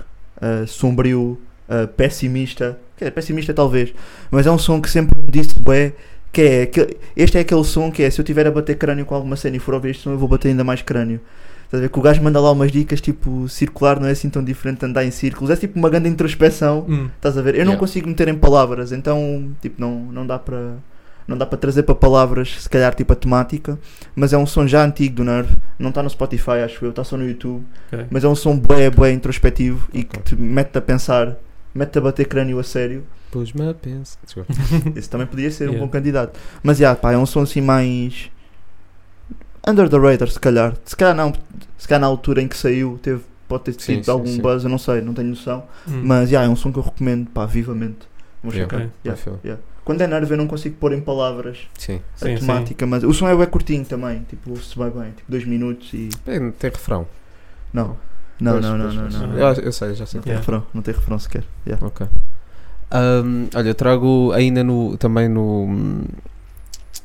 S5: ah, sombrio, ah, pessimista, quer dizer, pessimista talvez, mas é um som que sempre me disse bué, que é, que, este é aquele som que é, se eu tiver a bater crânio com alguma cena e for ouvir este som eu vou bater ainda mais crânio. Estás a ver que o gajo manda lá umas dicas tipo circular não é assim tão diferente de andar em círculos, é tipo uma grande introspeção
S7: Hum.
S5: Estás a ver? Eu não
S6: Yeah.
S5: consigo meter em palavras, então tipo, não, não dá para não dá para trazer para palavras, se calhar tipo a temática, mas é um som já antigo do Nerve, não está no Spotify, acho eu, está só no YouTube,
S7: Ok.
S5: mas é um som bué, bué introspectivo e que te mete a pensar, mete a bater crânio a sério.
S6: Pus-me a pensar. Desculpa.
S5: Esse também podia ser um
S7: Yeah.
S5: bom candidato. Mas yeah, pá, é um som assim mais under the radar, se calhar. Se calhar não, se calhar na altura em que saiu, teve pode ter
S6: Sim,
S5: tido
S6: sim,
S5: algum
S6: sim.
S5: buzz, eu não sei, não tenho noção,
S7: Hum.
S5: mas yeah, é um som que eu recomendo, pá, vivamente. Vou
S6: Yeah.
S5: checar.
S7: Ok.
S5: Yeah.
S6: Foi.
S5: Quando é nerve eu não consigo pôr em palavras
S6: Sim.
S7: Sim,
S5: a
S7: sim.
S5: temática, mas o som é bem curtinho também, tipo, ouve-se bem bem, tipo 2 minutos e.
S6: Bem, tem refrão.
S5: Não. Não,
S6: Pois,
S5: não, não,
S6: pois,
S5: não,
S6: pois.
S5: não.
S6: Eu,
S5: Não
S6: acho- eu sei, já sei.
S5: tem
S7: Ah. Yeah.
S5: refrão, não tem refrão sequer. Yeah.
S6: Ok. Ahm, olha, eu trago ainda no, também no,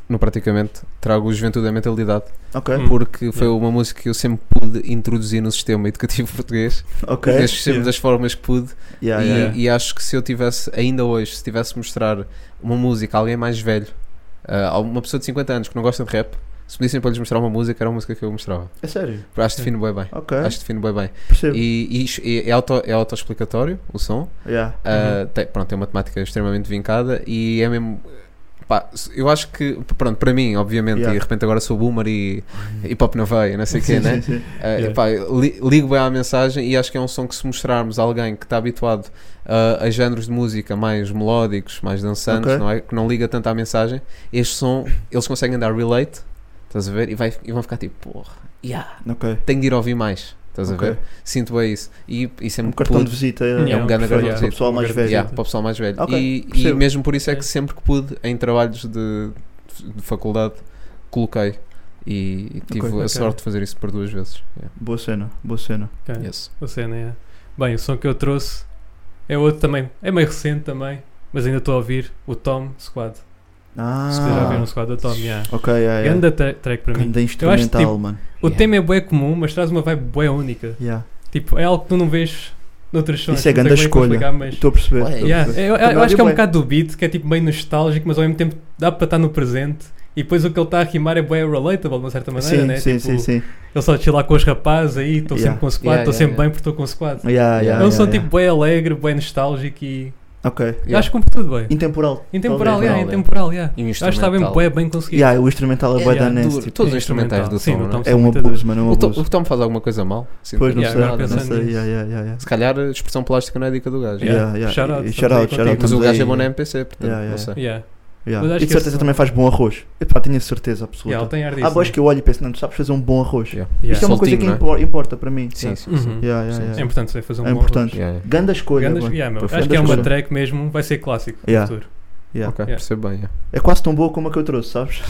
S6: no praticamente, trago o Juventude da Mentalidade,
S5: Ok,
S7: Hum.
S6: porque foi uma música que eu sempre pude introduzir no sistema educativo português,
S5: ok.
S6: desde sempre das formas que pude,
S5: Yeah,
S6: e,
S5: yeah.
S6: e acho que se eu tivesse, ainda hoje, se tivesse de mostrar uma música a alguém mais velho, eh, a uma pessoa de 50 anos que não gosta de rap, se me dissem para lhes mostrar uma música, era a música que eu mostrava.
S5: É sério.
S6: Acho que define bem bem.
S5: Ok,
S6: Acho que define bem bem.
S5: percebo.
S6: E, e, e é auto- é autoexplicatório o som.
S5: Yeah.
S6: Uh, tem, pronto, é uma temática extremamente vincada e é mesmo. pá, eu acho que, pronto, para mim, obviamente,
S5: Yeah.
S6: e de repente agora sou boomer e hip hop na veia, não sei o quê,
S5: Sim,
S6: né?
S5: sim, sim.
S6: Uh, epá, li- ligo bem à mensagem e acho que é um som que, se mostrarmos a alguém que está habituado uh, a géneros de música mais melódicos, mais dançantes,
S5: Ok.
S6: não é? que não liga tanto à mensagem, este som eles conseguem dar relate, estás a ver? E, vai- e vão ficar tipo, porra, yeah,
S5: Ok.
S6: tenho de ir ouvir mais, estás
S5: Ok.
S6: a ver? Sinto bem isso. E isso é
S5: Um
S6: muito
S5: cartão de visita
S7: É um
S5: perfeito,
S6: grande cartão de
S5: para o
S6: visita.
S5: pessoal mais
S7: Um
S5: velho. né?
S7: grande-
S6: Yeah,
S7: Sim.
S6: para o pessoal mais velho.
S5: Ok,
S6: E- e,
S5: percebo.
S6: mesmo por isso é que
S7: Sim.
S6: sempre que pude, em trabalhos de, de faculdade, coloquei. E e tive
S5: Ok,
S6: a
S7: ok.
S6: sorte de fazer isso por duas vezes. Yeah.
S5: Boa cena, boa cena.
S7: Ok.
S6: Yes.
S7: A cena é. Bem, o som que eu trouxe é outro também. É meio recente também, mas ainda estou a ouvir o Tom Squad. Se quiser ouvir
S5: Ah,
S7: um Squad do Tom, yeah.
S5: ok, yeah, yeah.
S7: Ganda tra- track para mim.
S5: Ganda instrumental, mano.
S7: O
S6: Yeah.
S7: tema é bué comum, mas traz uma vibe bué única.
S5: Yeah.
S7: Tipo, é algo que tu não vês noutras sons.
S5: Isso é
S7: não sei
S5: ganda
S7: como que vou
S5: escolha.
S7: explicar, mas-
S5: Estou a perceber.
S6: Olha,
S5: estou a
S7: Yeah,
S5: perceber.
S7: eu, eu
S5: Também
S7: acho
S5: ouvi
S7: que é um
S5: bué.
S7: bocado do beat, que é tipo meio nostálgico, mas ao mesmo tempo dá para estar no presente. E depois o que ele está a rimar é bem relatable, de uma certa maneira,
S5: Sim,
S7: né?
S5: sim,
S7: tipo,
S5: sim, sim.
S7: Ele só chilar com os rapazes aí, estou
S5: Yeah.
S7: sempre com o squad, Então,
S6: Yeah,
S7: estou
S6: yeah,
S7: sempre
S6: yeah.
S7: bem porque estou com o squad.
S5: Yeah, yeah,
S7: é um
S5: yeah,
S7: som
S5: yeah.
S7: tipo bem alegre, bem nostálgico e
S5: Ok.
S7: Eu acho que cumpre tudo bem.
S5: Intemporal.
S7: Intemporal,
S5: Talvez. né?
S7: yeah,
S6: Intemporal,
S7: intemporal, yeah.
S6: E um
S7: Acho que está bem,
S6: instrumental.
S7: bué, bem conseguido.
S5: Yeah, o instrumental é bué da
S6: Yeah,
S5: nasty,
S6: duro.
S5: tipo,
S6: Todos os instrumentais do
S7: Sim,
S6: Tom,
S7: no
S6: não é?
S7: Tom
S5: É um
S7: são muito
S5: abuso, mano, é um
S6: O Tom, o
S5: abuso.
S6: Tom faz alguma coisa mal? Sim,
S5: Pois não
S7: Yeah,
S5: sei,
S7: agora
S5: não
S7: pensando
S5: sei.
S7: nisso.
S5: Yeah, yeah, yeah, yeah.
S6: Se calhar a expressão plástica não é dica do gajo.
S7: Yeah.
S5: Yeah, yeah.
S7: Shout out,
S5: E- e
S7: estamos
S5: shout
S7: aí
S5: out, shout out,
S7: contigo.
S6: Mas o
S5: estamos
S6: gajo é
S5: aí.
S6: bom na MPC, portanto,
S5: Yeah,
S6: não
S5: yeah.
S6: sei.
S7: Yeah.
S5: Yeah.
S7: Mas acho
S5: E de
S7: que
S5: certeza
S7: esse-
S5: também faz bom arroz. Epá, tenho a certeza absoluta.
S7: Yeah, ele tem ar disso.
S5: Há boys
S7: né?
S5: que eu olho e penso, não, tu sabes fazer um bom arroz.
S6: Yeah.
S5: Isto é
S7: Yeah.
S5: uma coisa
S6: Soltinho,
S5: que
S6: não é?
S5: impor- importa para mim.
S6: Sim, sim, sim.
S7: Uhum.
S5: Yeah, yeah, yeah.
S7: É importante saber fazer um
S5: É
S7: bom
S5: importante.
S7: arroz.
S6: Yeah, yeah.
S5: Ganda escolha.
S7: Grandes-
S5: mano.
S7: yeah, meu,
S6: Perfeito.
S7: acho que é uma
S5: Grandes-
S7: track mesmo, vai ser clássico no
S5: Yeah.
S7: futuro.
S5: Yeah.
S6: Ok,
S7: Yeah.
S6: percebo bem. yeah.
S5: É quase tão boa como a que eu trouxe, sabes?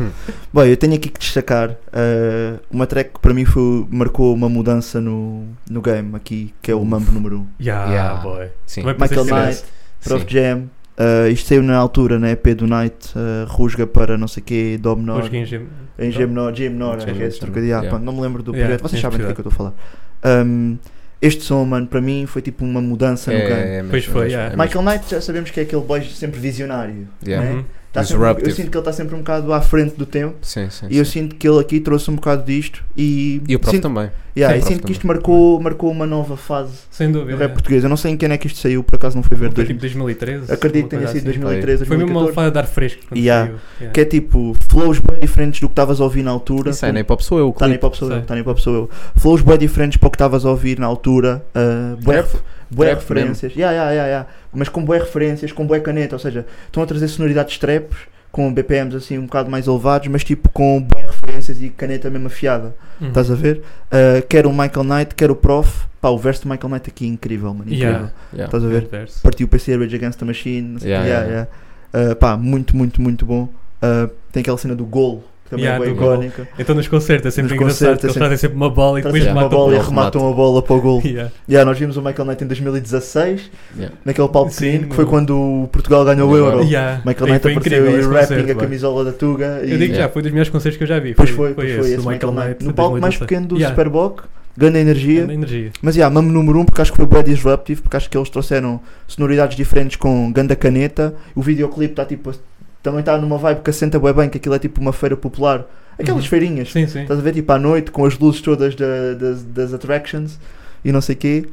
S6: Hum.
S5: Bom, eu tenho aqui que destacar eh, uma track que para mim foi, marcou uma mudança no, no game aqui, que é o Mambo número 1.
S7: Yeah,
S6: Yeah.
S7: boy.
S6: Sim.
S7: Vai
S5: Michael
S7: parecer
S5: Knight, Prof
S6: é Sim.
S5: Jam. eh, isto saiu na altura na EP do Night, eh, Rusga para não sei quê, Dó menor,
S7: Hoje em gem-
S5: em G menor, G menor,
S6: Sim,
S5: é esse
S6: sim.
S5: trocadilho, ah,
S6: Yeah.
S5: pronto, não me lembro do
S7: Yeah,
S5: projeto, vocês
S7: tens
S5: sabem do que é que
S7: que
S5: eu estou a falar. Ahm, este som, mano, para mim foi tipo uma mudança no game.
S6: mesmo,
S7: Pois foi,
S6: mesmo,
S7: yeah.
S6: É, mesmo.
S5: Michael Knight já sabemos que é aquele boy sempre visionário.
S6: é, Yeah.
S5: né?
S7: Uhum.
S5: Tá sempre, eu
S6: Disruptive.
S5: sinto que ele está sempre um bocado à frente do tempo.
S6: Sim, sim.
S5: E eu
S6: sim.
S5: sinto que ele aqui trouxe um bocado disto e,
S6: É E o prof
S5: sinto,
S6: também.
S5: yeah,
S6: Sim,
S5: e
S6: o prof
S5: sinto que isto marcou, marcou uma nova fase
S7: Sem
S5: do
S7: dúvida.
S5: rap português. Eu não sei em quem é que isto saiu, por acaso não fui ver.
S7: Foi
S5: Dois,
S7: né? tipo 2013.
S5: acredito que
S7: uma
S5: tenha
S7: coisa
S5: sido
S7: assim.
S5: 2013,
S7: Foi mesmo uma
S5: 2014.
S7: alfada de ar fresco quando
S5: Yeah.
S7: saiu. Yeah.
S5: Que é tipo flows bem diferentes do que estavas a ouvir na altura.
S6: Isso é, né? aí na hip hop sou eu. o
S5: Está na hip
S6: clipe.
S5: hop sou eu,
S7: Sei.
S5: tá na hip hop sou eu. Flows bem diferentes para o que estavas a ouvir na altura. ah, bué,
S6: Trap.
S5: bué
S6: Trap
S5: referências. Yeah, yeah, yeah, yeah. Mas com bué referências, com bué caneta. Ou seja, estão a trazer sonoridades trap com BPMs assim um bocado mais elevados, mas tipo com bué referências e caneta mesmo afiada.
S7: Uhum.
S5: Estás a ver? Uh, quer o Michael Knight, quer o Prof. Pá, o verso do Michael Knight aqui é incrível, mano. Incrível.
S7: Yeah.
S6: Yeah.
S5: Estás a ver?
S7: Verso.
S5: Partiu para ser Rage Against the Machine. não sei o quê.
S6: Yeah,
S5: yeah,
S6: yeah,
S5: yeah. Uh, pá, muito, muito, muito bom. Uh, tem aquela cena do golo, que também
S7: Yeah,
S5: é bem
S7: do golo.
S5: icónica.
S7: Então nos concertos é sempre
S5: Nos
S7: engraçado
S5: concertos
S7: que
S5: é
S7: eles
S5: sempre-
S7: trazem sempre uma bola e
S5: Trazem
S7: depois
S6: Yeah.
S5: uma
S7: matam
S5: bola e
S6: o golo.
S5: arrematam a bola para o golo.
S7: Yeah.
S5: Yeah, nós vimos o Michael Knight em 2016,
S6: Yeah.
S5: naquele palco
S7: Sim,
S5: pequenino, que
S7: no-
S5: foi quando o Portugal ganhou o
S6: Yeah.
S5: Euro.
S7: Yeah.
S5: Michael
S7: E
S5: Knight
S7: foi
S5: apareceu
S7: incrível
S5: e
S7: esse
S5: rapping a
S7: concerto, bem.
S5: camisola da Tuga.
S7: Eu
S5: E...
S7: digo
S6: Yeah.
S7: já, foi dos melhores concertos que eu já vi.
S5: Pois foi, pois foi esse Michael Knight. No palco mais pequeno do
S7: yeah.
S5: Superboc, grande energia.
S7: Grande energia.
S5: Mas yeah, mamo número 1 um, porque acho que foi bem disruptive, porque acho que eles trouxeram sonoridades diferentes com ganda caneta. O videoclipe está tipo. Também está numa vibe que assenta bué bem, que aquilo é tipo uma feira popular. Aquelas
S7: Uhum.
S5: feirinhas.
S7: Sim, sim.
S5: Estás a ver tipo à noite com as luzes todas da- das, das attractions e não sei quê.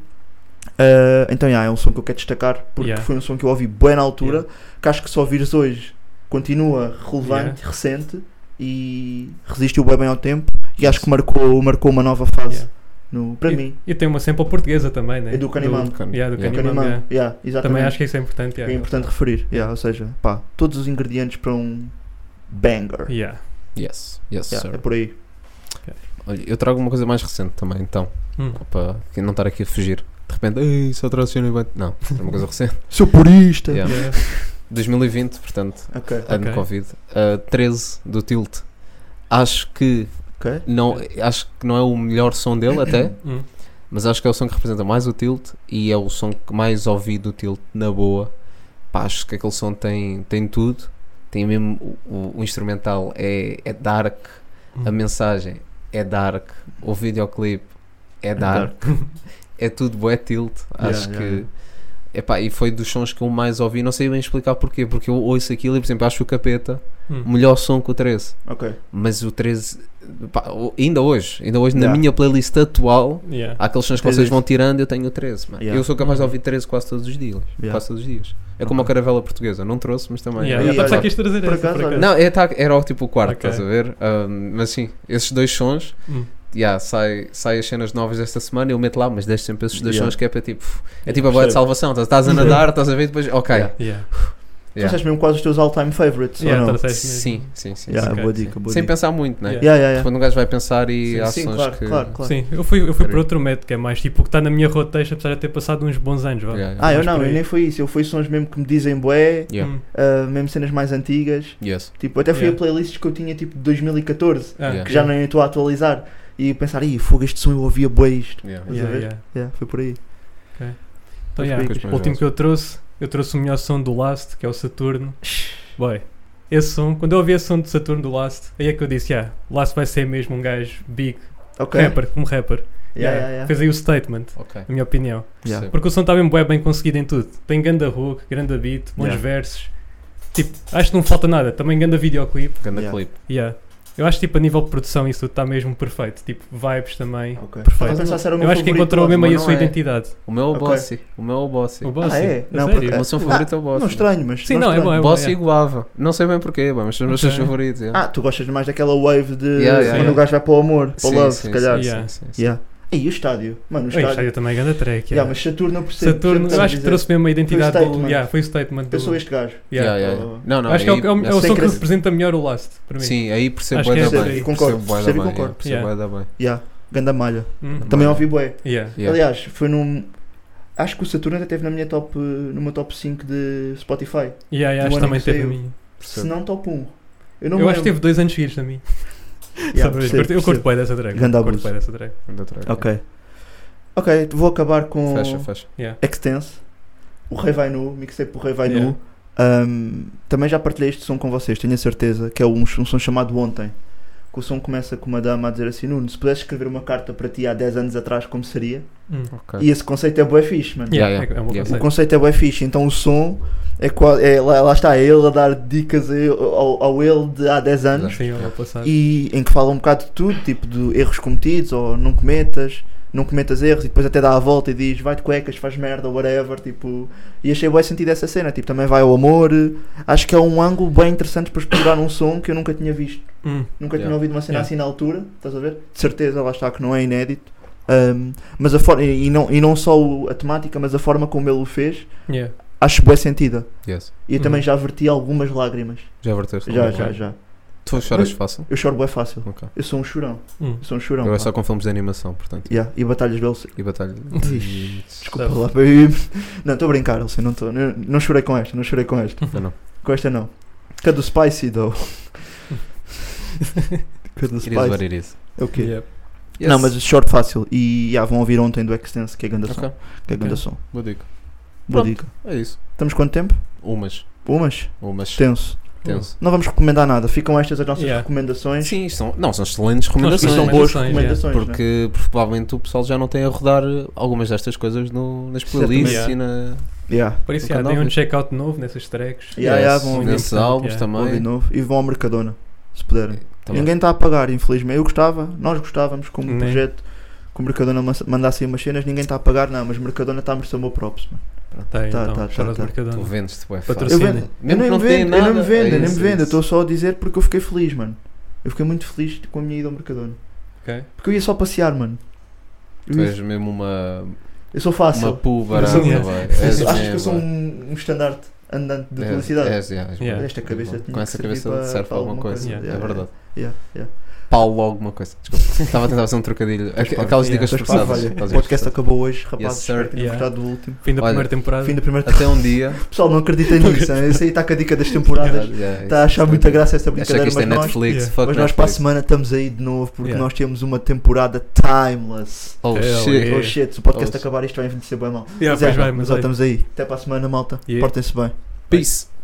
S5: Ah, então yeah, é um som que eu quero destacar porque
S7: Yeah.
S5: foi um som que eu ouvi bem na altura, que acho que só ouvires hoje continua relevante, recente e resistiu bem bem ao tempo e acho que marcou, marcou uma nova fase
S7: Yeah.
S5: no, para
S7: E-
S5: mim.
S7: E tem uma sample portuguesa também, né?
S5: É do Canimão.
S7: Yeah, do
S6: Yeah.
S5: Porque
S7: Canimão,
S5: animal,
S7: yeah.
S5: yeah, exatamente.
S7: Também acho que isso é importante.
S5: é
S7: Yeah.
S5: importante referir. Yeah, ou seja, pá, todos os ingredientes para um banger.
S7: Yeah.
S6: Yes, yes,
S5: Yeah, é
S6: sir.
S5: por aí.
S6: Olha, eu trago uma coisa mais recente também, então.
S7: Hum.
S6: Para não estar aqui a fugir. De repente, ei, só trouxe cena e vai-" Não, é uma coisa recente.
S5: Sou purista.
S6: Yeah.
S7: Yeah.
S6: 2020, portanto,
S5: Ok,
S6: ano
S7: Ok.
S6: Covid. Ah, 13 do Tilt. Acho que
S5: ok.
S6: não, acho que não é o melhor som dele, até.
S7: Hum.
S6: Mas acho que é o som que representa mais o Tilt e é o som que mais ouvi do Tilt na boa. Pá, acho que aquele som tem, tem tudo. Tem mesmo o- o, o instrumental é, é dark, a
S7: Hum.
S6: mensagem é dark, o videoclipe é dark, é tudo bué Tilt.
S5: Yeah,
S6: Acho
S5: yeah,
S6: que
S5: yeah.
S6: Epá, e foi dos sons que eu mais ouvi, não sei bem explicar porquê, porque eu ouço aquilo e, por exemplo, acho o Capeta
S7: Hum.
S6: melhor som que o 13.
S5: Ok.
S6: Mas o 13, pá, o- ainda hoje, ainda hoje na
S5: Yeah.
S6: minha playlist atual,
S7: Yeah.
S5: Ah,
S6: Há aqueles sons que
S5: Tens
S6: vocês
S5: isso.
S6: vão tirando, eu tenho o 13, mano.
S5: Yeah.
S6: Eu sou capaz de ouvir 13 quase todos os dias.
S5: Yeah.
S6: Quase todos os dias. É como a caravela portuguesa, não trouxe, mas também.
S7: Yeah,
S5: E
S7: yeah, estamos
S5: olha,
S7: aqui a trazer essa,
S5: por
S7: por
S5: acaso, olha,
S7: acaso.
S6: Não, é, tá- era o tipo o quarto,
S7: Ok.
S6: estás a ver? Ahm, mas sim, esses dois sons,
S7: Hum.
S6: yeah, sai, sai as cenas novas desta semana, eu meto lá, mas deixo sempre esses dois
S5: Yeah.
S6: sons que é para tipo. É
S7: Yeah,
S6: tipo a boia de
S5: percebo.
S6: salvação, estás- estás a nadar, estás a ver, depois. Ok.
S5: Yeah.
S7: Yeah.
S5: Yeah.
S6: Yeah.
S5: Trouxeste mesmo quase os teus all-time favorites,
S7: Yeah,
S5: ou não?
S7: trouxeste mesmo.
S6: Sim, sim,
S5: é assim
S6: sim.
S5: Yeah,
S6: sim.
S5: boa
S6: Sim.
S5: dica, boa
S6: Sem
S5: dica.
S6: pensar muito, né?
S7: Yeah.
S5: Yeah, yeah, yeah.
S6: Quando um gajo vai pensar e há
S5: Sim,
S6: sons
S5: claro,
S6: que.
S5: claro, claro.
S7: Sim, eu fui, eu fui para
S6: Peraí.
S7: outro método que é mais tipo o que está na minha rotation, apesar de eu ter passado uns bons anos. vá.
S6: Yeah, yeah.
S5: Ah, eu
S7: Mas
S5: não,
S7: por
S5: eu
S7: aí.
S5: nem foi isso. Eu fui sons mesmo que me dizem bué,
S6: Yeah.
S7: Hum.
S5: ah, mesmo cenas mais antigas.
S6: Yes.
S5: Tipo, até fui
S7: Yeah.
S5: a playlists que eu tinha tipo de 2014,
S7: Ah,
S6: Yeah.
S5: que já nem estou a atualizar. E pensar, ih, fogo, este som eu ouvia bué isto.
S6: Yeah.
S5: Estás a ver? Yeah, foi por aí.
S7: Então,
S5: Mas
S7: yeah,
S5: por aí.
S7: o último que eu trouxe, eu trouxe o melhor som do Last, que é o Saturno. Boy, esse som, quando eu ouvi esse som do Saturno do Last, aí é que eu disse, yeah, Last vai ser mesmo um gajo big,
S5: Ok.
S7: rapper, como rapper.
S5: Yeah,
S7: É, Yeah,
S5: yeah, yeah.
S7: Fez aí o statement,
S6: Ok.
S7: na minha opinião.
S5: Yeah.
S6: Percebo.
S7: Porque o som está bem, bué, bem conseguido em tudo. Tem ganda hook, ganda beat, bons
S5: Yeah.
S7: versos. Tipo, acho que não falta nada. Também ganda videoclipe.
S6: Ganda
S5: Yeah.
S6: clipe.
S7: Yeah. Eu acho que tipo, a nível de produção isso tudo está mesmo perfeito. Tipo, vibes também.
S5: Ok.
S7: Perfeito.
S5: Estava a pensar se era É um o meu
S7: Eu acho que
S5: favorito,
S7: encontrou mesmo
S6: mas
S7: aí a
S6: não
S7: sua
S6: é.
S7: identidade.
S6: O meu é o
S5: Ok.
S6: Bossy. O meu é o Bossy.
S7: O Bossy.
S5: Ah, é?
S7: a
S5: Não, por
S7: sério?
S5: acaso.
S6: O meu som favorito é o
S5: Não
S6: Bossy.
S5: estranho, mas.
S7: Sim,
S5: não
S7: não, é
S5: estranho.
S7: bom, é bom.
S6: Bossy
S7: é.
S6: e Guava. Não sei bem porquê, bem, mas são os meus
S7: Ok.
S6: seus favoritos. é. yeah.
S5: Ah, tu gostas mais daquela wave de.
S6: Yeah, yeah,
S5: quando
S7: yeah.
S5: o gajo vai para o amor, para o
S6: Sim,
S5: love,
S6: sim,
S5: se calhar.
S6: sim,
S7: Yeah.
S6: sim, sim.
S5: Yeah. E o estádio? Mano, o
S7: Ei,
S5: estádio.
S7: Isto aí também é grande track.
S5: Yeah,
S7: yeah.
S5: mas Saturno eu percebo.
S7: Saturno,
S5: percebo o
S7: eu
S5: que
S7: acho que
S5: estás a
S7: trouxe mesmo a identidade
S5: statement.
S7: do. Yeah, foi o statement
S5: dizer.
S7: do.
S5: Eu sou este gajo.
S7: yeah.
S6: Yeah, yeah, yeah.
S5: Oh.
S6: Não, não.
S7: acho que é,
S6: aí-
S7: o- é o, é o
S6: essa
S7: som que
S5: crítica-
S7: representa melhor o Last, para mim.
S6: Sim, aí percebo
S7: Acho
S6: bué
S7: que
S6: da
S7: é essa
S6: bem.
S7: aí.
S5: Concordo,
S6: Percebo bué da
S5: percebo e
S6: bem,
S5: concordo.
S6: yeah. Percebo
S7: Yeah.
S6: bué da bem.
S5: Yeah, ganda malha.
S7: Hum,
S5: Também é um ouvi bué.
S7: yeah.
S6: Yeah.
S5: Aliás, foi num. Acho que o Saturno até teve na minha top, numa top 5 de Spotify.
S7: Yeah,
S5: Do
S7: yeah, acho que
S5: ano
S7: também
S5: é um que
S7: teve a
S5: saiu.
S7: mim.
S5: Se não top 1. Eu não
S7: eu
S5: me
S7: acho que teve
S5: lembro.
S7: dois anos seguidos na mim.
S5: Yeah,
S7: Sabe, eu
S5: percebo,
S7: curto- eu
S5: percebo.
S7: curto bem dessa track.
S5: Ganda
S7: curto
S5: abuso.
S7: bué dessa track.
S6: Da track,
S5: Ok. Ok, vou acabar com
S6: yeah. Fecha, fecha.
S5: Extense. O Rei Vai Nu, mixei por Rei Vai
S7: Yeah.
S5: Nu. Um, também já partilhei este som com vocês, tenho a certeza, que é um, um som chamado Ontem. Que o som começa com uma dama a dizer assim: Nuno, se pudesse escrever uma carta para ti há 10 anos atrás, como seria?
S7: Hum.
S6: Ok.
S5: E esse conceito é bué fixe, mano.
S7: Yeah,
S6: yeah.
S7: é um bom
S6: Yeah.
S5: O
S7: conceito.
S5: conceito é bué fixe, então o som é, qua- é lá, lá está ele a dar dicas a ele- ao, ao ele de há 10 anos
S7: Sim, é eu vou passar.
S5: e em que fala um bocado de tudo, tipo de erros cometidos ou não cometas, não cometas erros e depois até dá a volta e diz vai de cuecas, faz merda, whatever, tipo, e achei bem sentido essa cena, tipo, também vai ao amor, acho que é um ângulo bem interessante para explorar um som que eu nunca tinha visto,
S7: Hum.
S5: nunca tinha
S6: Yeah.
S5: ouvido uma cena
S7: Yeah.
S5: assim na altura, estás a ver? De certeza, lá está que não é inédito. Ahm, mas a forma, e não, e não só o- a temática, mas a forma como ele o fez,
S7: Yeah.
S5: acho bem sentida.
S6: Yes.
S5: E eu também
S7: Uhum.
S5: já verti algumas lágrimas.
S6: Já verteste?
S5: Já,
S6: Ok.
S5: já, já.
S6: Tu choras fácil?
S5: Eu choro bem fácil.
S6: Ok.
S5: Eu sou um chorão.
S7: Hum.
S5: Eu sou um chorão.
S6: Eu é
S5: pá.
S6: só com filmes de animação, portanto.
S5: Yeah, e batalhas do LC.
S6: E batalha.
S5: Ixi, Desculpa
S7: Sabe.
S5: lá, baby. Não, estou a brincar, LC. Não, tô, não, não chorei com esta, não chorei com esta.
S6: Não, não.
S5: Com esta não. Que é do Spicy, though. Que é do
S6: It is what
S5: Spicy.
S6: it is.
S5: É o quê?
S7: Yeah.
S6: Yes.
S5: Não, mas short fácil. E já vão ouvir ontem do Extense, que é grande som.
S6: Ok,
S5: Que é grande
S7: Ok.
S5: som.
S6: boa dica.
S5: Boa
S6: Pronto.
S5: dica.
S6: É isso.
S5: Estamos quanto tempo?
S6: Umas.
S5: Umas?
S6: Umas.
S5: Tenso.
S6: Tenso.
S5: Não vamos recomendar nada. Ficam estas as nossas
S7: Yeah.
S5: recomendações.
S6: Sim, são, não, são excelentes
S5: E
S6: recomendações.
S5: são
S7: Recomendações,
S5: boas
S7: yeah.
S5: recomendações. né?
S6: Porque provavelmente o pessoal já não tem a rodar algumas destas coisas no, nas playlists
S7: Certamente.
S6: e na.
S5: Yeah.
S7: Por isso,
S6: Nunca
S7: já,
S6: não
S7: dei um
S6: ouvi.
S7: check-out novo nessas tracks.
S5: Yeah, yeah, vão ouvir.
S6: nesses álbuns
S7: Yeah.
S5: Vão ouvir de
S6: também.
S5: novo. E vão ao Mercadona, se puderem.
S6: Também.
S5: Ninguém está a pagar, infelizmente. Eu gostava, nós gostávamos com um
S7: Né.
S5: projeto que o Mercadona mas- mandasse aí umas cenas, ninguém está a pagar, não, mas o Mercadona está a merecer o meu props. mano.
S7: Tá,
S5: Tá,
S7: então,
S5: tá, tá,
S7: chora de
S5: tá.
S6: Tu
S7: mercadão.
S6: vendes-te, bué,
S5: Eu,
S6: fácil.
S7: Patrocina. Sim, né?
S5: vendo, eu
S6: Mesmo
S5: nem
S6: que
S5: me
S6: não tenha
S5: vendo, eu
S6: nada.
S5: não me vendo,
S6: é
S5: eu nem me
S6: isso,
S5: vendo,
S6: é
S5: eu
S6: isso.
S5: estou só a dizer porque eu fiquei feliz, mano. Eu fiquei muito feliz com a minha ida ao Mercadona.
S7: Ok.
S5: Porque eu ia só passear, mano. Eu,
S6: Tu
S5: ia-
S6: és mesmo uma.
S5: eu Ah, sou fácil.
S6: Uma poo
S5: Eu
S6: barata,
S5: sou-
S6: bué. És
S5: Eu- Achas que
S6: mesmo,
S5: eu sou
S6: bué.
S5: um, um estandarte andante de
S6: É,
S5: publicidade?
S6: és, yeah, és
S7: Yeah.
S6: bué.
S5: Esta cabeça tinha
S6: Com
S5: que
S6: essa
S5: servir
S6: cabeça
S5: para-
S6: serve
S5: para
S6: para alguma
S5: alguma
S6: coisa.
S7: coisa.
S6: É
S5: Yeah,
S6: verdade.
S5: Yeah, yeah.
S6: Paulo alguma coisa. Desculpa. Estava a tentar fazer um trocadilho. Aqu-
S5: Mas pá,
S6: Aquelas
S7: yeah.
S6: dicas
S5: Mas pá,
S6: forçadas.
S5: olha,
S6: Aquelas
S5: o
S6: dicas
S5: podcast
S6: forçadas.
S5: acabou hoje, rapazes.
S6: Yes, sir.
S5: espero que tenham
S7: Yeah.
S5: gostado do último.
S7: Fim da
S6: Olha,
S7: primeira temporada.
S5: Fim da primeira
S6: Até um dia.
S5: Pessoal, não acredita nisso. hein? Esse aí está com a dica das temporadas. Está a achar muita graça essa
S6: Achar que
S5: brincadeira,
S6: isto é
S5: mas nós,
S6: Netflix.
S7: Yeah.
S6: Fuck
S5: mas nós para a
S6: Netflix.
S5: semana estamos aí de novo porque
S7: Yeah.
S5: nós temos uma temporada timeless.
S6: Oh
S7: Hell
S6: shit.
S7: Yeah.
S5: Oh shit, se o podcast
S6: Oh,
S5: acabar isto vai envelhecer bem mal.
S7: Yeah,
S5: é,
S7: pois vai,
S5: mas
S7: mas
S5: ó,
S7: olha.
S5: estamos aí. Até para a semana, malta.
S7: Yeah.
S5: Portem-se bem.
S6: Peace.